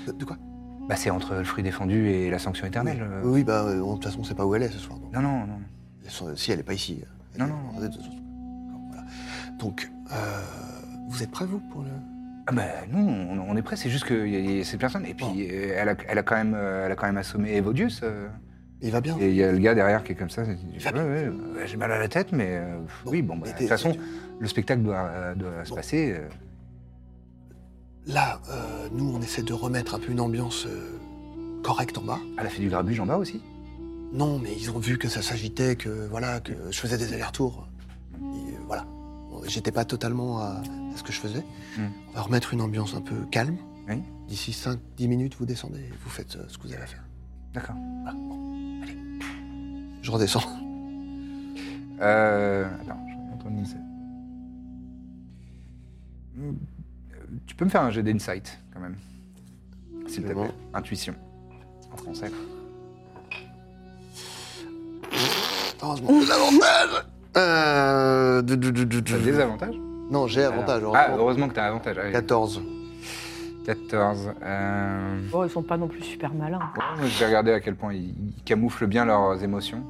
Speaker 1: mais-
Speaker 2: De, de quoi
Speaker 1: oui. Bah, c'est entre le fruit défendu et la sanction éternelle. euh.
Speaker 2: Oui, bah, euh, on- de toute façon, on sait pas où elle est ce soir. donc.
Speaker 1: Non, non, non.
Speaker 2: Elles sont- si elle n'est pas ici. hein. elle
Speaker 1: Non,
Speaker 2: est
Speaker 1: non.
Speaker 2: demandée de toute façon. D'accord, voilà. Donc, euh, vous êtes prêts, vous, pour le.
Speaker 1: Ah bah non, on, on est prêt, c'est juste qu'il y, a- il y a cette personne. Et puis,
Speaker 2: Bon.
Speaker 1: euh, elle, a, elle, a quand même, euh, elle a quand même assommé Evodius. euh.
Speaker 2: Il va bien.
Speaker 1: et il y a le gars derrière qui est comme ça. c'est-
Speaker 2: Il
Speaker 1: Ouais,
Speaker 2: va bien.
Speaker 1: ouais, ouais, j'ai mal à la tête, mais euh, pff, oui, bon, bah,
Speaker 2: mais
Speaker 1: de
Speaker 2: t'es-
Speaker 1: toute façon,
Speaker 2: t'es-
Speaker 1: le spectacle doit, euh, doit se
Speaker 2: Bon.
Speaker 1: passer. euh.
Speaker 2: Là, euh, nous, on essaie de remettre un peu une ambiance euh, correcte en bas.
Speaker 1: Elle a fait du grabuge en bas aussi.
Speaker 2: Non, mais ils ont vu que ça s'agitait, que voilà, que je faisais des allers-retours. Et, euh, voilà. J'étais pas totalement à, à ce que je faisais.
Speaker 1: Mm.
Speaker 2: On va remettre une ambiance un peu calme.
Speaker 1: Oui.
Speaker 2: D'ici 5-10 minutes, vous descendez et vous faites euh, ce que vous avez à faire.
Speaker 1: D'accord.
Speaker 2: Voilà. Bon, allez. Je redescends.
Speaker 1: Euh, attends, je remonte en insight. Hmm, euh, Tu peux me faire un jet d'insight, quand même. S'il te
Speaker 2: C'est bon.
Speaker 1: plaît. Intuition. En français.
Speaker 2: Heureusement, des avantages euh, du- du- du- du- du-
Speaker 1: T'as des avantages
Speaker 2: Non, j'ai avantage.
Speaker 1: Ah,
Speaker 2: heureusement.
Speaker 1: heureusement que t'as un avantage. allez.
Speaker 2: 14.
Speaker 1: 14. Euh...
Speaker 3: Bon, Oh, ils sont pas non plus super malins.
Speaker 1: Ouais, moi, je vais regarder à quel point ils, ils camouflent bien leurs émotions.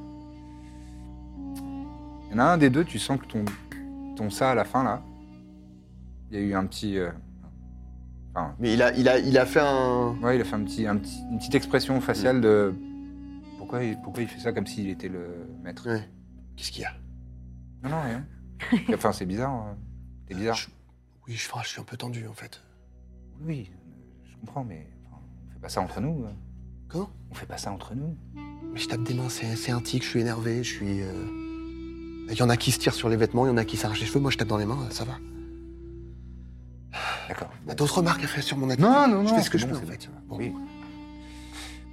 Speaker 1: Il y en a un des deux, tu sens que ton, ton ça à la fin, là, il y a eu un petit. euh, enfin,
Speaker 2: Mais il a, il, a, il a fait un.
Speaker 1: ouais, il a fait un petit, un petit- une petite expression faciale de. Pourquoi il, pourquoi il fait ça comme s'il était le maître
Speaker 2: Ouais. Qu'est-ce qu'il y a
Speaker 1: Non, non, rien. enfin, c'est bizarre. euh, C'est bizarre.
Speaker 2: Je- Oui, je, enfin, je suis un peu tendu en fait.
Speaker 1: Oui, je comprends, mais enfin, on fait pas ça entre nous. euh.
Speaker 2: Comment
Speaker 1: On fait pas ça entre nous.
Speaker 2: Mais je tape des mains, c'est c'est un tic, je suis énervé, je suis. euh, Il y en a qui se tirent sur les vêtements, il y en a qui s'arrachent les cheveux, moi je tape dans les mains, ça va.
Speaker 1: D'accord. bon.
Speaker 2: T'as d'autres remarques à faire sur mon attitude
Speaker 1: Non, non, non.
Speaker 2: Je fais ce que
Speaker 1: c'est
Speaker 2: je
Speaker 1: Oh, bon,
Speaker 2: peux en
Speaker 1: c'est
Speaker 2: fait.
Speaker 1: bon.
Speaker 2: Bon.
Speaker 1: Oui.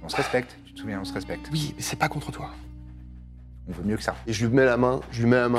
Speaker 1: On se respecte, tu te souviens, on se respecte.
Speaker 2: Oui, mais c'est pas contre toi.
Speaker 1: On veut mieux que ça.
Speaker 2: Et je lui mets la main, je lui mets la main.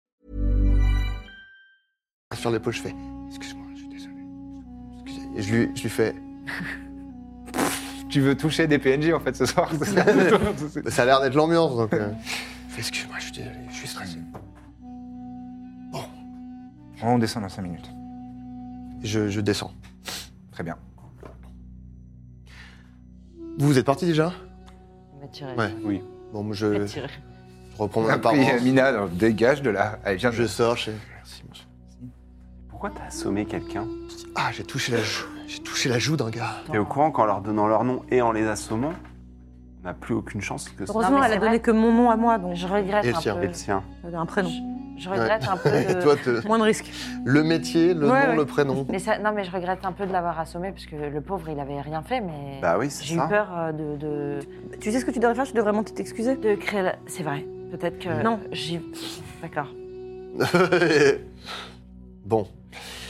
Speaker 2: Sur l'épaule, je fais Excuse-moi, je suis désolé. Excusez. Et je lui, je lui fais
Speaker 1: Tu veux toucher des PNJ en fait ce soir c'est ça
Speaker 2: Bah, Ça a l'air d'être l'ambiance, donc. euh, je fais, Excuse-moi, je suis désolé, je suis stressé. Bon,
Speaker 1: On descend dans 5 minutes.
Speaker 2: je, je descends.
Speaker 1: Très bien.
Speaker 2: Vous, vous êtes parti déjà
Speaker 6: On va tirer.
Speaker 2: Ouais.
Speaker 4: Oui.
Speaker 2: Bon, moi,
Speaker 6: On
Speaker 2: je,
Speaker 6: va
Speaker 2: je
Speaker 6: tirer.
Speaker 2: reprends mon
Speaker 1: Et puis, euh,
Speaker 2: apparence.
Speaker 1: Mina, non, dégage de là. Allez, viens.
Speaker 2: Je sors, je fais, Merci, monsieur.
Speaker 4: Pourquoi t'as assommé quelqu'un
Speaker 2: Ah, j'ai touché la joue. J'ai touché la joue d'un gars.
Speaker 4: T'es au courant qu'en leur donnant leur nom et en les assommant, on n'a plus aucune chance que ça
Speaker 3: Heureusement,
Speaker 6: mais
Speaker 3: elle a
Speaker 6: c'est
Speaker 3: donné
Speaker 6: vrai.
Speaker 3: que mon nom à moi, donc
Speaker 6: Je regrette
Speaker 2: Et le
Speaker 6: un
Speaker 2: tien.
Speaker 6: peu.
Speaker 4: et le sien.
Speaker 3: j'avais un prénom.
Speaker 6: Je regrette un peu
Speaker 2: Et
Speaker 6: de.
Speaker 2: toi, te-
Speaker 3: Moins de risques.
Speaker 2: le métier, le
Speaker 3: Ouais,
Speaker 2: nom,
Speaker 3: ouais.
Speaker 2: le prénom.
Speaker 6: Mais ça, non, mais je regrette un peu de l'avoir assommé parce que le pauvre, il avait rien fait, mais
Speaker 4: Bah oui, c'est
Speaker 6: Euh, j'ai eu
Speaker 4: ça.
Speaker 6: peur euh, de, de,
Speaker 3: Tu sais ce que tu devrais faire Tu devrais monter t'excuser.
Speaker 6: de créer. la- C'est vrai. Peut-être que.
Speaker 3: Non.
Speaker 6: J'ai. D'accord.
Speaker 2: bon,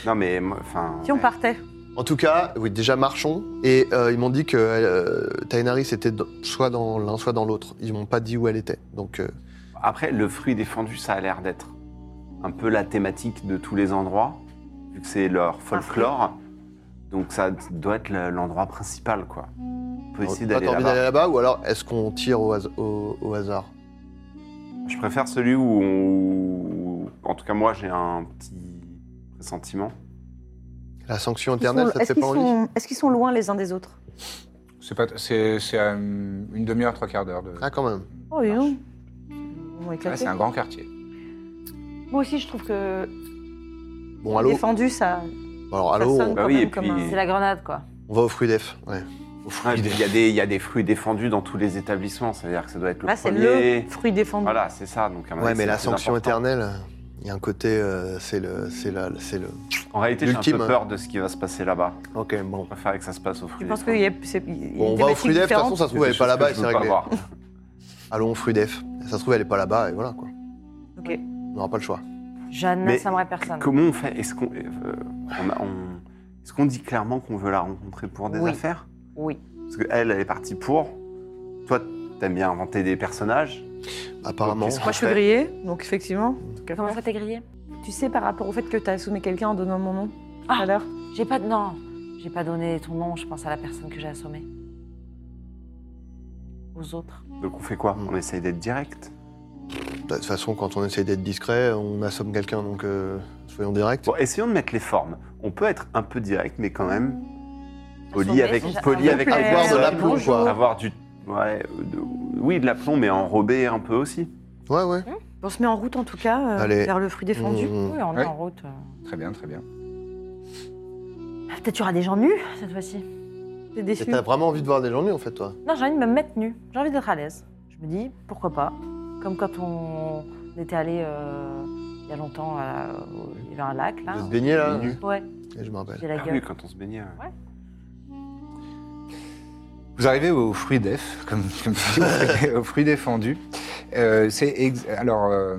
Speaker 4: Non mais moi, enfin.
Speaker 3: Si on
Speaker 4: ouais.
Speaker 3: partait,
Speaker 2: en tout cas, oui, déjà marchons. Et euh, ils m'ont dit que euh, Tainaris était dans- soit dans l'un, soit dans l'autre. Ils m'ont pas dit où elle était. Donc, euh,
Speaker 4: Après, le fruit défendu, ça a l'air d'être un peu la thématique de tous les endroits, vu que c'est leur folklore. Donc ça doit être le- l'endroit principal, quoi. On peut essayer
Speaker 2: Toi,
Speaker 4: d'aller
Speaker 2: t'as envie d'aller
Speaker 4: là-bas.
Speaker 2: là-bas ou alors est-ce qu'on tire au, has- au- au hasard
Speaker 4: Je préfère celui où, on- où- En tout cas, moi, j'ai un petit pressentiment.
Speaker 2: La sanction
Speaker 3: Est-ce qu'ils
Speaker 2: éternelle, ça
Speaker 3: sont-
Speaker 2: te
Speaker 3: Est-ce
Speaker 2: fait
Speaker 3: qu'ils
Speaker 2: pas envie
Speaker 3: sont, est-ce qu'ils sont loin les uns des autres
Speaker 1: C'est pas, c'est, c'est euh, une demi-heure, trois quarts d'heure. De...
Speaker 2: Ah, quand même.
Speaker 3: Oh, dis donc. Ils vont
Speaker 1: Ouais,
Speaker 3: éclater.
Speaker 1: c'est un grand quartier.
Speaker 5: Moi aussi, je trouve que
Speaker 2: Bon, allô
Speaker 3: Défendu, ça.
Speaker 2: Alors, allô,
Speaker 3: ça sonne
Speaker 2: on,
Speaker 3: quand
Speaker 4: Bah oui,
Speaker 3: même
Speaker 4: et
Speaker 3: comme
Speaker 4: puis-
Speaker 3: un-
Speaker 6: C'est la grenade, quoi.
Speaker 2: on va au fruit d'Ef. Ouais.
Speaker 4: Ah, Il y, a des- il y a des fruits défendus dans tous les établissements, c'est-à-dire que ça doit être le
Speaker 3: Là, Ah, c'est
Speaker 4: premier.
Speaker 3: le fruit défendu.
Speaker 4: Voilà, c'est ça. Donc, à mon
Speaker 2: Ouais,
Speaker 4: avis,
Speaker 2: mais
Speaker 4: c'est
Speaker 2: la
Speaker 4: le plus
Speaker 2: sanction
Speaker 4: important.
Speaker 2: éternelle, il y a un côté, euh, c'est le, c'est la, c'est le.
Speaker 4: En réalité, j'ai un
Speaker 2: L'ultime.
Speaker 4: peu peur de ce qui va se passer là-bas.
Speaker 2: Ok, bon.
Speaker 4: Je préfère que ça se passe au fruit.
Speaker 3: Je pense qu'il y a, c'est, il y a une
Speaker 2: Bon, on va au
Speaker 3: thématique
Speaker 2: fruit d'Ef. De toute façon,
Speaker 3: différente.
Speaker 2: ça se trouve elle est pas là-bas, et c'est réglé.
Speaker 4: Voir.
Speaker 2: Allons au fruit d'Ef. Ça se trouve elle est pas là-bas et voilà quoi.
Speaker 3: Ok.
Speaker 2: On n'aura pas le choix.
Speaker 6: Jeanne,
Speaker 4: Mais-
Speaker 6: ça n'aimerait personne.
Speaker 4: Comment on fait Est-ce qu'on euh, on a- on- est-ce qu'on dit clairement qu'on veut la rencontrer pour des
Speaker 6: Oui.
Speaker 4: affaires
Speaker 6: Oui.
Speaker 4: Parce qu'elle, elle est partie pour. Toi, t'aimes bien inventer des personnages.
Speaker 2: Apparemment.
Speaker 4: Donc, qu'est-ce
Speaker 3: Moi, je suis
Speaker 4: Ouais.
Speaker 3: grillée, donc effectivement.
Speaker 6: Comment ça t'es grillé
Speaker 3: Tu sais, par rapport au fait que tu as assommé quelqu'un en donnant mon nom
Speaker 6: Ah.
Speaker 3: tout à l'heure
Speaker 6: J'ai pas. Non, j'ai pas donné ton nom, je pense à la personne que j'ai assommée. Aux autres.
Speaker 4: Donc on fait quoi
Speaker 2: Hmm.
Speaker 4: On essaye d'être direct.
Speaker 2: De toute façon, quand on essaye d'être discret, on assomme quelqu'un, donc euh, soyons directs.
Speaker 4: Bon, essayons de mettre les formes. On peut être un peu direct, mais quand même poli
Speaker 6: Assommer,
Speaker 4: avec
Speaker 6: c'est-
Speaker 4: poli
Speaker 6: ça
Speaker 4: avec
Speaker 6: me
Speaker 4: les
Speaker 6: plaît.
Speaker 2: Avoir de
Speaker 4: personnes.
Speaker 2: l'aplomb, quoi.
Speaker 4: Avoir du ouais, euh, de- oui de l'aplomb, mais enrobé un peu aussi.
Speaker 2: Ouais, ouais.
Speaker 3: On se met en route en tout cas euh,
Speaker 2: Allez. Mm.
Speaker 3: vers le fruit défendu.
Speaker 2: On-
Speaker 6: Oui, on
Speaker 1: Ouais.
Speaker 6: est en route. euh.
Speaker 1: Très bien, très bien.
Speaker 6: Ah, Peut-être tu auras des gens nus cette fois-ci.
Speaker 3: T'es
Speaker 2: Et
Speaker 3: déçu.
Speaker 2: T'as vraiment envie de voir des gens nus en fait, toi
Speaker 6: Non, j'ai envie de me mettre nue. J'ai envie d'être à l'aise. Je me dis, pourquoi pas Comme quand on était allé euh, il y a longtemps, à la- au- il y avait un lac là.
Speaker 3: Ah.
Speaker 2: De te baigner là
Speaker 4: nus.
Speaker 6: Ouais,
Speaker 2: Et Je me rappelle.
Speaker 6: j'ai la
Speaker 4: Ah oui,
Speaker 6: gueule.
Speaker 4: quand on se baignait.
Speaker 1: Vous arrivez au fruit d'Ef, comme, comme tu dis, au fruit- au fruit défendu. Euh, c'est ex- alors, euh,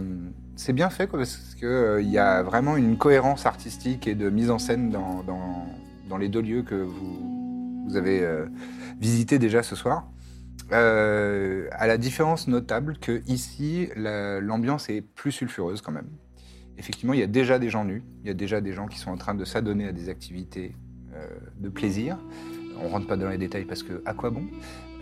Speaker 1: c'est bien fait quoi, parce qu'il y a vraiment une cohérence artistique et de mise en scène dans, dans- dans les deux lieux que vous, vous avez euh, visités déjà ce soir. Euh, à la différence notable que ici, la- l'ambiance est plus sulfureuse quand même. Effectivement, il y a déjà des gens nus, il y a déjà des gens qui sont en train de s'adonner à des activités euh, de plaisir. On rentre pas dans les détails parce que à quoi bon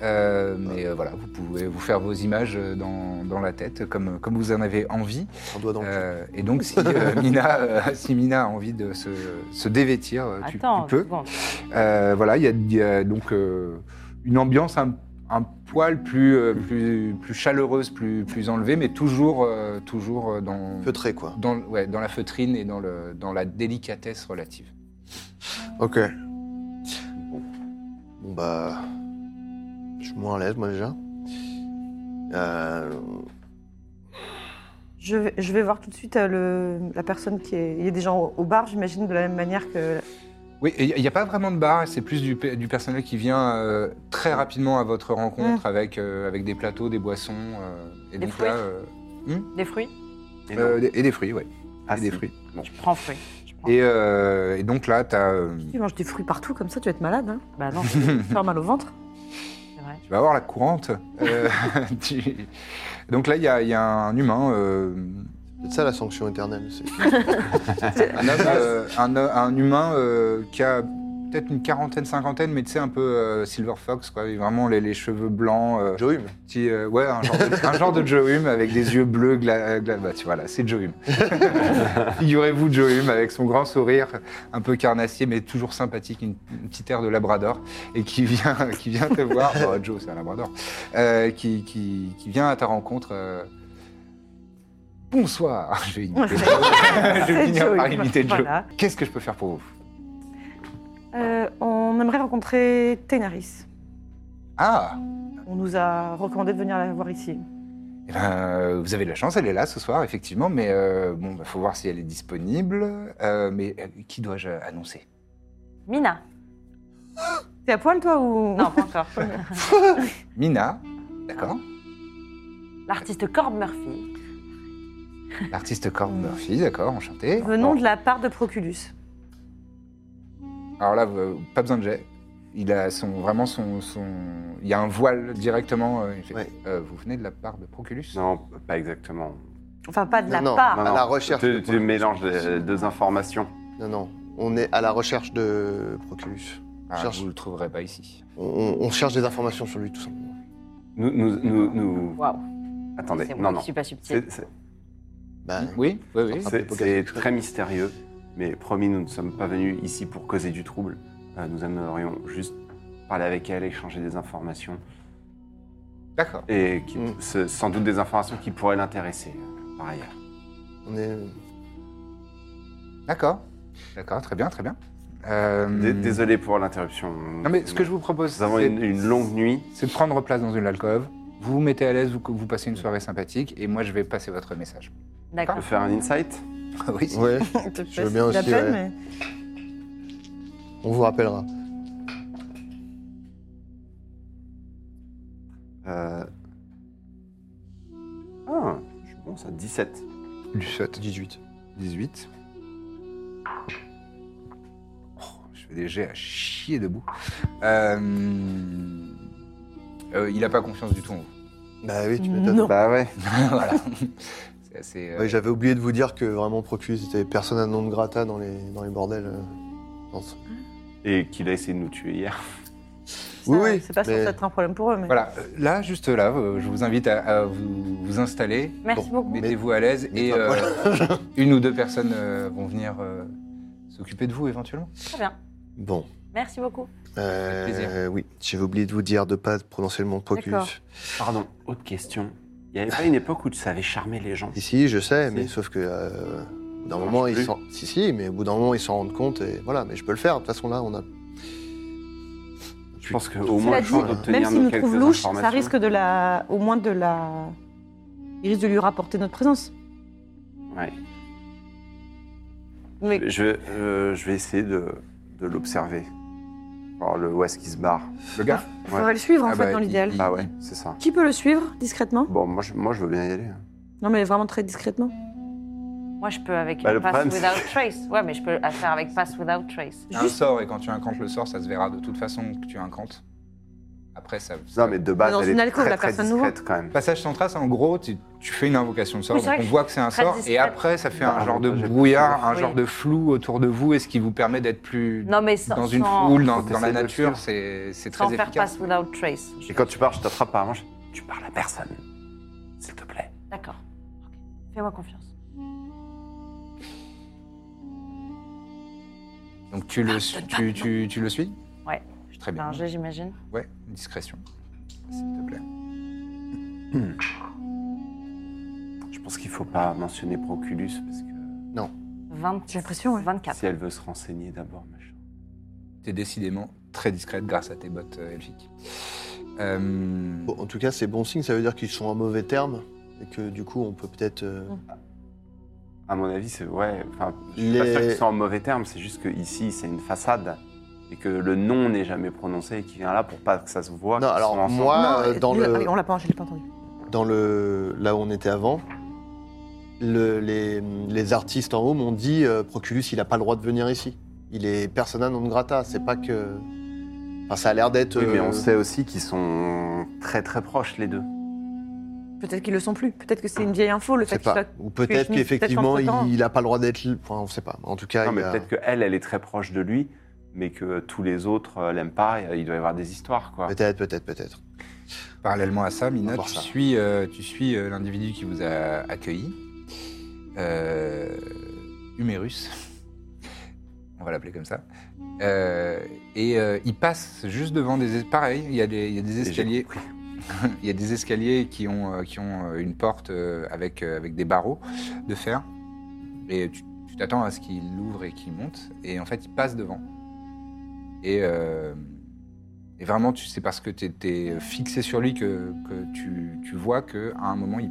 Speaker 1: Euh, Mais euh, voilà, vous pouvez vous faire vos images euh, dans, dans la tête comme, comme vous en avez envie.
Speaker 2: Un doigt dans le cul.
Speaker 1: Euh, et donc, si, euh, Mina, euh, si Mina a envie de se, se dévêtir, euh, tu, tu
Speaker 6: Attends,
Speaker 1: peux.
Speaker 6: une seconde.
Speaker 1: Euh, voilà, il y a- il y, a donc euh, une ambiance un, un poil plus, euh, plus, plus chaleureuse, plus, plus enlevée, mais toujours, euh, toujours euh, dans,
Speaker 2: Feutré quoi.
Speaker 1: dans, ouais, dans la feutrine et dans, le, dans la délicatesse relative.
Speaker 2: Ok. Bon bah, je suis moins à l'aise moi déjà. Euh,
Speaker 3: Je, vais, je vais voir tout de suite euh, le, la personne qui est. Il y a des gens au, au bar, j'imagine, de la même manière que.
Speaker 1: Oui, et il n'y a pas vraiment de bar, c'est plus du, pe- du personnel qui vient euh, très rapidement à votre rencontre avec, euh, avec des plateaux, des boissons. euh, et
Speaker 6: Mm. Des
Speaker 1: donc
Speaker 6: fruits
Speaker 1: là, euh,
Speaker 6: Des fruits
Speaker 4: Et non.
Speaker 1: euh, des- et des fruits, oui.
Speaker 4: Ah,
Speaker 1: et des
Speaker 4: si.
Speaker 1: fruits.
Speaker 6: Je prends fruits. Je prends.
Speaker 1: Et, euh, et donc là, tu as.
Speaker 3: Tu manges des fruits partout, comme ça, tu vas être malade. Hein.
Speaker 6: Bah non,
Speaker 3: Faire mal au ventre.
Speaker 6: c'est vrai.
Speaker 1: Tu vas avoir la courante. Euh, tu- Donc là, il y, a- il y a un humain, euh,
Speaker 2: c'est ça la sanction éternelle. c'est-
Speaker 1: un, homme,
Speaker 2: Bah,
Speaker 1: euh, un, un humain euh, qui a peut-être une quarantaine, cinquantaine, mais tu sais, un peu euh, Silver Fox, quoi. Il a Vraiment les, les cheveux blancs. euh,
Speaker 2: Joe Hume.
Speaker 1: petit, euh, ouais, un genre, de, un genre de Joe Hume avec des yeux bleus. Gla, gla- bah, tu vois, là, c'est Joe Hume. Figurez-vous Joe Hume avec son grand sourire, un peu carnassier, mais toujours sympathique, une, une petite aire de Labrador, et qui vient, qui vient te voir. Oh, Joe, c'est un Labrador. Euh, qui, qui, qui vient à ta rencontre. euh, Bonsoir. Je vais imiter Joe. Je vais
Speaker 3: C'est
Speaker 1: finir
Speaker 3: Joe
Speaker 1: par
Speaker 3: Hume,
Speaker 1: imiter Joe.
Speaker 3: voilà.
Speaker 1: Qu'est-ce que je peux faire pour vous
Speaker 3: Euh, on aimerait rencontrer Ténaris.
Speaker 1: Ah,
Speaker 3: On nous a recommandé de venir la voir ici.
Speaker 1: Eh ben, euh, vous avez de la chance, elle est là ce soir, effectivement, mais euh, bon, bah, faut voir si elle est disponible. Euh, mais euh, qui dois-je annoncer
Speaker 6: Mina.
Speaker 3: T'es à poil, toi, ou.
Speaker 6: Non, pas encore.
Speaker 1: Mina, d'accord.
Speaker 6: L'artiste Corb Murphy.
Speaker 1: L'artiste Corb Murphy, d'accord, enchanté.
Speaker 3: Venons
Speaker 1: Bon,
Speaker 3: de la part de Proculus.
Speaker 1: Alors là, vous- pas besoin de jet. Il a son, vraiment son, son- Il y a un voile directement. euh, il fait,
Speaker 2: Ouais.
Speaker 1: euh, vous venez de la part de Proculus
Speaker 4: Non, pas exactement.
Speaker 5: Enfin, pas de la
Speaker 2: Non, non.
Speaker 5: part.
Speaker 4: Non,
Speaker 2: À
Speaker 4: non,
Speaker 2: la recherche de
Speaker 4: Tu, tu
Speaker 2: Proculus.
Speaker 4: mélanges les deux informations.
Speaker 2: Non, non. On est à la recherche de Proculus.
Speaker 1: Ah,
Speaker 2: Cherche-
Speaker 1: Vous le trouverez pas ici.
Speaker 2: On, on- on cherche des informations sur lui, tout simplement.
Speaker 4: Nous, nous, nous, nous-
Speaker 6: Waouh.
Speaker 4: Attendez,
Speaker 6: C'est
Speaker 4: non,
Speaker 6: moi
Speaker 4: non.
Speaker 6: qui suis pas subtil.
Speaker 4: C'est- c'est-
Speaker 2: Bah,
Speaker 1: Oui, oui, oui.
Speaker 2: Ah,
Speaker 4: C'est
Speaker 2: peut-être
Speaker 4: c'est
Speaker 2: que-
Speaker 4: très mystérieux, mais promis, nous ne sommes pas venus ici pour causer du trouble. Euh, nous aimerions juste parler avec elle, échanger des informations,
Speaker 1: D'accord.
Speaker 4: et qui-
Speaker 2: Mm.
Speaker 4: ce- sans doute des informations qui pourraient l'intéresser, euh, par ailleurs.
Speaker 2: on est...
Speaker 1: D'accord. D'accord, très bien, très bien. Euh,
Speaker 4: D- Désolé pour l'interruption.
Speaker 1: Non, mais ce que je vous propose,
Speaker 4: Nous avons
Speaker 1: c'est-
Speaker 4: une, une longue nuit.
Speaker 1: c'est de prendre place dans une alcôve. Vous vous mettez à l'aise, vous, vous passez une soirée sympathique, et moi je vais passer votre message.
Speaker 4: Je peux
Speaker 6: D'accord.
Speaker 4: faire un insight
Speaker 1: oui, si-
Speaker 2: Ouais,
Speaker 5: Je
Speaker 2: je veux bien aussi. ouais. On vous rappellera.
Speaker 4: Euh, Ah, je suis bon, ça, 17.
Speaker 1: du shot.
Speaker 2: 18.
Speaker 1: 18. Oh, je fais des jets à chier debout. Euh, euh, il n'a pas confiance du tout en vous.
Speaker 2: Bah oui, tu m'étonnes.
Speaker 4: Bah ouais.
Speaker 1: voilà. C'est assez. euh,
Speaker 2: Ouais, J'avais oublié de vous dire que vraiment Proculus était personne à nom de grata dans les, dans les bordels. euh, je pense.
Speaker 4: Et qu'il a essayé de nous tuer hier.
Speaker 2: Oui, oui.
Speaker 3: C'est pas
Speaker 2: mais-
Speaker 3: censé être un problème pour eux, mais.
Speaker 1: Voilà, euh, là, juste là, euh, je vous invite à, à vous, vous installer.
Speaker 6: Merci
Speaker 2: Bon,
Speaker 6: beaucoup.
Speaker 2: mais-
Speaker 1: Mettez-vous à l'aise et
Speaker 2: Mets-toi
Speaker 1: euh, une ou deux personnes euh, vont venir euh, s'occuper de vous éventuellement.
Speaker 6: Très bien.
Speaker 2: Bon.
Speaker 6: Merci beaucoup.
Speaker 2: Euh,
Speaker 1: Avec plaisir.
Speaker 2: oui, j'avais oublié de vous dire de pas prononcer le nom de
Speaker 5: D'accord.
Speaker 2: Proculus.
Speaker 4: Pardon, autre question. Il n'y avait pas une époque où tu savais charmer les gens
Speaker 2: Si, si, je sais,
Speaker 4: Si.
Speaker 2: mais sauf que. euh, au bout d'un
Speaker 4: Ça
Speaker 2: moment,
Speaker 4: marche
Speaker 2: ils
Speaker 4: plus.
Speaker 2: s'en. Si, si, mais au bout d'un moment, ils s'en rendent compte et voilà, mais je peux le faire. De toute façon, là, on a.
Speaker 4: Je pense qu'au
Speaker 3: Cela
Speaker 4: moins, le
Speaker 3: dit,
Speaker 4: choix d'obtenir
Speaker 3: Même s'ils
Speaker 4: nos
Speaker 3: nous
Speaker 4: quelques
Speaker 3: trouvent louches, ça
Speaker 4: informations-
Speaker 3: risque de la. Au moins de la. Ils risquent de lui rapporter notre présence.
Speaker 4: Ouais.
Speaker 3: Mais
Speaker 4: Je, euh, je vais essayer de, de l'observer. Voir le, où est-ce qu'il se barre.
Speaker 1: Le gars
Speaker 3: on va le suivre, en
Speaker 1: Ah
Speaker 3: fait,
Speaker 1: bah,
Speaker 3: dans
Speaker 1: il-
Speaker 3: l'idéal.
Speaker 1: il-
Speaker 4: Ah ouais, c'est ça.
Speaker 3: Qui peut le suivre discrètement
Speaker 4: Bon, moi je, moi, je veux bien y aller. hein.
Speaker 3: Non, mais vraiment très discrètement.
Speaker 6: Moi, je peux avec
Speaker 4: Bah,
Speaker 6: euh,
Speaker 4: le
Speaker 6: Pass
Speaker 4: problème,
Speaker 6: Without Trace. Ouais, mais je peux la faire avec Pass Without Trace.
Speaker 1: Un sort, et quand tu incantes le sort, ça se verra de toute façon que tu incantes. Après, ça.
Speaker 4: Non, mais de base,
Speaker 3: dans
Speaker 4: elle
Speaker 3: une
Speaker 4: est
Speaker 3: alcôve,
Speaker 4: très,
Speaker 3: la
Speaker 4: très
Speaker 3: personne nous
Speaker 4: discrète quand même.
Speaker 1: Passage sans trace, en gros, tu, tu fais une invocation de sort,
Speaker 6: Oui, c'est
Speaker 1: donc
Speaker 6: vrai
Speaker 1: on
Speaker 6: que
Speaker 1: voit que c'est un
Speaker 6: très
Speaker 1: sort, et
Speaker 6: discret.
Speaker 1: après, ça fait un
Speaker 4: Bah,
Speaker 1: genre de
Speaker 4: j'ai-
Speaker 1: brouillard, un
Speaker 6: Oui.
Speaker 1: genre de flou autour de vous, et ce qui vous permet d'être plus
Speaker 6: Non, mais sans-
Speaker 1: dans une
Speaker 6: sans-
Speaker 1: foule, dans,
Speaker 4: Faut
Speaker 1: dans la
Speaker 4: essayer de le
Speaker 1: nature,
Speaker 4: faire.
Speaker 1: c'est c'est
Speaker 6: Sans
Speaker 1: très
Speaker 6: faire
Speaker 1: efficace.
Speaker 6: Pass Without Trace.
Speaker 4: Et quand tu pars, je t'attrape par la manche. Tu parles à personne. S'il te plaît.
Speaker 6: D'accord. Ok. Fais-moi confiance.
Speaker 1: Donc tu
Speaker 6: Ah,
Speaker 1: le, su- tu, tu, tu le suis
Speaker 6: Ouais.
Speaker 1: Très
Speaker 6: Fais
Speaker 1: bien.
Speaker 6: Un jeu, j'imagine.
Speaker 1: Ouais, discrétion, s'il te plaît.
Speaker 4: Je pense qu'il faut pas mentionner Proculus parce que
Speaker 6: 20...
Speaker 5: J'ai l'impression, ouais.
Speaker 3: Ah.
Speaker 6: 24.
Speaker 4: si elle veut se renseigner d'abord, machin.
Speaker 1: T'es décidément très discrète grâce à tes bottes euh, elfiques. Euh,
Speaker 2: Bon, en tout cas, c'est bon signe, ça veut dire qu'ils sont en mauvais terme et que du coup, on peut peut-être. euh,
Speaker 4: À mon avis, c'est ouais. Enfin, je suis pas
Speaker 2: Les-
Speaker 4: sûr qu'ils soient en mauvais terme. C'est juste que ici, c'est une façade et que le nom n'est jamais prononcé et qu'il vient là pour pas que ça se voit.
Speaker 2: Non,
Speaker 4: qu'ils
Speaker 2: alors,
Speaker 4: sont ensemble.
Speaker 2: moi, euh,
Speaker 3: euh,
Speaker 2: dans
Speaker 3: lui,
Speaker 2: le-
Speaker 3: ah oui, On l'a pas, je l'ai pas entendu.
Speaker 2: dans le là où on était avant, le- les, les artistes en haut m'ont dit euh, Proculus, il a pas le droit de venir ici. Il est persona non grata. C'est pas que. Enfin, ça a l'air d'être.
Speaker 4: Oui, mais on
Speaker 2: euh,
Speaker 4: sait aussi qu'ils sont très très proches les deux.
Speaker 3: Peut-être qu'ils le sont plus. Peut-être que c'est une vieille info, le
Speaker 2: je sais
Speaker 3: fait qu'ils
Speaker 2: pas.
Speaker 3: soient.
Speaker 2: Ou peut-être
Speaker 3: peut-être
Speaker 2: qu'effectivement,
Speaker 3: qu'entre-temps-
Speaker 2: il n'a pas le droit d'être. li- Enfin, on sait pas. En tout cas,
Speaker 4: Non,
Speaker 2: il
Speaker 4: mais
Speaker 2: a-
Speaker 4: peut-être qu'elle, elle est très proche de lui, mais que tous les autres euh, l'aiment pas. et, euh, Il doit y avoir des histoires, quoi.
Speaker 2: peut-être, peut-être, peut-être.
Speaker 1: Parallèlement à ça,
Speaker 2: On
Speaker 1: Mina,
Speaker 2: va voir
Speaker 1: tu
Speaker 2: ça.
Speaker 1: suis, euh, tu suis euh, l'individu qui vous a accueilli, euh, Humérus, on va l'appeler comme ça. Euh, et euh, il passe juste devant des... es- Pareil, il y a des, il y a des escaliers... il y a des escaliers qui ont, euh, qui ont euh, une porte euh, avec, euh, avec des barreaux de fer. Et tu tu t'attends à ce qu'il l'ouvre et qu'il monte. Et en fait, il passe devant. Et... euh, et vraiment, tu sais parce que tu étais fixé sur lui que, que tu, tu vois qu'à un moment, il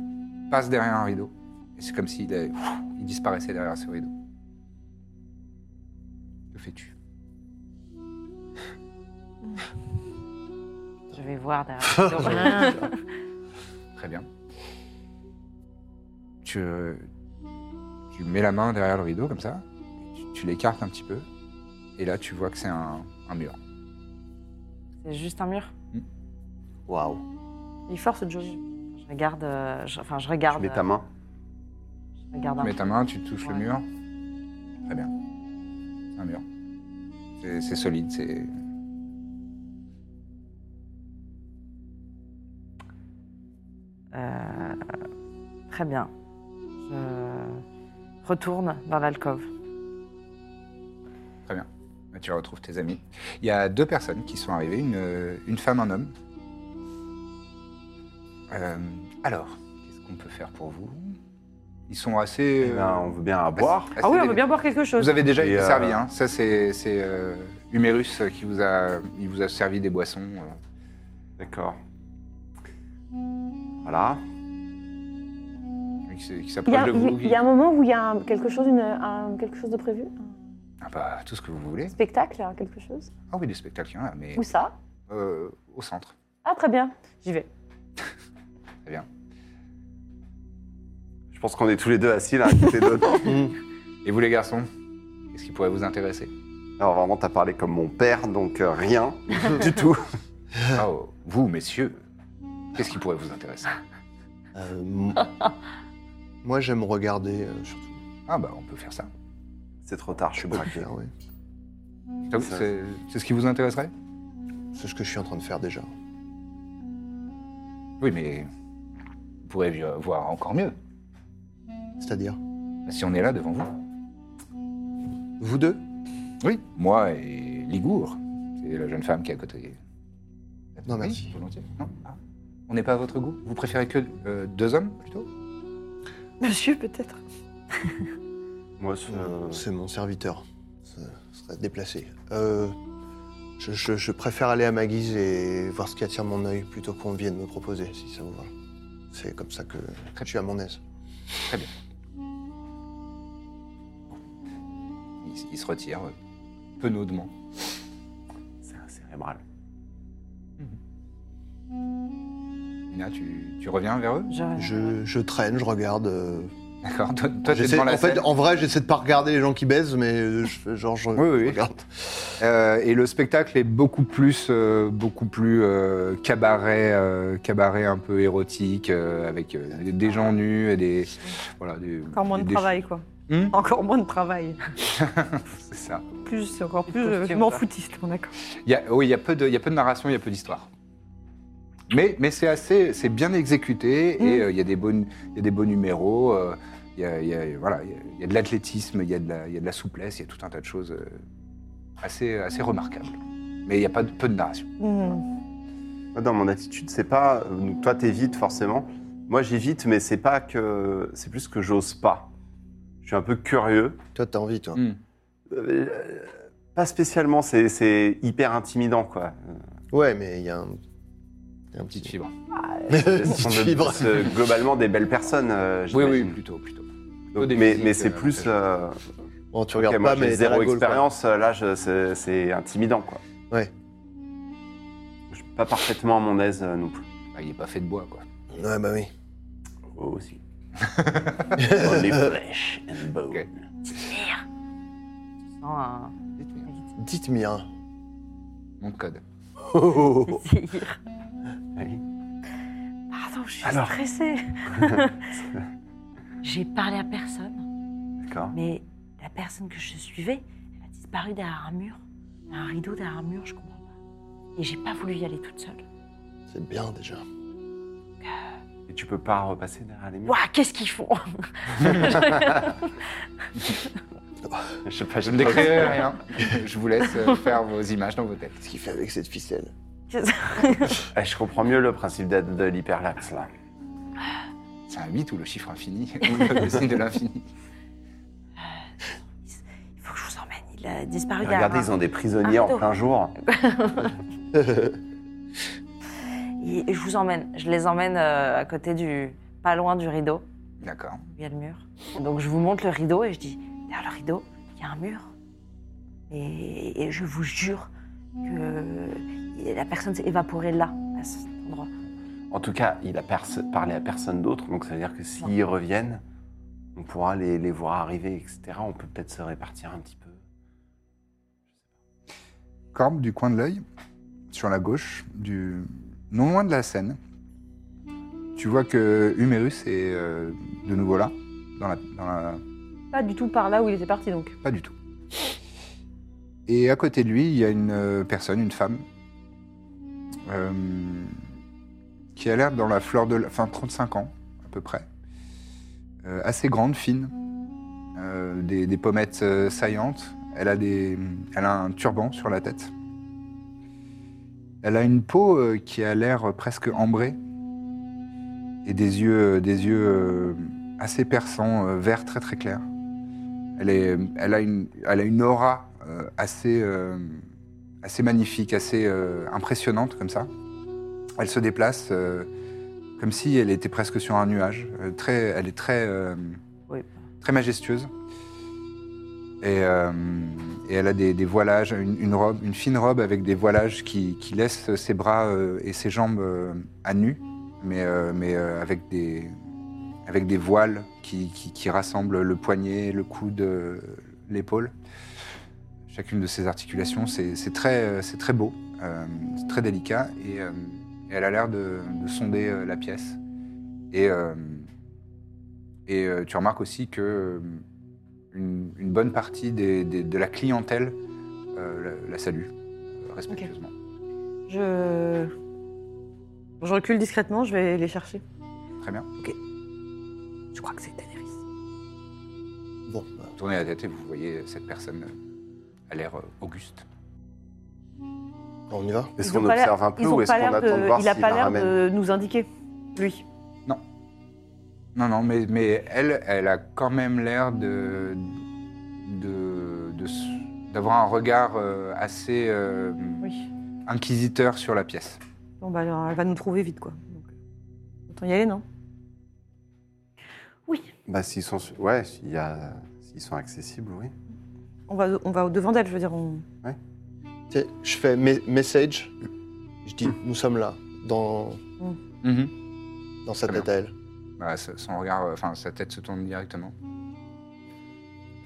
Speaker 1: passe derrière un rideau. Et c'est comme s'il a- il disparaissait derrière ce rideau. Que fais-tu
Speaker 6: Je vais voir derrière.
Speaker 1: Très bien. Tu, euh, tu mets la main derrière le rideau comme ça, tu, tu l'écartes un petit peu, et là tu vois que c'est un, un mur.
Speaker 6: C'est juste un mur.
Speaker 2: Waouh.
Speaker 5: Il est fort ce Johnny.
Speaker 6: Je regarde. euh, je- Enfin, je regarde.
Speaker 4: Mets ta main.
Speaker 6: je regarde un
Speaker 1: Tu mets ta main, tu touches
Speaker 6: Ouais.
Speaker 1: le mur. Très bien. C'est un mur. C'est- C'est solide, c'est.
Speaker 6: Euh, très bien. Je retourne dans l'alcôve.
Speaker 1: Là, Tu retrouves tes amis. Il y a deux personnes qui sont arrivées, une, euh, une femme, un homme. Euh, alors, qu'est-ce qu'on peut faire pour vous Ils sont assez.
Speaker 4: Eh
Speaker 1: euh,
Speaker 4: ben, on veut bien à
Speaker 1: assez-
Speaker 4: boire.
Speaker 1: assez
Speaker 3: Ah oui, on veut
Speaker 1: délai-
Speaker 3: bien boire quelque chose.
Speaker 1: Vous avez déjà
Speaker 4: Et,
Speaker 1: été
Speaker 4: euh,
Speaker 1: servi, hein. Ça, c'est c'est, euh, Humérus qui vous a, il vous a servi des boissons. euh.
Speaker 4: D'accord. Voilà.
Speaker 1: Celui qui s- qui
Speaker 5: Il y,
Speaker 1: s'approche
Speaker 5: a,
Speaker 1: de vous.
Speaker 5: il y a un moment où il y a un- quelque, chose, une- un- quelque chose de prévu
Speaker 1: Ah bah, tout ce que vous voulez.
Speaker 5: Un spectacle, hein, quelque chose
Speaker 1: Ah oui, des spectacles, il y en a, mais
Speaker 5: Ou ça
Speaker 1: euh, au centre.
Speaker 5: Ah, très bien, j'y vais.
Speaker 4: Je pense qu'on est tous les deux assis là à côté d'autres.
Speaker 1: Et vous, les garçons, qu'est-ce qui pourrait vous intéresser
Speaker 4: Alors vraiment, t'as parlé comme mon père, donc euh, rien du tout. Euh.
Speaker 1: Oh, vous, messieurs, qu'est-ce qui pourrait vous intéresser
Speaker 2: Euh, m- moi, j'aime regarder, euh, surtout.
Speaker 1: Ah bah, on peut faire ça.
Speaker 4: C'est trop tard, je suis braqué.
Speaker 2: Ah ouais.
Speaker 1: Donc,
Speaker 4: Ça-
Speaker 1: C'est c'est ce qui vous intéresserait
Speaker 2: C'est ce que je suis en train de faire déjà.
Speaker 1: Oui, mais vous pourrez vi- voir encore mieux
Speaker 2: C'est-à-dire
Speaker 1: si on est là devant vous.
Speaker 2: Vous deux
Speaker 1: Oui, moi et Ligour. C'est la jeune femme qui est à côté.
Speaker 2: Non,
Speaker 1: Oui,
Speaker 2: merci.
Speaker 1: volontiers. Non Ah. On n'est pas à votre goût Vous préférez que euh, deux hommes, plutôt
Speaker 5: Monsieur, peut-être
Speaker 4: Moi, c'est-
Speaker 2: Euh, C'est mon serviteur. Ce serait déplacé. Euh, je, je- je préfère aller à ma guise et voir ce qui attire mon œil plutôt qu'on vienne me proposer, si ça vous va. C'est comme ça que je suis à mon aise.
Speaker 1: il, s- il se retire, euh, penaudement.
Speaker 4: c'est un cérébral.
Speaker 1: Mina, tu, tu reviens vers eux
Speaker 6: Je,
Speaker 2: Je, je traîne, je regarde. euh,
Speaker 1: D'accord, toi, toi, t'es
Speaker 2: j'essaie-
Speaker 1: devant la
Speaker 2: en fait,
Speaker 1: scène.
Speaker 2: en vrai, j'essaie de pas regarder les gens qui baisent, mais euh, je, fais genre, je,
Speaker 1: Oui, oui,
Speaker 2: je
Speaker 1: oui.
Speaker 2: regarde.
Speaker 1: Euh, et le spectacle est beaucoup plus, euh, beaucoup plus euh, cabaret, euh, cabaret un peu érotique, euh, avec euh, des- des gens nus et des, voilà, des-
Speaker 3: Encore moins de
Speaker 1: des-
Speaker 3: travail, quoi.
Speaker 1: Hmm
Speaker 3: Encore moins de travail.
Speaker 1: C'est ça.
Speaker 3: Plus, c'est encore plus.
Speaker 6: costume,
Speaker 3: euh, Je m'en
Speaker 6: quoi.
Speaker 3: foutiste, on d'accord.
Speaker 1: Il y a, oui, il y a peu de, il y a peu de narration, il y a peu d'histoire. Mais, mais c'est assez, c'est bien exécuté
Speaker 3: Hmm.
Speaker 1: et euh, il y a des bonnes, il y a des beaux numéros. euh, il y a, il y a- voilà, il y a- il y a de l'athlétisme, il y a de la, il y a de la souplesse, il y a tout un tas de choses euh, assez, assez remarquables. Mais il y a pas de, peu de narration.
Speaker 3: Hmm.
Speaker 4: Moi, Ah, Dans mon attitude, c'est pas. euh, Donc, toi, t'évites forcément. Moi, j'évite, mais c'est pas que. C'est plus que j'ose pas. Je suis un peu curieux.
Speaker 2: Toi, t'as envie, toi.
Speaker 4: Euh, pas spécialement. C'est, c'est hyper intimidant, quoi.
Speaker 2: Ouais, mais il y a un. il y a un
Speaker 1: Petite fibre.
Speaker 4: Ce
Speaker 2: Petite
Speaker 4: sont de-
Speaker 2: fibre.
Speaker 4: ce- euh, globalement des belles personnes. euh,
Speaker 1: Oui, oui,
Speaker 4: j'imagine.
Speaker 1: plutôt, plutôt.
Speaker 4: Donc,
Speaker 1: des
Speaker 4: mais,
Speaker 1: physiques,
Speaker 4: mais c'est
Speaker 1: euh,
Speaker 4: plus. euh,
Speaker 2: Bon, Oh, tu
Speaker 4: ok,
Speaker 2: regardes
Speaker 4: moi,
Speaker 2: pas,
Speaker 4: j'ai
Speaker 2: mais t'as
Speaker 4: zéro
Speaker 2: la gaule, quoi.
Speaker 4: expérience. euh, Là, je- c'est, c'est intimidant, quoi.
Speaker 2: Ouais.
Speaker 4: Je suis pas parfaitement à mon aise euh, non plus.
Speaker 1: Ah, il n'est pas fait de bois, quoi.
Speaker 2: Ouais, bah oui.
Speaker 4: Oh, aussi. On est fresh and bone.
Speaker 1: Ok.
Speaker 6: sens un-
Speaker 1: Dites-moi,
Speaker 2: Dites Mira.
Speaker 1: Mon code.
Speaker 2: Oh, oh, oh.
Speaker 6: désir.
Speaker 4: Allez.
Speaker 6: Pardon, je suis
Speaker 4: Alors.
Speaker 6: stressée. J'ai parlé à personne,
Speaker 4: D'accord.
Speaker 6: mais la personne que je suivais, elle a disparu derrière un mur. Un rideau derrière un mur, je comprends pas. Et j'ai pas voulu y aller toute seule.
Speaker 2: C'est bien déjà.
Speaker 4: Et tu peux pas repasser derrière les murs
Speaker 6: Ouah, qu'est-ce qu'ils font
Speaker 4: Je sais pas,
Speaker 1: Je ne décrirai rien. Je vous laisse euh, faire vos images dans vos têtes.
Speaker 2: Qu'est-ce qu'il fait avec cette ficelle
Speaker 4: Eh, Je comprends mieux le principe de, de l'hyperlapse, là.
Speaker 1: C'est un 8 ou le chiffre infini, ou le signe de l'infini.
Speaker 6: Il faut que je vous emmène. Il a disparu derrière
Speaker 4: Regardez, ils
Speaker 6: un
Speaker 4: ont des prisonniers
Speaker 6: un
Speaker 4: en
Speaker 6: rideau.
Speaker 4: plein jour.
Speaker 6: Et je vous emmène, je les emmène euh, à côté du. pas loin du rideau,
Speaker 1: D'accord.
Speaker 6: où il y a le mur. Donc je vous montre le rideau et je dis derrière le rideau, il y a un mur. Et, et je vous jure que la personne s'est évaporée là, à cet endroit.
Speaker 4: En tout cas, il a perso- parlé à personne d'autre, donc ça veut dire que s'ils reviennent, on pourra les, les voir arriver, etc. On peut peut-être se répartir un petit peu.
Speaker 1: Corbe du coin de l'œil, sur la gauche, du... non loin de la Seine. Tu vois que Humérus est euh, de nouveau là, dans la- dans la
Speaker 3: Pas du tout par là où il était parti donc.
Speaker 1: Pas du tout. Et à côté de lui, il y a une euh, personne, une femme, euh, qui a l'air dans la fleur de la... Enfin, 35 ans, à peu près. Euh, assez grande, fine, euh, des, des pommettes euh, saillantes. Elle a, des, elle a un turban sur la tête. Elle a une peau euh, qui a l'air presque ambrée et des yeux, des yeux euh, assez perçants, euh, verts très très clairs. Elle, est, elle, a, une, elle a une aura euh, assez, euh, assez magnifique, assez euh, impressionnante comme ça. Elle se déplace euh, comme si elle était presque sur un nuage. Euh, très, elle est très, euh,
Speaker 6: Oui.
Speaker 1: très majestueuse. Et, euh, et elle a des, des voilages, une, une robe, une fine robe avec des voilages qui, qui laissent ses bras euh, et ses jambes euh, à nu, mais, euh, mais euh, avec des, avec des voiles qui, qui- qui rassemblent le poignet, le coude, euh, l'épaule. Chacune de ces articulations, c'est c'est très, euh, c'est très beau, euh, c'est très délicat, et, euh, et elle a l'air de, de sonder euh, la pièce. Et, euh, et euh, tu remarques aussi que euh, une, une bonne partie des- des- de la clientèle euh, la, la salue euh, respectueusement.
Speaker 3: Je. Je recule discrètement, je vais les chercher.
Speaker 1: Très bien.
Speaker 3: Je crois que c'est Daenerys.
Speaker 2: Bon, bah,
Speaker 1: Tournez la tête et vous voyez cette personne euh, à l'air euh, auguste.
Speaker 2: on y va
Speaker 4: Est-ce
Speaker 3: Ils
Speaker 4: qu'on
Speaker 3: ont pas l'air-
Speaker 4: observe un peu
Speaker 3: ils ont
Speaker 4: ou est-ce
Speaker 3: pas
Speaker 4: qu'on
Speaker 3: l'air
Speaker 4: attend de voir
Speaker 3: Il a
Speaker 4: s'il la
Speaker 3: pas l'air
Speaker 4: ramène
Speaker 3: de nous indiquer, lui.
Speaker 1: Non, non, mais, mais elle, elle a quand même l'air de, de, de s- d'avoir un regard euh, assez euh,
Speaker 3: Oui.
Speaker 1: inquisiteur sur la pièce.
Speaker 3: Bon, bah alors, elle va nous trouver vite, quoi. Donc, euh, Autant y aller, non
Speaker 4: Bah, s'ils sont, su- ouais, s'il y a- s'ils sont accessibles, oui.
Speaker 3: on va, on va au-devant d'elle, je veux dire. On...
Speaker 2: Tu sais, je fais me- message, je dis nous sommes là, dans, dans sa
Speaker 1: Très bien.
Speaker 2: tête à elle.
Speaker 1: Bah, s- son regard, euh, enfin sa tête se tourne directement.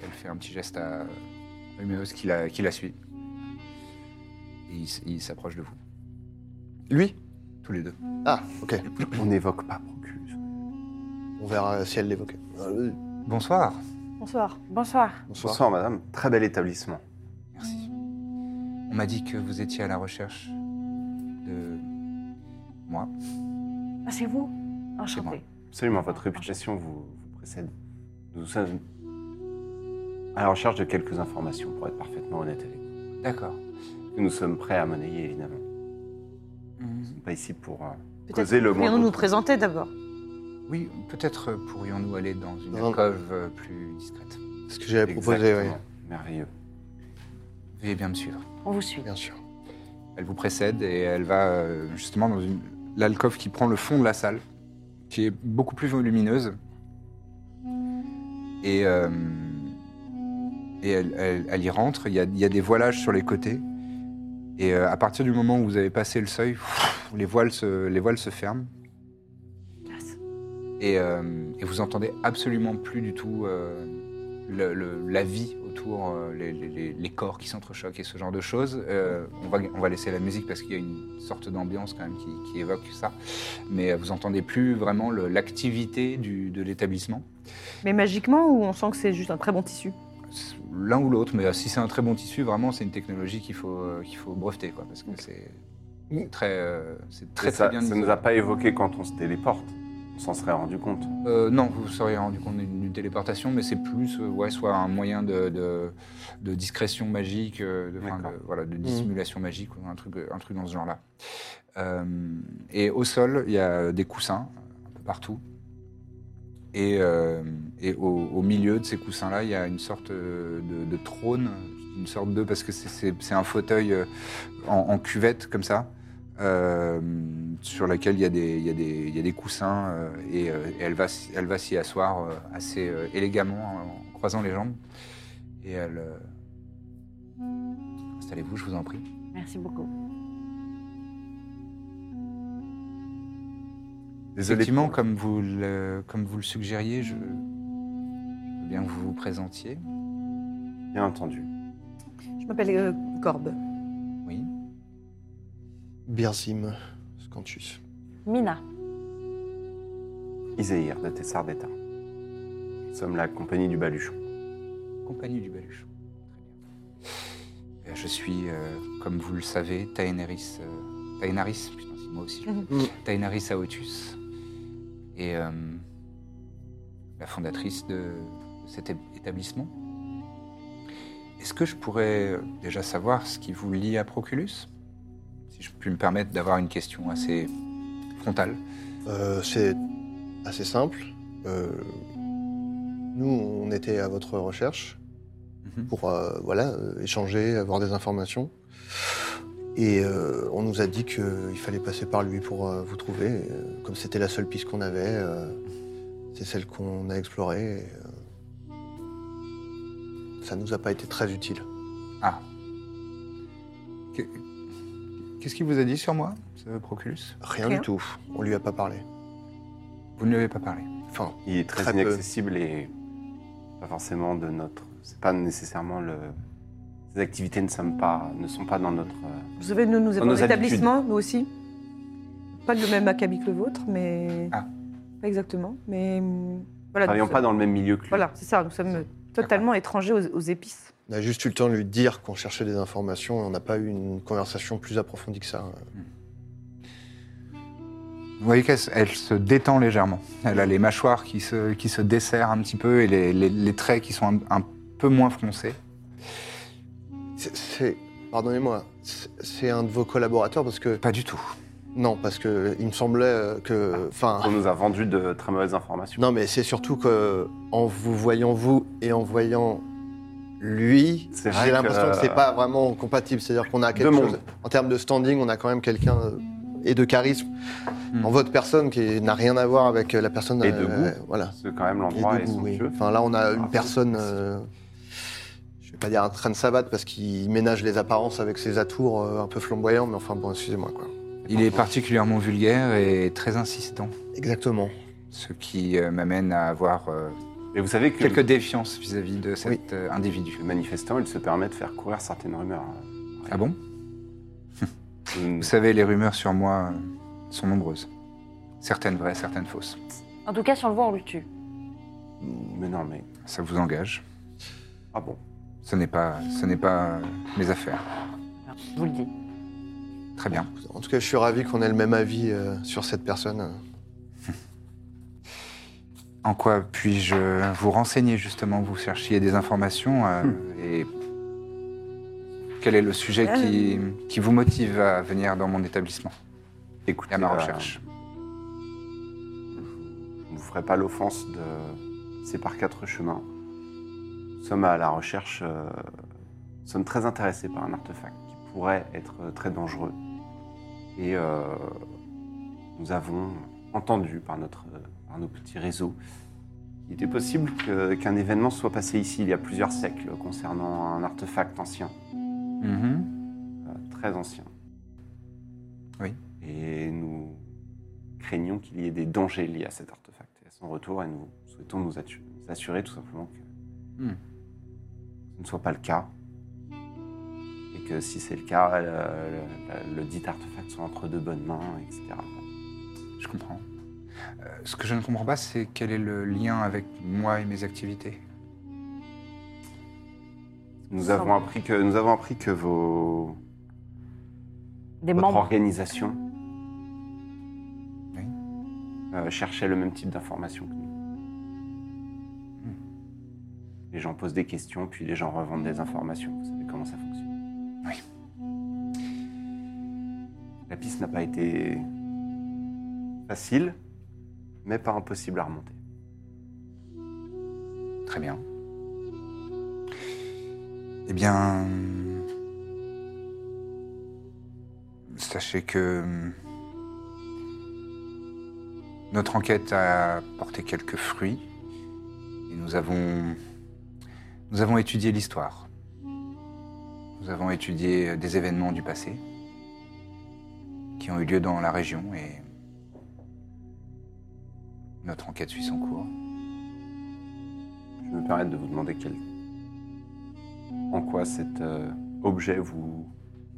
Speaker 1: Elle fait un petit geste à Huméos qui la, qui la suit. Et il, s- il s'approche de vous.
Speaker 2: Lui
Speaker 1: Tous les deux.
Speaker 2: Ah, ok.
Speaker 4: On n'évoque pas Procus.
Speaker 2: On verra si elle l'évoque. Euh,
Speaker 1: Bonsoir.
Speaker 3: Bonsoir.
Speaker 6: Bonsoir.
Speaker 2: Bonsoir.
Speaker 4: Bonsoir, madame. Très bel établissement.
Speaker 1: Merci. On m'a dit que vous étiez à la recherche de moi.
Speaker 6: Ah, c'est vous
Speaker 1: C'est moi.
Speaker 6: Enchanté.
Speaker 4: Absolument, votre réputation vous, vous précède. Nous sommes à la recherche de quelques informations, pour être parfaitement honnête avec vous.
Speaker 1: D'accord.
Speaker 4: Que Nous sommes prêts à monnayer, évidemment.
Speaker 1: Hmm.
Speaker 4: Nous
Speaker 2: Mhm.
Speaker 4: ne sommes pas ici pour euh,
Speaker 3: Peut-être
Speaker 4: causer le
Speaker 3: Pourrions-nous
Speaker 4: moindre.
Speaker 3: nous présenter d'abord
Speaker 1: Oui, peut-être pourrions-nous aller dans une
Speaker 2: Dans un-
Speaker 1: alcôve euh, plus discrète.
Speaker 2: C'est ce que j'avais proposé, oui.
Speaker 4: Exactement. Merveilleux.
Speaker 1: Veuillez bien me suivre.
Speaker 6: On vous suit.
Speaker 2: Bien sûr.
Speaker 1: Elle vous précède et elle va euh, justement dans une l'alcôve qui prend le fond de la salle, qui est beaucoup plus volumineuse. Et, euh, et elle, elle- elle y rentre. Il y, a, il y a des voilages sur les côtés. Et euh, à partir du moment où vous avez passé le seuil, les voiles se, les voiles se ferment. Et, euh, et vous entendez absolument plus du tout euh, le- le- la vie autour, euh, les, les- les- les corps qui s'entrechoquent et ce genre de choses. Euh, on, va, on va laisser la musique parce qu'il y a une sorte d'ambiance quand même qui, qui évoque ça. Mais euh, vous entendez plus vraiment le- l'activité du- de l'établissement.
Speaker 3: Mais magiquement, ou on sent que c'est juste un très bon tissu
Speaker 1: L'un ou l'autre, mais euh, si c'est un très bon tissu, vraiment c'est une technologie qu'il faut, euh, qu'il faut breveter, quoi, parce que c'est- c'est très, euh, c'est très,
Speaker 4: Et
Speaker 1: très
Speaker 4: ça
Speaker 1: bien.
Speaker 4: ne
Speaker 1: isolé.
Speaker 4: nous a pas évoqué quand on se téléporte. On s'en serait rendu compte.
Speaker 1: Euh, non, vous vous seriez rendu compte d'une d'une téléportation, mais c'est plus euh, ouais, soit un moyen de, de- de discrétion magique, euh, de, enfin, de-
Speaker 4: D'accord.
Speaker 1: voilà, de dissimulation magique, ou un truc, un truc dans ce genre-là. Euh, et au sol, il y a des coussins un peu partout. Et, euh, et au, au milieu de ces coussins-là, il y a une sorte euh, de, de trône, une sorte de... parce que c'est- c'est c'est un fauteuil euh, en, en cuvette comme ça, euh, sur laquelle il y, a des- il y a des- il y a des coussins euh, et, euh, et elle va, s- elle va s'y asseoir euh, assez euh, élégamment en croisant les jambes. Et elle... euh, Installez-vous, je vous en prie.
Speaker 6: Merci beaucoup.
Speaker 4: Désolé.
Speaker 1: Effectivement, comme vous le, comme vous le suggériez, je, je veux bien que vous vous présentiez.
Speaker 4: Bien entendu.
Speaker 3: Je m'appelle euh, Corbe.
Speaker 1: Oui.
Speaker 2: Birzim Scantus.
Speaker 6: Mina.
Speaker 4: Iséir de Tessar d'État. Nous sommes la compagnie du Baluchon.
Speaker 1: Compagnie du Baluchon. Très bien. Euh, Je suis, euh, comme vous le savez, Taenaris. euh, Taenaris, putain, c'est moi aussi. je- Taenaris Aotus. Et euh, la fondatrice de cet é- établissement. Est-ce que je pourrais euh, déjà savoir ce qui vous lie à Proculus Si je puis me permettre d'avoir une question assez frontale.
Speaker 2: Euh, c'est assez simple. Euh, nous, on était à votre recherche
Speaker 1: Mhm.
Speaker 2: pour euh, voilà, euh, échanger, avoir des informations. Et euh, on nous a dit qu'il fallait passer par lui pour euh, vous trouver. Et, euh, comme c'était la seule piste qu'on avait, euh, c'est celle qu'on a explorée. et, euh, ça nous a pas été très utile.
Speaker 1: Ah. Que- Qu'est-ce qu'il vous a dit sur moi, ce Proculus
Speaker 2: Rien,
Speaker 3: Rien.
Speaker 2: du tout. On lui a pas parlé.
Speaker 1: Vous ne lui avez pas parlé.
Speaker 2: Enfin,
Speaker 4: Il est très,
Speaker 2: Très peu.
Speaker 4: inaccessible et pas forcément de notre. C'est pas nécessairement le. Ses activités ne sont pas, ne sont pas dans notre. euh,
Speaker 3: Vous savez, nous, nous avons
Speaker 4: nos
Speaker 3: un établissement, nous aussi. Pas le même acabit que le vôtre, mais.
Speaker 1: Ah.
Speaker 3: Pas exactement. Mais. hum, Voilà.
Speaker 4: travaillons
Speaker 3: nous
Speaker 4: pas
Speaker 3: sommes-
Speaker 4: dans le même milieu que lui.
Speaker 3: Voilà, c'est ça, nous sommes totalement étrangers aux, aux épices.
Speaker 2: on a juste eu le temps de lui dire qu'on cherchait des informations et on n'a pas eu une conversation plus approfondie que ça.
Speaker 1: Vous voyez qu'elle se- elle se détend légèrement. Elle a les mâchoires qui se, qui se desserrent un petit peu et les, les- les traits qui sont un, un peu moins froncés.
Speaker 2: C'est- C'est, pardonnez-moi, c'est- c'est un de vos collaborateurs parce que
Speaker 1: Pas du tout.
Speaker 2: non, parce que il me semblait euh, que,
Speaker 4: On
Speaker 2: enfin,
Speaker 4: nous a vendu de très mauvaises informations.
Speaker 2: non, mais c'est surtout que en vous voyant vous et en voyant lui,
Speaker 4: C'est vrai
Speaker 2: j'ai l'impression
Speaker 4: que- euh,
Speaker 2: que c'est pas vraiment compatible. C'est-à-dire qu'on a quelque
Speaker 4: Deux mondes.
Speaker 2: chose en termes de standing, on a quand même quelqu'un euh, et de charisme
Speaker 1: Hmm.
Speaker 2: en votre personne qui n'a rien à voir avec euh, la personne
Speaker 4: Et de
Speaker 2: euh,
Speaker 4: goût.
Speaker 2: voilà.
Speaker 4: C'est quand même
Speaker 2: Et
Speaker 4: l'endroit
Speaker 2: de
Speaker 4: et
Speaker 2: goût,
Speaker 4: son
Speaker 2: oui.
Speaker 4: lieu.
Speaker 2: Enfin, là, on a une
Speaker 4: Ah,
Speaker 2: personne,
Speaker 4: c'est-
Speaker 2: euh, je vais pas dire un train de savate parce qu'il ménage les apparences avec ses atours euh, un peu flamboyants, mais enfin, bon, excusez-moi, quoi.
Speaker 1: Il est particulièrement vulgaire et très insistant,
Speaker 2: Exactement.
Speaker 1: ce qui euh, m'amène à avoir euh,
Speaker 4: Et vous savez que
Speaker 1: quelques défiances vis-à-vis de cet euh, individu.
Speaker 4: le manifestant, il se permet de faire courir certaines rumeurs. hein.
Speaker 1: Ah bon
Speaker 4: Nous-
Speaker 1: Vous savez, les rumeurs sur moi euh, sont nombreuses. Certaines vraies, certaines fausses.
Speaker 6: En tout cas, si on le voit, on le tue.
Speaker 4: Mais non, mais.
Speaker 1: Ça vous engage.
Speaker 4: Ah bon
Speaker 1: Ce n'est pas, ce n'est pas euh, mes affaires.
Speaker 6: Je vous le dis.
Speaker 1: Très bien.
Speaker 2: En tout cas, je suis ravi qu'on ait le même avis euh, sur cette personne.
Speaker 1: En quoi puis-je vous renseigner justement Vous cherchiez des informations euh,
Speaker 4: Hmm.
Speaker 1: et quel est le sujet qui,
Speaker 4: Euh.
Speaker 1: qui vous motive à venir dans mon établissement
Speaker 4: Écoutez,
Speaker 1: et à ma
Speaker 4: euh,
Speaker 1: recherche
Speaker 4: Je ne vous ferai pas l'offense de. C'est par quatre chemins. Nous sommes à la recherche. euh, Nous sommes très intéressés par un artefact qui pourrait être euh, très dangereux. Et euh, nous avons entendu par, notre, euh, par nos petits réseaux qu'il était possible que- qu'un événement soit passé ici il y a plusieurs siècles concernant un artefact ancien,
Speaker 1: Mhm.
Speaker 4: euh, très ancien.
Speaker 1: Oui.
Speaker 4: Et nous craignons qu'il y ait des dangers liés à cet artefact et à son retour, et nous souhaitons nous assu- nous assurer tout simplement que
Speaker 1: Hmm.
Speaker 4: ce ne soit pas le cas, et que si c'est le cas, euh, le, le- le dit artefact soit entre de bonnes mains, etc.
Speaker 1: Je comprends. Euh, ce que je ne comprends pas, c'est quel est le lien avec moi et mes activités
Speaker 4: Nous avons appris que, nous avons appris que vos,
Speaker 6: Des
Speaker 4: votre
Speaker 6: membres.
Speaker 4: organisation
Speaker 1: Oui.
Speaker 4: euh, cherchait le même type d'informations que nous.
Speaker 1: Hmm.
Speaker 4: Les gens posent des questions, puis les gens revendent des informations. Vous savez comment ça fonctionne.
Speaker 1: Oui.
Speaker 4: La piste n'a pas été facile, mais pas impossible à remonter.
Speaker 1: Très bien. Eh bien, sachez que hum, notre enquête a porté quelques fruits et nous avons, nous avons étudié l'histoire. Nous avons étudié euh, des événements du passé qui ont eu lieu dans la région et notre enquête suit son cours.
Speaker 4: Je me permets de vous demander quel... en quoi cet euh, objet vous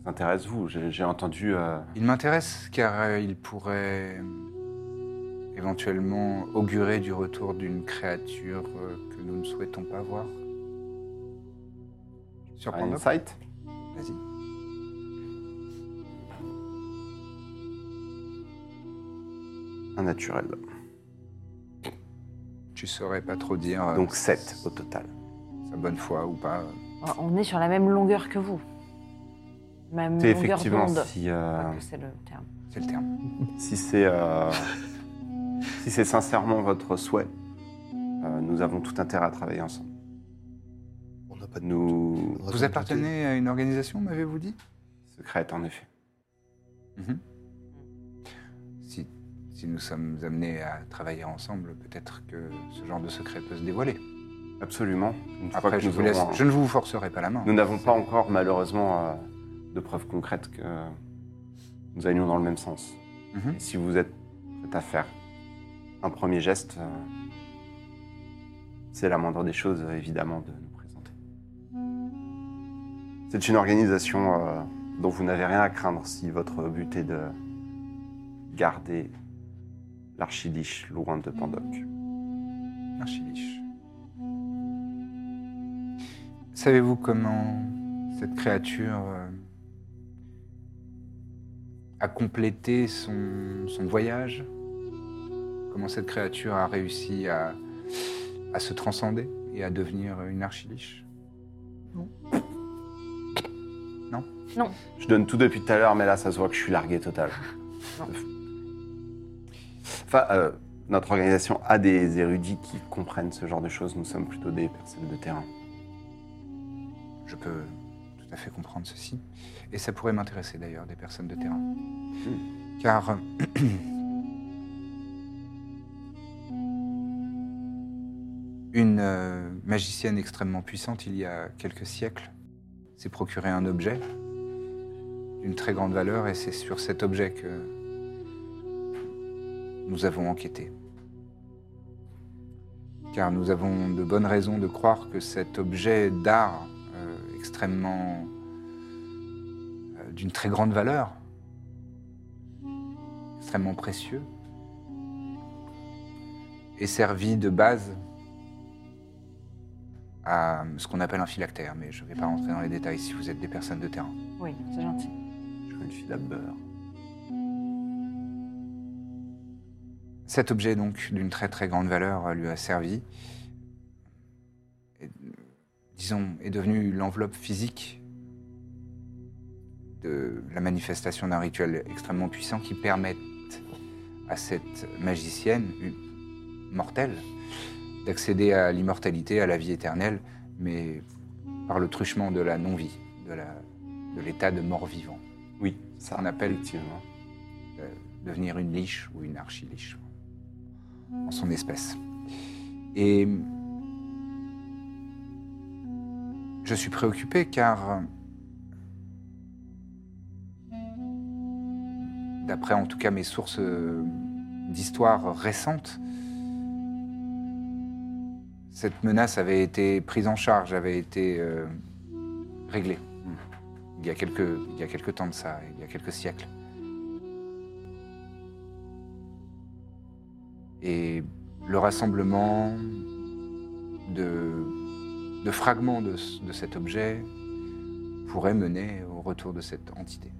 Speaker 4: ça intéresse vous. J'ai j'ai entendu. euh,
Speaker 1: Il m'intéresse car euh, il pourrait euh, éventuellement augurer du retour d'une créature euh, que nous ne souhaitons pas voir.
Speaker 4: un
Speaker 1: Surprendre
Speaker 4: insight
Speaker 1: Vas-y.
Speaker 4: Un naturel.
Speaker 1: Tu saurais pas trop dire euh,
Speaker 4: Donc 7 au total.
Speaker 1: sa bonne foi ou pas. euh,
Speaker 6: On est sur la même longueur que vous. Même
Speaker 4: C'est
Speaker 6: longueur
Speaker 4: effectivement
Speaker 6: d'onde.
Speaker 4: si, euh,
Speaker 6: Parce que C'est le terme.
Speaker 1: C'est le terme.
Speaker 4: si c'est euh, si c'est sincèrement votre souhait, euh, nous avons tout intérêt à travailler ensemble.
Speaker 2: On n'a pas de
Speaker 4: Nous
Speaker 2: on n'a pas de
Speaker 1: Vous
Speaker 2: doute.
Speaker 1: appartenez à une organisation, m'avez-vous dit
Speaker 4: secrète en effet. Mhm.
Speaker 1: si, si nous sommes amenés à travailler ensemble, peut-être que ce genre de secret peut se dévoiler.
Speaker 4: Absolument. Une fois
Speaker 1: Après,
Speaker 4: que
Speaker 1: je,
Speaker 4: nous
Speaker 1: vous laisse-
Speaker 4: aurons un-
Speaker 1: je ne vous forcerai pas la main.
Speaker 4: Nous n'avons pas encore, malheureusement, euh, de preuves concrètes que nous allions dans le même sens.
Speaker 1: Mhm.
Speaker 4: Et si vous êtes prêt à faire un premier geste, euh, c'est la moindre des choses, euh, évidemment, de nous présenter. C'est une organisation euh, dont vous n'avez rien à craindre si votre but est de garder l'archiliche loin de Pandoc.
Speaker 1: Archiliche. Savez-vous comment cette créature euh, a complété son, son voyage Comment cette créature a réussi à, à se transcender et à devenir une archiliche
Speaker 4: Je donne tout depuis tout à l'heure, mais là, ça se voit que je suis largué total. Enfin, euh, notre organisation a des érudits qui comprennent ce genre de choses. Nous sommes plutôt des personnes de terrain.
Speaker 1: Je peux tout à fait comprendre ceci. Et ça pourrait m'intéresser d'ailleurs, des personnes de terrain. Car. euh, Une euh, magicienne extrêmement puissante, il y a quelques siècles, s'est procuré un objet d'une très grande valeur et c'est sur cet objet que nous avons enquêté. Car nous avons de bonnes raisons de croire que cet objet d'art euh, extrêmement. euh, d'une très grande valeur, extrêmement précieux, est servi de base à ce qu'on appelle un phylactère, mais je ne vais pas rentrer dans les détails si vous êtes des personnes de terrain.
Speaker 6: Oui, c'est gentil.
Speaker 4: Je suis une fille à beurre.
Speaker 1: Cet objet, donc, d'une très très grande valeur, euh, lui a servi. Et, disons, est devenu l'enveloppe physique de la manifestation d'un rituel extrêmement puissant qui permet à cette magicienne hu- mortelle d'accéder à l'immortalité, à la vie éternelle, mais par le truchement de la non-vie, de la- de l'état de, mort vivant.
Speaker 4: Oui, ça.
Speaker 1: On appelle-
Speaker 4: effectivement.
Speaker 1: euh, devenir une liche ou une archiliche en son espèce. Et je suis préoccupé car, euh, d'après en tout cas mes sources euh, d'histoire récentes, cette menace avait été prise en charge, avait été euh, réglée il y, a quelques, il y a quelques temps de ça, il y a quelques siècles. et le rassemblement de, de fragments de, ce- de cet objet pourrait mener au retour de cette entité.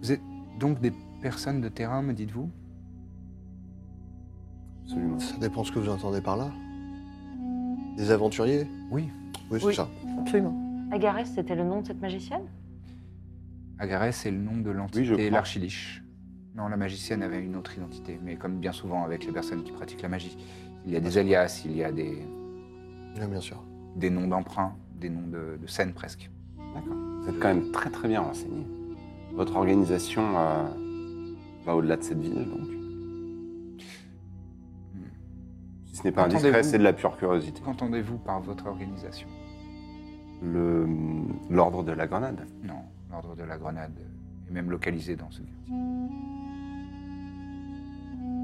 Speaker 1: Vous êtes donc des personnes de terrain, me dites-vous
Speaker 4: Absolument.
Speaker 2: Ça dépend ce que vous entendez par là. Des aventuriers
Speaker 1: Oui.
Speaker 2: Oui, c'est
Speaker 3: Oui.
Speaker 2: ça.
Speaker 5: Ah,
Speaker 3: Absolument.
Speaker 6: Agarès, c'était le nom de cette magicienne
Speaker 1: Agarès est le nom de
Speaker 4: Oui, je
Speaker 1: l'entité,
Speaker 4: crois.
Speaker 1: l'archiliche. Non, la magicienne avait une autre identité, mais comme bien souvent avec les personnes qui pratiquent la magie, il y a des alias, il y a des,
Speaker 2: Oui, bien sûr.
Speaker 1: des noms d'emprunts, des noms de, de scènes presque.
Speaker 4: D'accord. Vous êtes quand même très très bien renseigné. Votre organisation euh, va au-delà de cette ville, donc. Si ce n'est pas indiscret,
Speaker 1: Hmm. Entendez-vous
Speaker 4: c'est de la pure curiosité.
Speaker 1: Qu'entendez-vous par votre organisation
Speaker 4: Le- hmm, L'ordre de la grenade.
Speaker 1: Non, l'ordre de la grenade est même localisé dans ce quartier.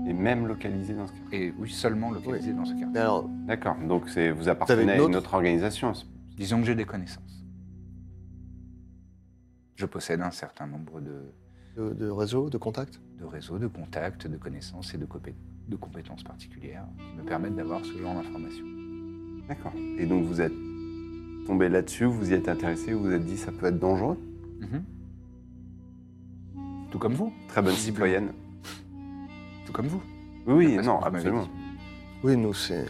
Speaker 4: Et même localisé dans ce cas.
Speaker 1: Et oui, seulement localisé dans ce cas.
Speaker 2: Mais alors,
Speaker 4: D'accord, donc c'est- vous appartenez
Speaker 2: une
Speaker 4: à une
Speaker 2: autre
Speaker 4: autre organisation. c'est-
Speaker 1: Disons que j'ai des connaissances. Je possède un certain nombre de,
Speaker 2: de, de réseau, de contact
Speaker 1: de réseaux, de contacts, de connaissances et de, compé- de compétences particulières qui me permettent d'avoir ce genre d'informations.
Speaker 4: D'accord. Et donc vous êtes tombé là-dessus, vous y êtes intéressé, vous vous êtes dit ça peut être dangereux.
Speaker 1: Mhm. Tout comme vous,
Speaker 4: Très bonne citoyenne.
Speaker 1: tout comme vous.
Speaker 4: Oui, oui,
Speaker 1: Parce que
Speaker 4: non,
Speaker 1: vous m'avez
Speaker 4: absolument.
Speaker 1: dit.
Speaker 2: Oui, nous, c'est.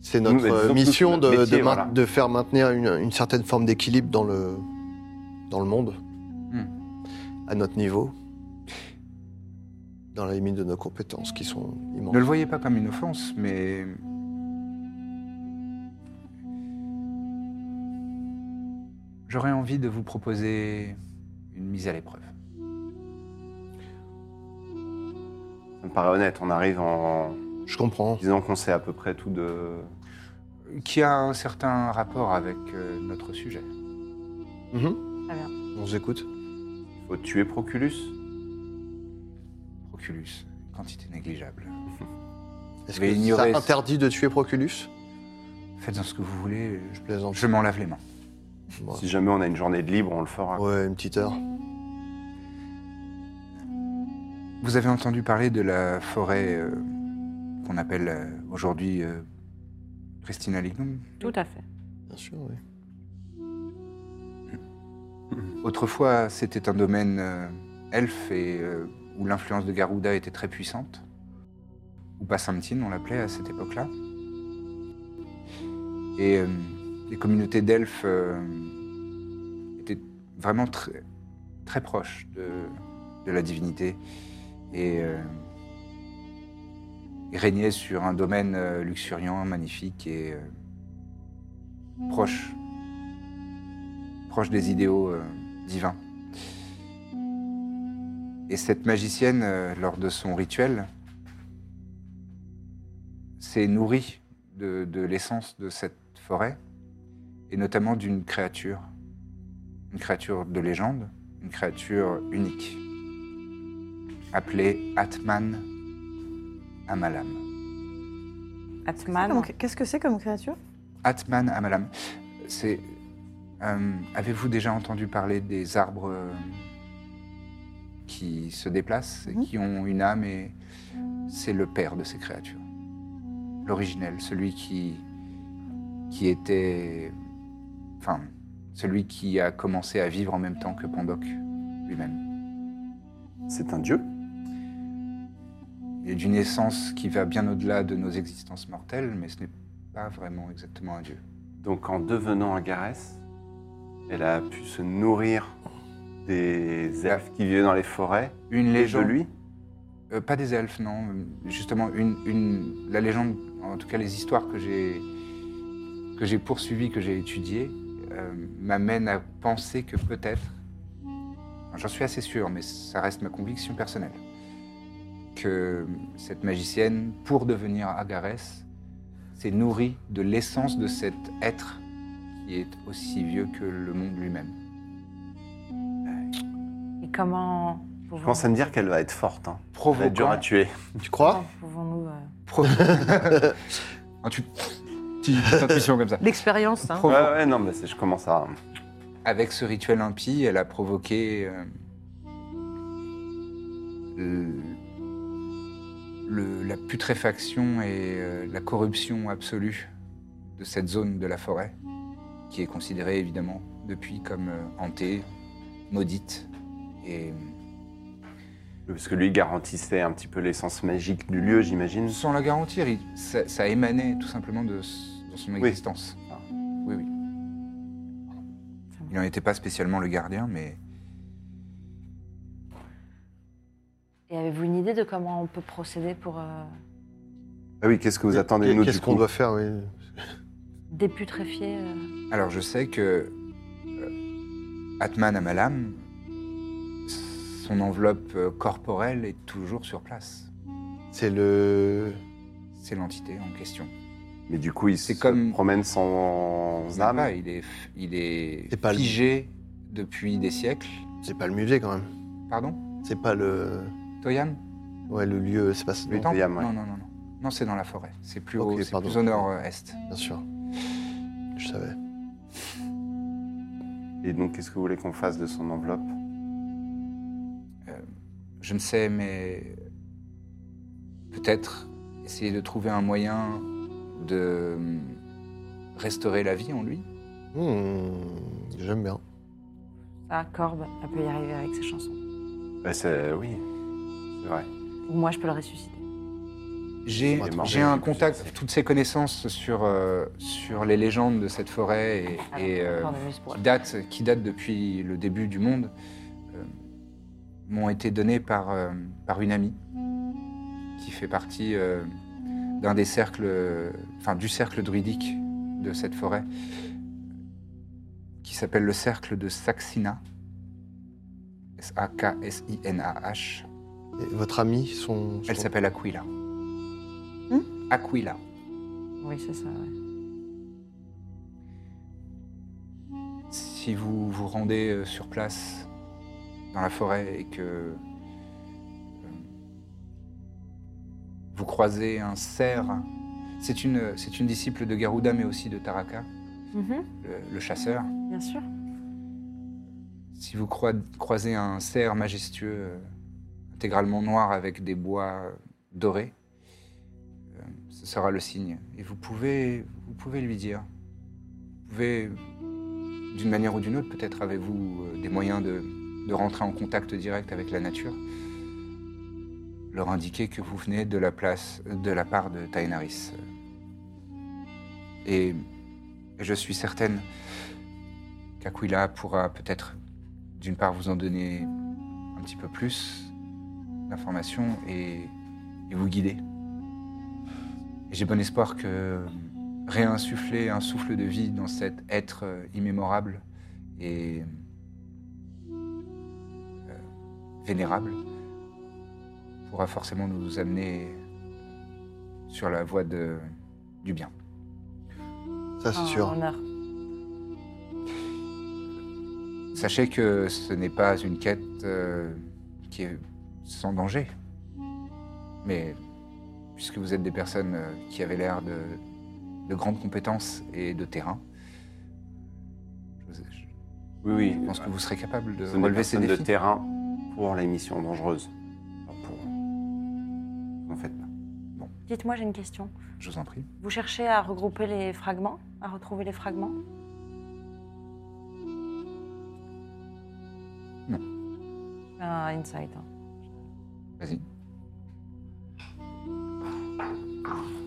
Speaker 2: C'est
Speaker 4: Nous,
Speaker 2: notre
Speaker 4: bah, disons
Speaker 2: euh,
Speaker 4: que
Speaker 2: mission
Speaker 4: notre
Speaker 2: de,
Speaker 4: métier,
Speaker 2: de main-
Speaker 4: voilà.
Speaker 2: de faire maintenir une, une certaine forme d'équilibre dans le, dans le monde,
Speaker 1: Hmm.
Speaker 2: à notre niveau, dans la limite de nos compétences qui sont immenses.
Speaker 1: Ne le voyez pas comme une offense, mais. J'aurais envie de vous proposer une mise à l'épreuve.
Speaker 4: Ça me paraît honnête, on arrive en
Speaker 2: Je comprends.
Speaker 4: disant qu'on sait à peu près tout de...
Speaker 1: Qui a un certain rapport avec euh, notre sujet.
Speaker 2: Mhm.
Speaker 5: Très bien.
Speaker 2: On vous écoute.
Speaker 4: Il faut tuer Proculus.
Speaker 1: Proculus, quantité négligeable.
Speaker 2: Est-ce
Speaker 1: Mais
Speaker 2: que
Speaker 1: ignorer
Speaker 2: ça
Speaker 1: ça.
Speaker 2: interdit de tuer Proculus
Speaker 1: Faites-en ce que vous voulez,
Speaker 2: Je plaisante.
Speaker 1: je, je m'en lave les mains.
Speaker 2: Ouais.
Speaker 4: Si jamais on a une journée de libre, on le fera.
Speaker 2: Ouais, une petite heure.
Speaker 1: Vous avez entendu parler de la forêt euh, qu'on appelle euh, aujourd'hui euh, Christina Lignum
Speaker 6: Tout à fait.
Speaker 2: Bien sûr, oui.
Speaker 1: Autrefois, c'était un domaine euh, elfe et euh, où l'influence de Garuda était très puissante. Ou Passantine, on l'appelait à cette époque-là. Et euh, les communautés d'elfes euh, étaient vraiment très, très proches de, de la divinité et, euh, et régnaient sur un domaine euh, luxuriant, magnifique et euh, proche proche des idéaux euh, divins. Et cette magicienne, euh, lors de son rituel, s'est nourrie de, de l'essence de cette forêt, et notamment d'une créature, une créature de légende, une créature unique, appelée Atman Amalam.
Speaker 6: Atman.
Speaker 5: Comme- Qu'est-ce que c'est comme créature
Speaker 1: Atman Amalam. C'est. euh, Avez-vous déjà entendu parler des arbres euh, qui se déplacent et qui ont une âme et c'est le père de ces créatures. L'originel, celui qui qui était, enfin, celui qui a commencé à vivre en même temps que Pandoc lui-même.
Speaker 4: C'est un dieu
Speaker 1: Il est d'une essence qui va bien au-delà de nos existences mortelles, mais ce n'est pas vraiment exactement un dieu.
Speaker 4: Donc en devenant Agarès, elle a pu se nourrir des elfes qui vivaient dans les forêts
Speaker 1: Une
Speaker 4: et de
Speaker 1: légende.
Speaker 4: lui.
Speaker 1: Euh, pas des elfes, non. Justement, une, une- la légende, en tout cas les histoires que j'ai que j'ai poursuivies, que j'ai étudiées, euh, m'amènent à penser que peut-être, j'en suis assez sûr, mais ça reste ma conviction personnelle, que cette magicienne, pour devenir Agarès, s'est nourrie de l'essence de cet être qui est aussi vieux que le monde lui-même.
Speaker 6: Et comment
Speaker 4: Je
Speaker 6: pouvons-
Speaker 4: commence à me dire qu'elle va être forte. Hein. Elle va être dure à
Speaker 1: Provoquant,
Speaker 4: tuer.
Speaker 2: Tu crois
Speaker 6: comment pouvons-nous euh,
Speaker 1: pro- Ah, tu- petite intuition comme ça.
Speaker 3: L'expérience, hein.
Speaker 4: Ouais,
Speaker 1: Provo-
Speaker 4: ouais, non, mais c'est- je commence à...
Speaker 1: Avec ce rituel impie, elle a provoqué euh, le- euh, le- la putréfaction et euh, la corruption absolue de cette zone de la forêt, qui est considérée évidemment depuis comme euh, hantée, maudite. Et euh,
Speaker 4: Parce que lui garantissait un petit peu l'essence magique du lieu, j'imagine.
Speaker 1: sans la garantir, il- ça, ça émanait tout simplement de, s- de son existence.
Speaker 4: Ah.
Speaker 1: Oui, oui. Il n'en était pas spécialement le gardien, mais
Speaker 6: Et avez-vous une idée de comment on peut procéder pour euh,
Speaker 4: Ah oui, qu'est-ce que vous attendez de nous
Speaker 2: Qu'est-ce
Speaker 4: du
Speaker 2: qu'on
Speaker 4: coup
Speaker 2: doit faire oui.
Speaker 6: députréfier euh,
Speaker 1: Alors je sais que euh, Atman Amalam, son enveloppe euh, corporelle est toujours sur place.
Speaker 2: C'est le.
Speaker 1: C'est l'entité en question.
Speaker 4: Mais du coup, il se
Speaker 1: C'est comme-
Speaker 4: promène sans
Speaker 1: Ah, bah,
Speaker 4: âme.
Speaker 1: il est, f- il est,
Speaker 2: C'est pas le-
Speaker 1: figé depuis des siècles.
Speaker 2: C'est pas le musée quand même.
Speaker 1: Pardon
Speaker 2: C'est pas le.
Speaker 1: Toyan
Speaker 2: Ouais, le lieu se passe
Speaker 1: Le
Speaker 2: dans-
Speaker 1: temple
Speaker 4: Yam, ouais.
Speaker 1: Non, non, non, non. Non, c'est dans la forêt. C'est plus
Speaker 2: Ok,
Speaker 1: haut, c'est
Speaker 2: pardon.
Speaker 1: plus au nord-est.
Speaker 2: Bien sûr. Je savais.
Speaker 4: Et donc, qu'est-ce que vous voulez qu'on fasse de son enveloppe
Speaker 1: Je ne sais, mais peut-être essayer de trouver un moyen de hum, restaurer la vie en lui.
Speaker 2: Hmm, J'aime bien.
Speaker 6: Ah, Corbe, elle peut y arriver avec ses chansons.
Speaker 4: Bah, c'est- Oui, c'est vrai.
Speaker 6: Ou moi, je peux le ressusciter.
Speaker 1: J'ai
Speaker 4: Il est mort.
Speaker 1: j'ai un contact, toutes ces connaissances sur, euh, sur les légendes de cette forêt et, et, euh,
Speaker 6: Encore de muse pour
Speaker 1: qui
Speaker 6: elle.
Speaker 1: datent qui datent depuis le début du monde euh, m'ont été données par, euh, par une amie qui fait partie euh, d'un des cercles, enfin du cercle druidique de cette forêt, qui s'appelle le cercle de Saxina. S-A-K-S-I-N-A-H.
Speaker 2: Et votre amie, son.
Speaker 1: Elle
Speaker 2: son-
Speaker 1: s'appelle Aquila. Aquila.
Speaker 6: Oui, c'est ça, ouais.
Speaker 1: Si vous vous rendez euh, sur place dans la forêt et que euh, vous croisez un cerf, c'est une, c'est une disciple de Garuda mais aussi de Taraka,
Speaker 6: Mhm.
Speaker 1: le, le chasseur.
Speaker 6: Bien sûr.
Speaker 1: Si vous croi- croisez un cerf majestueux euh, intégralement noir avec des bois dorés, euh, ce sera le signe. Et vous pouvez, vous pouvez lui dire. Vous pouvez, d'une manière ou d'une autre, peut-être avez-vous euh, des moyens de, de rentrer en contact direct avec la nature, leur indiquer que vous venez de la place, de la part de Tainaris. Et je suis certaine qu'Aquila pourra peut-être, d'une part, vous en donner un petit peu plus d'informations et, et vous guider. Et J'ai bon espoir que réinsuffler un souffle de vie dans cet être euh, immémorable et euh, vénérable pourra forcément nous amener sur la voie de, du bien.
Speaker 2: Ça, c'est
Speaker 6: En
Speaker 2: sûr.
Speaker 6: honneur.
Speaker 1: Sachez que ce n'est pas une quête euh, qui est sans danger. Mais puisque vous êtes des personnes euh, qui avaient l'air de, de grandes compétences et de terrain, je, vous- je
Speaker 4: Oui, oui.
Speaker 1: pense que vous serez capable de
Speaker 4: Ce n'est
Speaker 1: relever ces
Speaker 4: personne de
Speaker 1: défis.
Speaker 4: terrain pour les missions dangereuses. Pas pour... En fait, pas.
Speaker 6: Dites-moi, j'ai une question.
Speaker 1: Je vous en prie.
Speaker 6: Vous cherchez à regrouper les fragments À retrouver les fragments
Speaker 1: Non.
Speaker 6: Je fais Un insight. hein.
Speaker 1: Vas-y.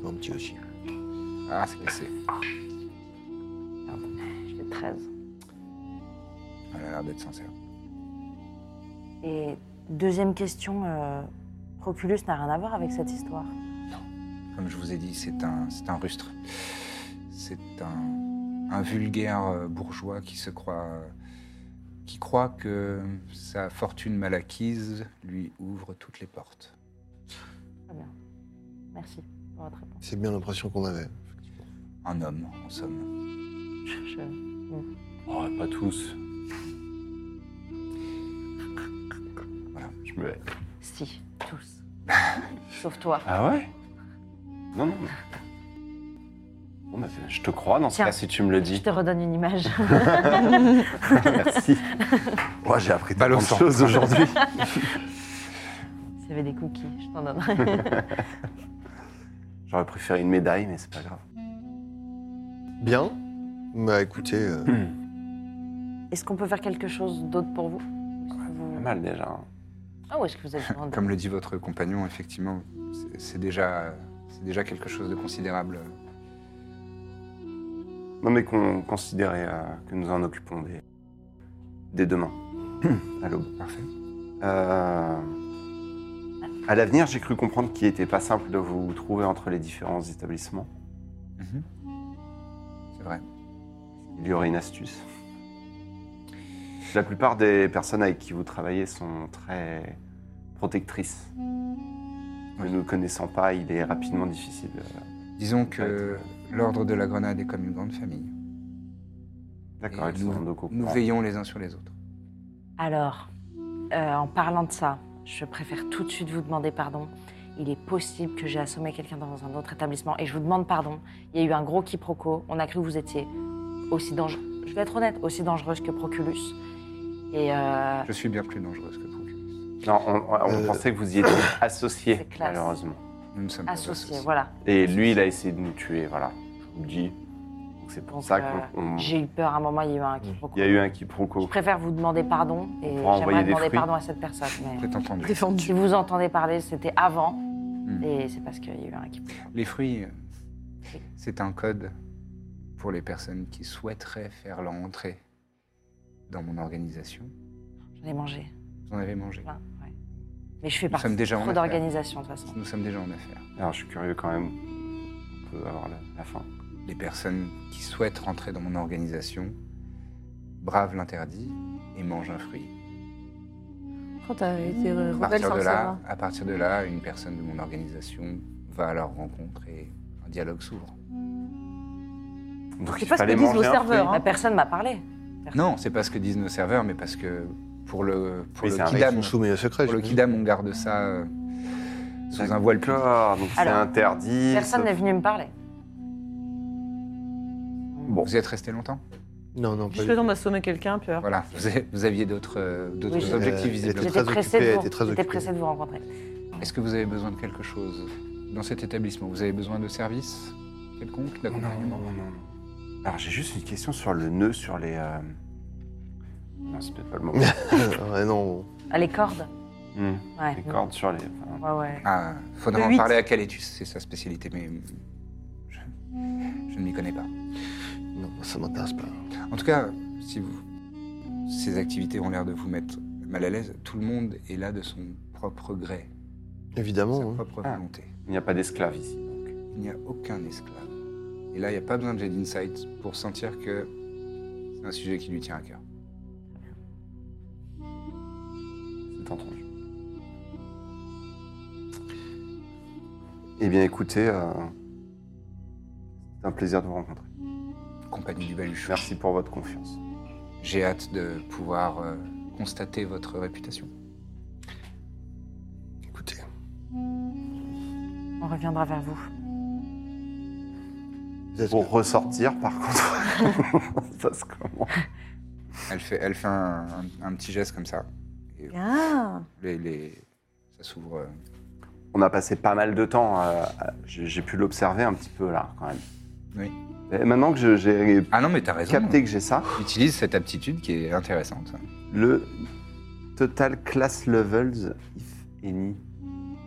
Speaker 2: Mon petit aussi.
Speaker 1: Ah, c'est cassé.
Speaker 6: Je fais 13.
Speaker 1: Elle a l'air d'être sincère.
Speaker 6: Et deuxième question, euh, Proculus n'a rien à voir avec cette histoire.
Speaker 1: Comme je vous ai dit, c'est un, c'est un rustre. C'est un, un vulgaire euh, bourgeois qui se croit, euh, qui croit que sa fortune mal acquise lui ouvre toutes les portes.
Speaker 6: Très bien. Merci pour votre réponse.
Speaker 2: C'est bien l'impression qu'on avait.
Speaker 1: Un homme, en somme.
Speaker 6: Je- euh, je-
Speaker 4: Oh, pas tous.
Speaker 1: Voilà.
Speaker 4: Je me vais.
Speaker 6: Si, tous. Sauf toi.
Speaker 4: Ah ouais Non, non. non. Bon, bah, je te crois dans ce
Speaker 6: Tiens.
Speaker 4: cas si tu me le
Speaker 6: Je
Speaker 4: dis.
Speaker 6: te redonne une image.
Speaker 4: Merci. Moi, j'ai appris tellement de
Speaker 1: Balançant.
Speaker 4: choses aujourd'hui.
Speaker 6: S'il y avait des cookies, je t'en donnerais.
Speaker 4: J'aurais préféré une médaille, mais c'est pas grave.
Speaker 2: Bien. Bah écoutez, euh,
Speaker 6: Est-ce qu'on peut faire quelque chose d'autre pour vous Est-ce que
Speaker 4: Pas
Speaker 6: vous-
Speaker 4: mal déjà. hein.
Speaker 6: Ah ouais, est-ce que vous êtes besoin de-
Speaker 1: Comme le dit votre compagnon, effectivement, c'est- c'est déjà, c'est déjà quelque chose de considérable.
Speaker 4: Non, mais qu'on considérait euh, que nous en occupons dès, dès demain, à l'aube.
Speaker 1: Parfait.
Speaker 4: Euh, à l'avenir, j'ai cru comprendre qu'il n'était pas simple de vous trouver entre les différents établissements.
Speaker 1: Mhm. C'est vrai.
Speaker 4: Il y aurait une astuce. La plupart des personnes avec qui vous travaillez sont très protectrices. Ne nous connaissant pas, il est rapidement difficile. euh,
Speaker 1: Disons que l'ordre de la grenade est comme une grande famille.
Speaker 4: D'accord,
Speaker 1: Et
Speaker 4: ils sont donc au
Speaker 1: nous, nous
Speaker 4: courant.
Speaker 1: veillons les uns sur les autres.
Speaker 6: Alors, euh, en parlant de ça, je préfère tout de suite vous demander pardon. Il est possible que j'ai assommé quelqu'un dans un autre établissement et je vous demande pardon. Il y a eu un gros quiproquo. On a cru que vous étiez aussi dangereuse. Je vais être honnête, aussi dangereuse que Proculus. Et euh,
Speaker 1: Je suis bien plus dangereuse que Proculus.
Speaker 4: Non, on, on
Speaker 2: Euh.
Speaker 4: pensait que vous y étiez
Speaker 6: C'est
Speaker 4: associé,
Speaker 6: classe.
Speaker 4: malheureusement.
Speaker 1: Nous ne sommes pas
Speaker 6: associé,
Speaker 1: associés.
Speaker 6: voilà.
Speaker 4: Et lui, il a essayé de nous tuer, voilà. Je vous le dis. Donc, C'est pour
Speaker 6: Donc,
Speaker 4: ça
Speaker 6: euh,
Speaker 4: qu'on. on-
Speaker 6: J'ai eu peur à un moment, il y a eu un quiproquo.
Speaker 4: Mm. Il y a eu un
Speaker 6: Je
Speaker 4: quiproquo.
Speaker 6: préfère vous demander pardon et
Speaker 4: pourra envoyer
Speaker 6: j'aimerais
Speaker 4: des
Speaker 6: demander
Speaker 4: fruits.
Speaker 6: pardon à cette personne. mais-
Speaker 1: C'est entendu.
Speaker 6: Si vous entendez parler, c'était avant.
Speaker 4: Mm.
Speaker 1: Hmm.
Speaker 6: Et c'est parce qu'il y a eu un équipe.
Speaker 1: Les fruits, euh, c'est un code pour les personnes qui souhaiteraient faire leur entrée dans mon organisation.
Speaker 6: J'en ai mangé
Speaker 1: Vous en avez mangé.
Speaker 6: plein. ouais. Mais je fais
Speaker 1: Nous
Speaker 6: partie
Speaker 1: sommes déjà en
Speaker 6: trop
Speaker 1: affaires.
Speaker 6: d'organisations de toute façon.
Speaker 1: Nous sommes déjà en affaire.
Speaker 4: Alors, je suis curieux quand même. On peut avoir la, la fin.
Speaker 1: Les personnes qui souhaitent rentrer dans mon organisation bravent l'interdit et mangent un fruit.
Speaker 5: Oh, t'as été euh,
Speaker 1: À
Speaker 5: rebelle
Speaker 1: partir,
Speaker 5: sans
Speaker 1: de
Speaker 5: le
Speaker 1: là,
Speaker 5: savoir.
Speaker 1: à partir de là, une personne de mon organisation va à leur rencontre et un dialogue s'ouvre.
Speaker 4: Donc,
Speaker 5: C'est pas
Speaker 4: il
Speaker 5: ce que
Speaker 4: fallait
Speaker 5: disent nos
Speaker 4: manger un
Speaker 5: serveurs.
Speaker 6: La
Speaker 5: hein.
Speaker 6: Bah, personne m'a parlé.
Speaker 1: Non, c'est pas ce que disent nos serveurs, mais parce que pour le, pour
Speaker 4: Oui,
Speaker 1: le
Speaker 4: c'est un
Speaker 2: Ils
Speaker 1: Kidam,
Speaker 2: sont soumis à secret.
Speaker 1: pour le
Speaker 2: j'imagine.
Speaker 1: Kidam, on garde ça euh,
Speaker 4: fruit.
Speaker 1: sous un voile pur.
Speaker 4: D'accord, donc c'est
Speaker 6: Alors,
Speaker 4: interdit.
Speaker 6: Personne
Speaker 4: sauf-
Speaker 6: n'est venu me parler.
Speaker 4: Bon.
Speaker 1: Vous y êtes resté longtemps
Speaker 2: Non, non, pas
Speaker 3: Juste
Speaker 2: du
Speaker 3: le temps
Speaker 2: tout.
Speaker 3: d'assommer quelqu'un, puis. euh,
Speaker 1: Voilà, vous, avez- vous aviez d'autres euh, d'autres
Speaker 6: Oui, je-
Speaker 1: objectifs
Speaker 2: Euh,
Speaker 1: visiblement.
Speaker 2: elle était
Speaker 6: J'étais
Speaker 2: très
Speaker 6: pressée,
Speaker 2: occupée,
Speaker 6: de
Speaker 2: elle
Speaker 6: vous-
Speaker 2: était très
Speaker 6: j'étais
Speaker 2: occupée.
Speaker 6: pressée de vous rencontrer.
Speaker 1: Est-ce que vous avez besoin de quelque chose dans cet établissement Vous avez besoin de services quelconque,
Speaker 4: Non, non,
Speaker 1: d'accompagnement
Speaker 4: non, non. Alors, j'ai juste une question sur le nœud, sur les. euh, Non, c'est peut-être pas le moment.
Speaker 2: ouais, non.
Speaker 6: Ah, les cordes
Speaker 4: Hmm.
Speaker 5: Ah.
Speaker 6: Ouais.
Speaker 4: Les cordes sur les. enfin,
Speaker 6: Ouais, ouais.
Speaker 1: Ah, faudra
Speaker 3: Le
Speaker 1: en
Speaker 3: huit.
Speaker 1: parler à Caletus, c'est sa spécialité, mais je, je ne m'y connais pas.
Speaker 2: Non, ça m'intéresse pas.
Speaker 1: En tout cas, si vous, ces activités ont l'air de vous mettre mal à l'aise, tout le monde est là de son propre gré,
Speaker 2: Évidemment.
Speaker 1: sa
Speaker 2: hein.
Speaker 1: propre
Speaker 4: Ah.
Speaker 1: volonté.
Speaker 4: il n'y a pas d'esclaves ici. donc.
Speaker 1: Il n'y a aucun esclave. Et là, il n'y a pas besoin de jet d'insight pour sentir que c'est un sujet qui lui tient à cœur.
Speaker 4: C'est entendu. Eh bien, écoutez, euh, c'est un plaisir de vous rencontrer.
Speaker 1: Compagnie du Baluchon.
Speaker 4: Merci pour votre confiance.
Speaker 1: J'ai hâte de pouvoir euh, constater votre réputation.
Speaker 2: Écoutez,
Speaker 6: On reviendra vers vous.
Speaker 2: vous êtes-
Speaker 4: Pour ressortir, par contre, ça se commence.
Speaker 1: Elle fait, elle fait un, un- un petit geste comme ça. Et
Speaker 5: Ah,
Speaker 1: les, les- ça s'ouvre. euh,
Speaker 4: On a passé pas mal de temps. euh, à- j'ai j'ai pu l'observer un petit peu là, quand même.
Speaker 1: Oui.
Speaker 4: Et maintenant que je- j'ai
Speaker 1: Ah non, mais t'as raison.
Speaker 4: capté que j'ai ça,
Speaker 1: Utilise cette aptitude qui est intéressante.
Speaker 4: le total class levels, if any,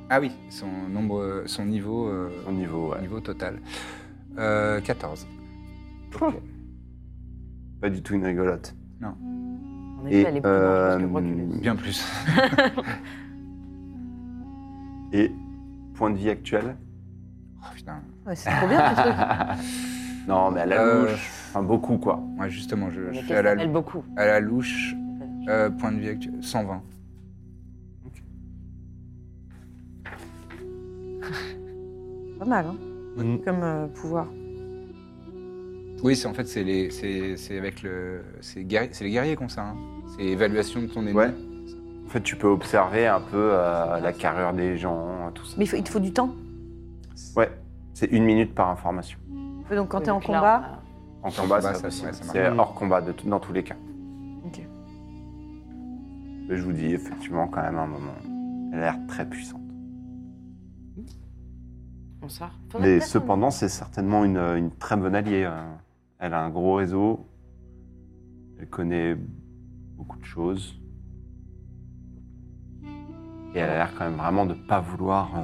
Speaker 1: Ah oui, son nombre, son niveau, euh,
Speaker 4: au niveau. ouais.
Speaker 1: niveau total. Euh, 14. Ok.
Speaker 4: Pas du tout une rigolote.
Speaker 6: En effet,
Speaker 4: Et,
Speaker 6: elle est plus dangereuse que
Speaker 4: euh,
Speaker 6: Proculus.
Speaker 1: Bien plus.
Speaker 4: Et point de vie actuel
Speaker 1: Oh, putain.
Speaker 5: ouais, c'est trop bien ce truc.
Speaker 4: Non, mais à la
Speaker 1: Euh,
Speaker 4: louche. Enfin, beaucoup, quoi.
Speaker 1: Moi, justement, je, je
Speaker 6: Mais
Speaker 1: fais à
Speaker 6: qu'elle
Speaker 1: la,
Speaker 6: s'appelle beaucoup.
Speaker 1: à la louche, euh, point de vue actuel, 120.
Speaker 5: Pas mal, hein,
Speaker 2: Mm.
Speaker 5: comme euh, pouvoir.
Speaker 1: Oui, c'est en fait c'est les c'est c'est avec le c'est guerri- c'est les guerriers comme ça. hein. C'est évaluation de ton ennemi.
Speaker 4: Ouais. En fait, tu peux observer un peu euh, la carrure des gens, tout ça.
Speaker 3: Mais il, faut- il te faut du temps.
Speaker 4: Ouais, c'est une minute par information.
Speaker 5: Ouais, Donc quand t'es en
Speaker 6: Depuis là,
Speaker 5: combat,
Speaker 4: En
Speaker 1: En
Speaker 4: combat,
Speaker 1: combat,
Speaker 4: c'est
Speaker 1: ça-
Speaker 4: pas
Speaker 1: ouais,
Speaker 4: possible.
Speaker 1: ça marche.
Speaker 4: c'est hors combat de tout- dans tous les cas.
Speaker 5: Ok.
Speaker 4: Mais je vous dis, effectivement, quand même, à un moment, elle a l'air très puissante.
Speaker 6: On sort.
Speaker 4: Mais cependant, c'est certainement une, une très bonne alliée. euh. Elle a un gros réseau. Elle connaît beaucoup de choses. Et elle a l'air quand même vraiment de pas vouloir euh,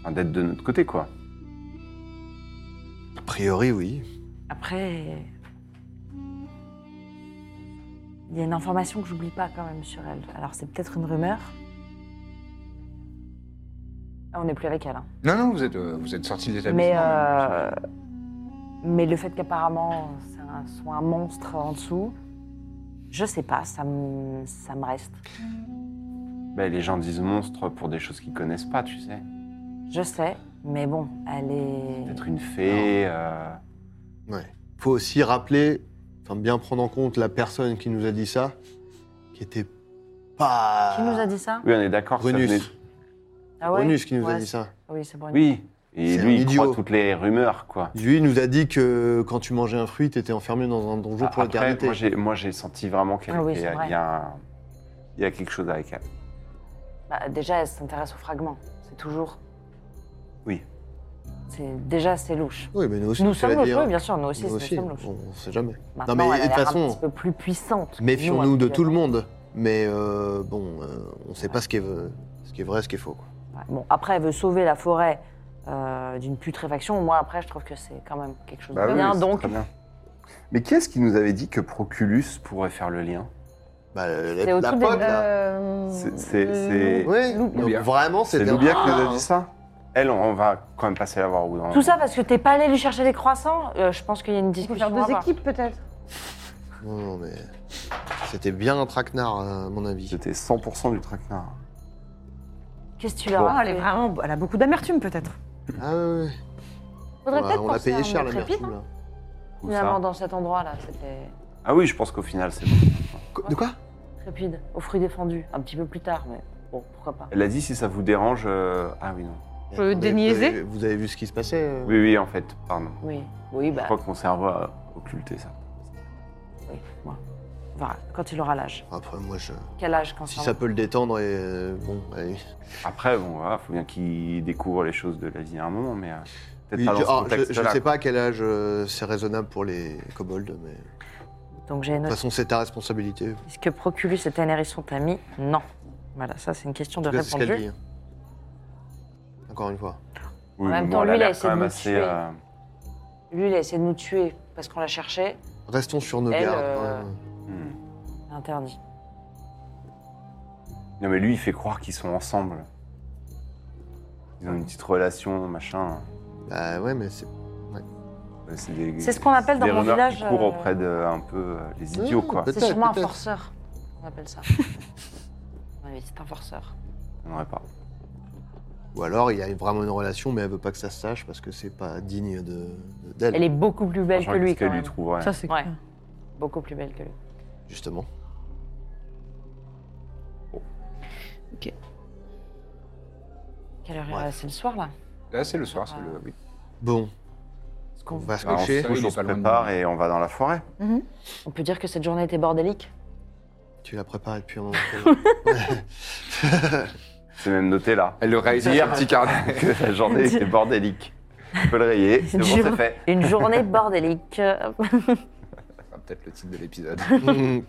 Speaker 4: enfin, d'être de notre côté, quoi.
Speaker 2: A priori, oui.
Speaker 6: Après, il y a une information que j'oublie pas quand même sur elle. Alors c'est peut-être une rumeur. Ah, on n'est plus avec elle. hein.
Speaker 1: Non non, vous êtes euh, vous êtes sorti de l'établissement.
Speaker 6: Mais,
Speaker 2: hein,
Speaker 1: même.
Speaker 6: euh, mais le fait qu'apparemment c'est un, soit un monstre en dessous, je sais pas, ça me, ça me reste.
Speaker 4: Ben, les gens disent monstre pour des choses qu'ils connaissent pas, tu sais.
Speaker 6: Je sais, mais bon, elle est.
Speaker 4: Peut-être une fée. euh,
Speaker 2: Ouais. Faut aussi rappeler, enfin bien prendre en compte la personne qui nous a dit ça, qui était pas.
Speaker 6: Qui nous a dit ça
Speaker 4: Oui, on est d'accord. que ça
Speaker 2: Brunus.
Speaker 4: venait-
Speaker 6: Ah ouais
Speaker 2: Brunus qui nous a
Speaker 6: Ouais,
Speaker 2: dit ça.
Speaker 6: c'est- Ah Oui, c'est Brunus.
Speaker 4: Oui, et
Speaker 2: C'est un
Speaker 4: lui, il
Speaker 2: idiot.
Speaker 4: croit toutes les rumeurs, quoi.
Speaker 2: Lui, il nous a dit que euh, quand tu mangeais un fruit, t'étais enfermé dans un donjon pour
Speaker 4: Ah, Après,
Speaker 2: l'éternité.
Speaker 4: moi, j'ai- moi, j'ai senti vraiment qu'il y,
Speaker 6: Ah oui,
Speaker 4: il y
Speaker 6: c'est
Speaker 4: a-
Speaker 6: vrai.
Speaker 4: il y a un- il y a quelque chose avec elle.
Speaker 6: Bah, déjà, elle s'intéresse aux fragments. C'est toujours.
Speaker 4: Oui.
Speaker 6: C'est déjà c'est louche.
Speaker 2: Oui, mais nous aussi,
Speaker 6: Nous
Speaker 2: tu l'as
Speaker 6: sommes louches,
Speaker 2: dit,
Speaker 6: oui,
Speaker 2: hein.
Speaker 6: bien sûr, nous aussi,
Speaker 2: Nous
Speaker 6: nous
Speaker 2: aussi,
Speaker 6: sommes louches.
Speaker 2: on on sait jamais.
Speaker 6: Maintenant,
Speaker 2: mais,
Speaker 6: elle a
Speaker 2: de toute
Speaker 6: l'air
Speaker 2: façon,
Speaker 6: un petit peu plus puissante. que
Speaker 2: Méfions-nous de tout le
Speaker 6: actuellement.
Speaker 2: monde. Mais euh, bon, euh, on sait pas ce qui est, v- ce qui est vrai, ce qui est faux. quoi.
Speaker 6: Ouais, Bon, après, elle veut sauver la forêt euh, d'une putréfaction. Moi, après, je trouve que c'est quand même quelque chose
Speaker 4: Bah
Speaker 6: de
Speaker 4: oui,
Speaker 6: bien.
Speaker 4: c'est
Speaker 6: donc,
Speaker 4: très bien. Mais qui est-ce qui nous avait dit que Proculus pourrait faire le lien
Speaker 2: Bah, la,
Speaker 6: C'est au
Speaker 2: la
Speaker 6: tout
Speaker 2: pote,
Speaker 6: début.
Speaker 2: là.
Speaker 6: Mmh.
Speaker 5: Euh,
Speaker 4: C'est- c'est- c'est-
Speaker 2: Oui, donc
Speaker 1: Loubia.
Speaker 2: vraiment,
Speaker 4: C'est
Speaker 2: c'était. Ah.
Speaker 4: Loubia qui nous a dit ça Elle, on, on va quand même passer la voir au bout d'un
Speaker 6: tout
Speaker 4: moment.
Speaker 6: ça parce que t'es pas allé lui chercher les croissants Euh, Je pense qu'il y a une
Speaker 5: Il faut
Speaker 6: discussion.
Speaker 5: faire
Speaker 6: à
Speaker 5: deux
Speaker 6: avoir.
Speaker 5: équipes peut-être.
Speaker 2: Non, non, mais. C'était bien un traquenard, euh, à mon avis.
Speaker 4: C'était 100% du traquenard.
Speaker 6: Qu'est-ce que tu leur
Speaker 5: Ah,
Speaker 6: as
Speaker 5: elle
Speaker 6: fait
Speaker 5: est vraiment, elle a beaucoup d'amertume peut-être.
Speaker 2: Ah, ouais, ouais.
Speaker 6: Faudrait
Speaker 2: On l'a-
Speaker 6: peut-être
Speaker 2: on l'a
Speaker 6: penser
Speaker 2: payé
Speaker 6: à un
Speaker 2: cher, la
Speaker 6: autre
Speaker 2: merde.
Speaker 5: hein.
Speaker 6: épisode,
Speaker 2: là.
Speaker 4: Ou
Speaker 6: Finalement,
Speaker 4: ça.
Speaker 6: dans cet endroit-là, c'était
Speaker 4: Ah oui, je pense qu'au final, c'est bon.
Speaker 2: Qu- De quoi
Speaker 6: trépide, aux fruits défendus, un petit peu plus tard, mais bon, pourquoi pas.
Speaker 4: Elle a dit si ça vous dérange. euh, Ah oui, non.
Speaker 5: Je peux
Speaker 2: Attendez,
Speaker 5: déniaiser
Speaker 2: vous avez- Vous avez vu ce qui se passait euh
Speaker 4: Oui, oui, en fait, pardon.
Speaker 6: Oui, oui,
Speaker 4: Je
Speaker 6: bah,
Speaker 4: crois que mon cerveau a occulté ça.
Speaker 6: oui, moi. Enfin, quand il aura l'âge.
Speaker 2: Après, moi, je...
Speaker 6: Quel âge quand
Speaker 2: si
Speaker 6: ça
Speaker 2: ça peut le détendre, et euh, bon, allez.
Speaker 4: Après, bon, voilà, faut bien qu'il découvre les choses de la vie à un moment, mais euh, peut-être
Speaker 2: Oui,
Speaker 4: pas dans
Speaker 2: je-
Speaker 4: ce
Speaker 2: ah, je- je
Speaker 4: contexte-là.
Speaker 2: ne sais pas à quel âge euh, c'est raisonnable pour les kobolds, mais de
Speaker 6: Donc j'ai
Speaker 2: toute
Speaker 6: noté.
Speaker 2: façon, c'est ta responsabilité.
Speaker 6: Est-ce que Proculus et Ténéris sont amis Non. Voilà, ça c'est une question de
Speaker 2: En tout cas, C'est ce
Speaker 6: répondu.
Speaker 2: qu'elle dit. hein Encore une fois.
Speaker 4: Oui,
Speaker 6: En
Speaker 4: mais
Speaker 6: même
Speaker 4: bon,
Speaker 6: temps,
Speaker 4: elle a
Speaker 6: lui, il a
Speaker 4: l'air
Speaker 6: essayé de
Speaker 4: quand même
Speaker 6: nous
Speaker 4: assez.
Speaker 6: tuer.
Speaker 4: euh,
Speaker 6: Lui, il a essayé de nous tuer parce qu'on l'a cherché.
Speaker 2: Restons sur nos
Speaker 6: Elle,
Speaker 2: gardes.
Speaker 6: euh,
Speaker 2: hein.
Speaker 4: hmm.
Speaker 6: Interdit.
Speaker 4: Non mais lui il fait croire qu'ils sont ensemble. Ils ont une petite relation, machin.
Speaker 2: Bah ouais, mais c'est.
Speaker 4: Ouais, C'est des-
Speaker 6: C'est ce qu'on appelle dans
Speaker 4: des
Speaker 6: mon
Speaker 4: rumeurs
Speaker 6: village,
Speaker 4: Qui courent
Speaker 6: euh,
Speaker 4: auprès de un peu euh, les idiots
Speaker 2: Ouais,
Speaker 4: quoi.
Speaker 2: peut-être.
Speaker 6: C'est sûrement un
Speaker 2: peut-être.
Speaker 6: forceur, on appelle ça. oui, c'est un forceur.
Speaker 4: Je n'aurais pas.
Speaker 2: Ou alors, il y a vraiment une relation, mais elle veut pas que ça se sache parce que c'est pas digne de de- d'elle,
Speaker 6: Elle est beaucoup plus belle que
Speaker 4: Franchement,
Speaker 6: lui
Speaker 4: qu'est-ce
Speaker 6: quand
Speaker 4: qu'elle lui
Speaker 6: même.
Speaker 4: trouverait
Speaker 3: Ça, c'est
Speaker 6: Ouais.
Speaker 3: clair.
Speaker 6: Beaucoup plus belle que lui.
Speaker 2: justement.
Speaker 6: Quelle heure
Speaker 2: Ouais.
Speaker 6: est C'est le soir là
Speaker 1: Là, c'est le soir, c'est le. oui.
Speaker 2: Bon,
Speaker 6: Est-ce
Speaker 2: Ah, on
Speaker 6: qu'on-
Speaker 2: va se
Speaker 1: Alors,
Speaker 2: coucher.
Speaker 1: ça-
Speaker 4: Couche,
Speaker 1: il
Speaker 4: on
Speaker 1: est
Speaker 4: se
Speaker 1: pas loin de
Speaker 4: prépare
Speaker 1: nous.
Speaker 4: et on va dans la forêt.
Speaker 6: On peut dire que cette journée était bordélique
Speaker 2: Tu l'as préparé depuis un moment.
Speaker 4: C'est même noté là.
Speaker 1: Elle le réalise sur un petit carnet.
Speaker 4: Que la journée était bordélique. On peut le rayer, c'est bon,
Speaker 6: Dieu.
Speaker 4: c'est fait.
Speaker 6: Une journée bordélique.
Speaker 1: Ça sera Ah, peut-être le titre de l'épisode.
Speaker 2: Mm.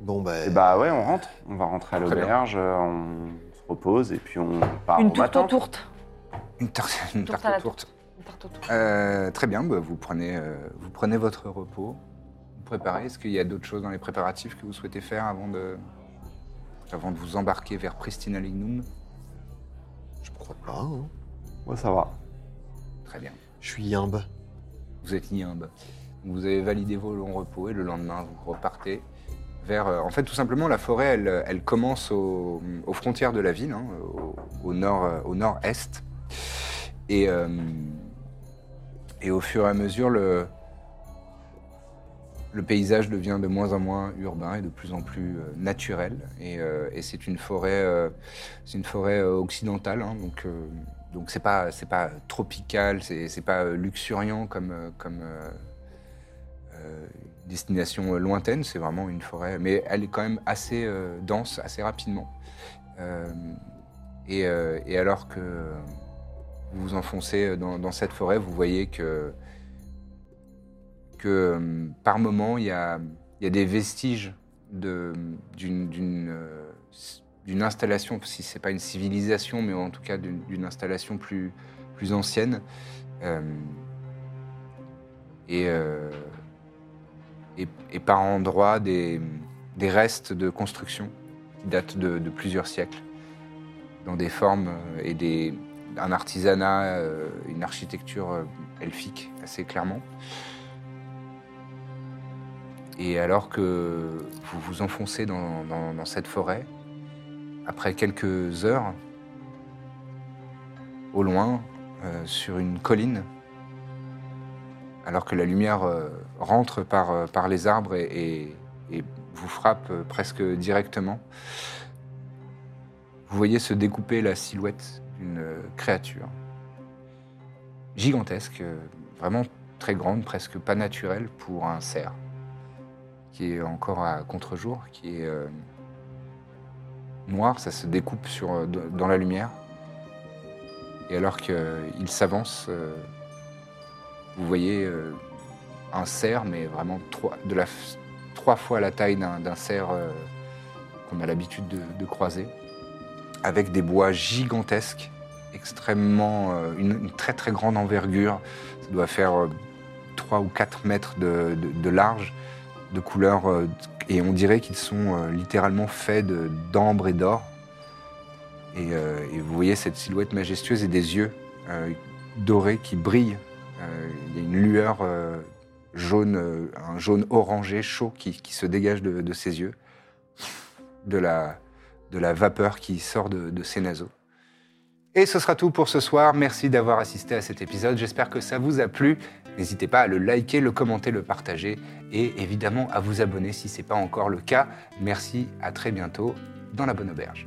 Speaker 2: bon, bah.
Speaker 4: Et bah ouais, on rentre. On va rentrer à
Speaker 1: Très bien.
Speaker 4: l'auberge, euh, on se repose et puis on part
Speaker 6: Une
Speaker 4: au
Speaker 6: tourte
Speaker 4: matin.
Speaker 6: aux tourtes.
Speaker 1: Une tarte, une
Speaker 6: Tourte
Speaker 1: tarte
Speaker 6: à la
Speaker 1: aux tourtes.
Speaker 6: Une tarte aux tourtes.
Speaker 1: Euh, très bien, bah, vous, prenez, euh, vous prenez votre repos. Vous préparez. Est-ce qu'il y a d'autres choses dans les préparatifs que vous souhaitez faire avant de, avant de vous embarquer vers Pristina Lignum
Speaker 2: Je crois pas. hein.
Speaker 4: Ouais, ça va.
Speaker 1: Très bien.
Speaker 2: Je suis yimbe.
Speaker 1: Vous êtes niimbe. Vous avez validé vos longs repos et le lendemain, vous repartez vers. euh, en fait, tout simplement, la forêt, elle, euh, elle commence au- aux frontières de la ville, hein, au, au nord, euh, au nord-est. Et, euh, et au fur et à mesure, le, le paysage devient de moins en moins urbain et de plus en plus euh, naturel. Et, euh, et c'est une forêt, euh, c'est une forêt euh, occidentale, hein, donc. euh, donc c'est pas c'est pas tropical, c'est c'est pas euh, luxuriant comme euh, comme euh, euh, destination euh, lointaine. C'est vraiment une forêt, mais elle est quand même assez euh, dense, assez rapidement. Euh, et, euh, et alors que vous vous enfoncez euh, dans, dans cette forêt, vous voyez que que euh, par moment il y a il y a des vestiges de d'une d'une euh, d'une installation, si c'est pas une civilisation, mais en tout cas d'une d'une installation plus, plus ancienne. Euh, et, euh, et, et par endroits, des, des restes de construction qui datent de, de plusieurs siècles, dans des formes euh, et des, un artisanat, euh, une architecture euh, elfique, assez clairement. Et alors que vous vous enfoncez dans- dans- dans cette forêt, après quelques heures, au loin, euh, sur une colline, alors que la lumière euh, rentre par, euh, par les arbres et, et et vous frappe euh, presque directement. Vous voyez se découper la silhouette d'une euh, créature gigantesque, euh, vraiment très grande, presque pas naturelle pour un cerf, qui est encore à contre-jour, qui est euh, noir, ça se découpe sur, euh, d- dans la lumière. Et alors qu'il s'avance, euh, vous voyez euh, un cerf, mais vraiment trois, de la, f- trois fois la taille d'un d'un cerf euh, qu'on a l'habitude de, de croiser, avec des bois gigantesques, extrêmement, euh, une, une très très grande envergure. Ça doit faire euh, trois ou quatre mètres de, de- de large, de couleur, euh, et on dirait qu'ils sont euh, littéralement faits de- d'ambre et d'or. Et, euh, et vous voyez cette silhouette majestueuse et des yeux euh, dorés qui brillent. Euh, Il y a une lueur euh, jaune, euh, un jaune orangé chaud qui, qui se dégage de, de ses yeux, de la, de la vapeur qui sort de, de ses naseaux. Et ce sera tout pour ce soir. Merci d'avoir assisté à cet épisode. J'espère que ça vous a plu. N'hésitez pas à le liker, le commenter, le partager et évidemment à vous abonner si ce n'est pas encore le cas. Merci, à très bientôt dans la bonne auberge.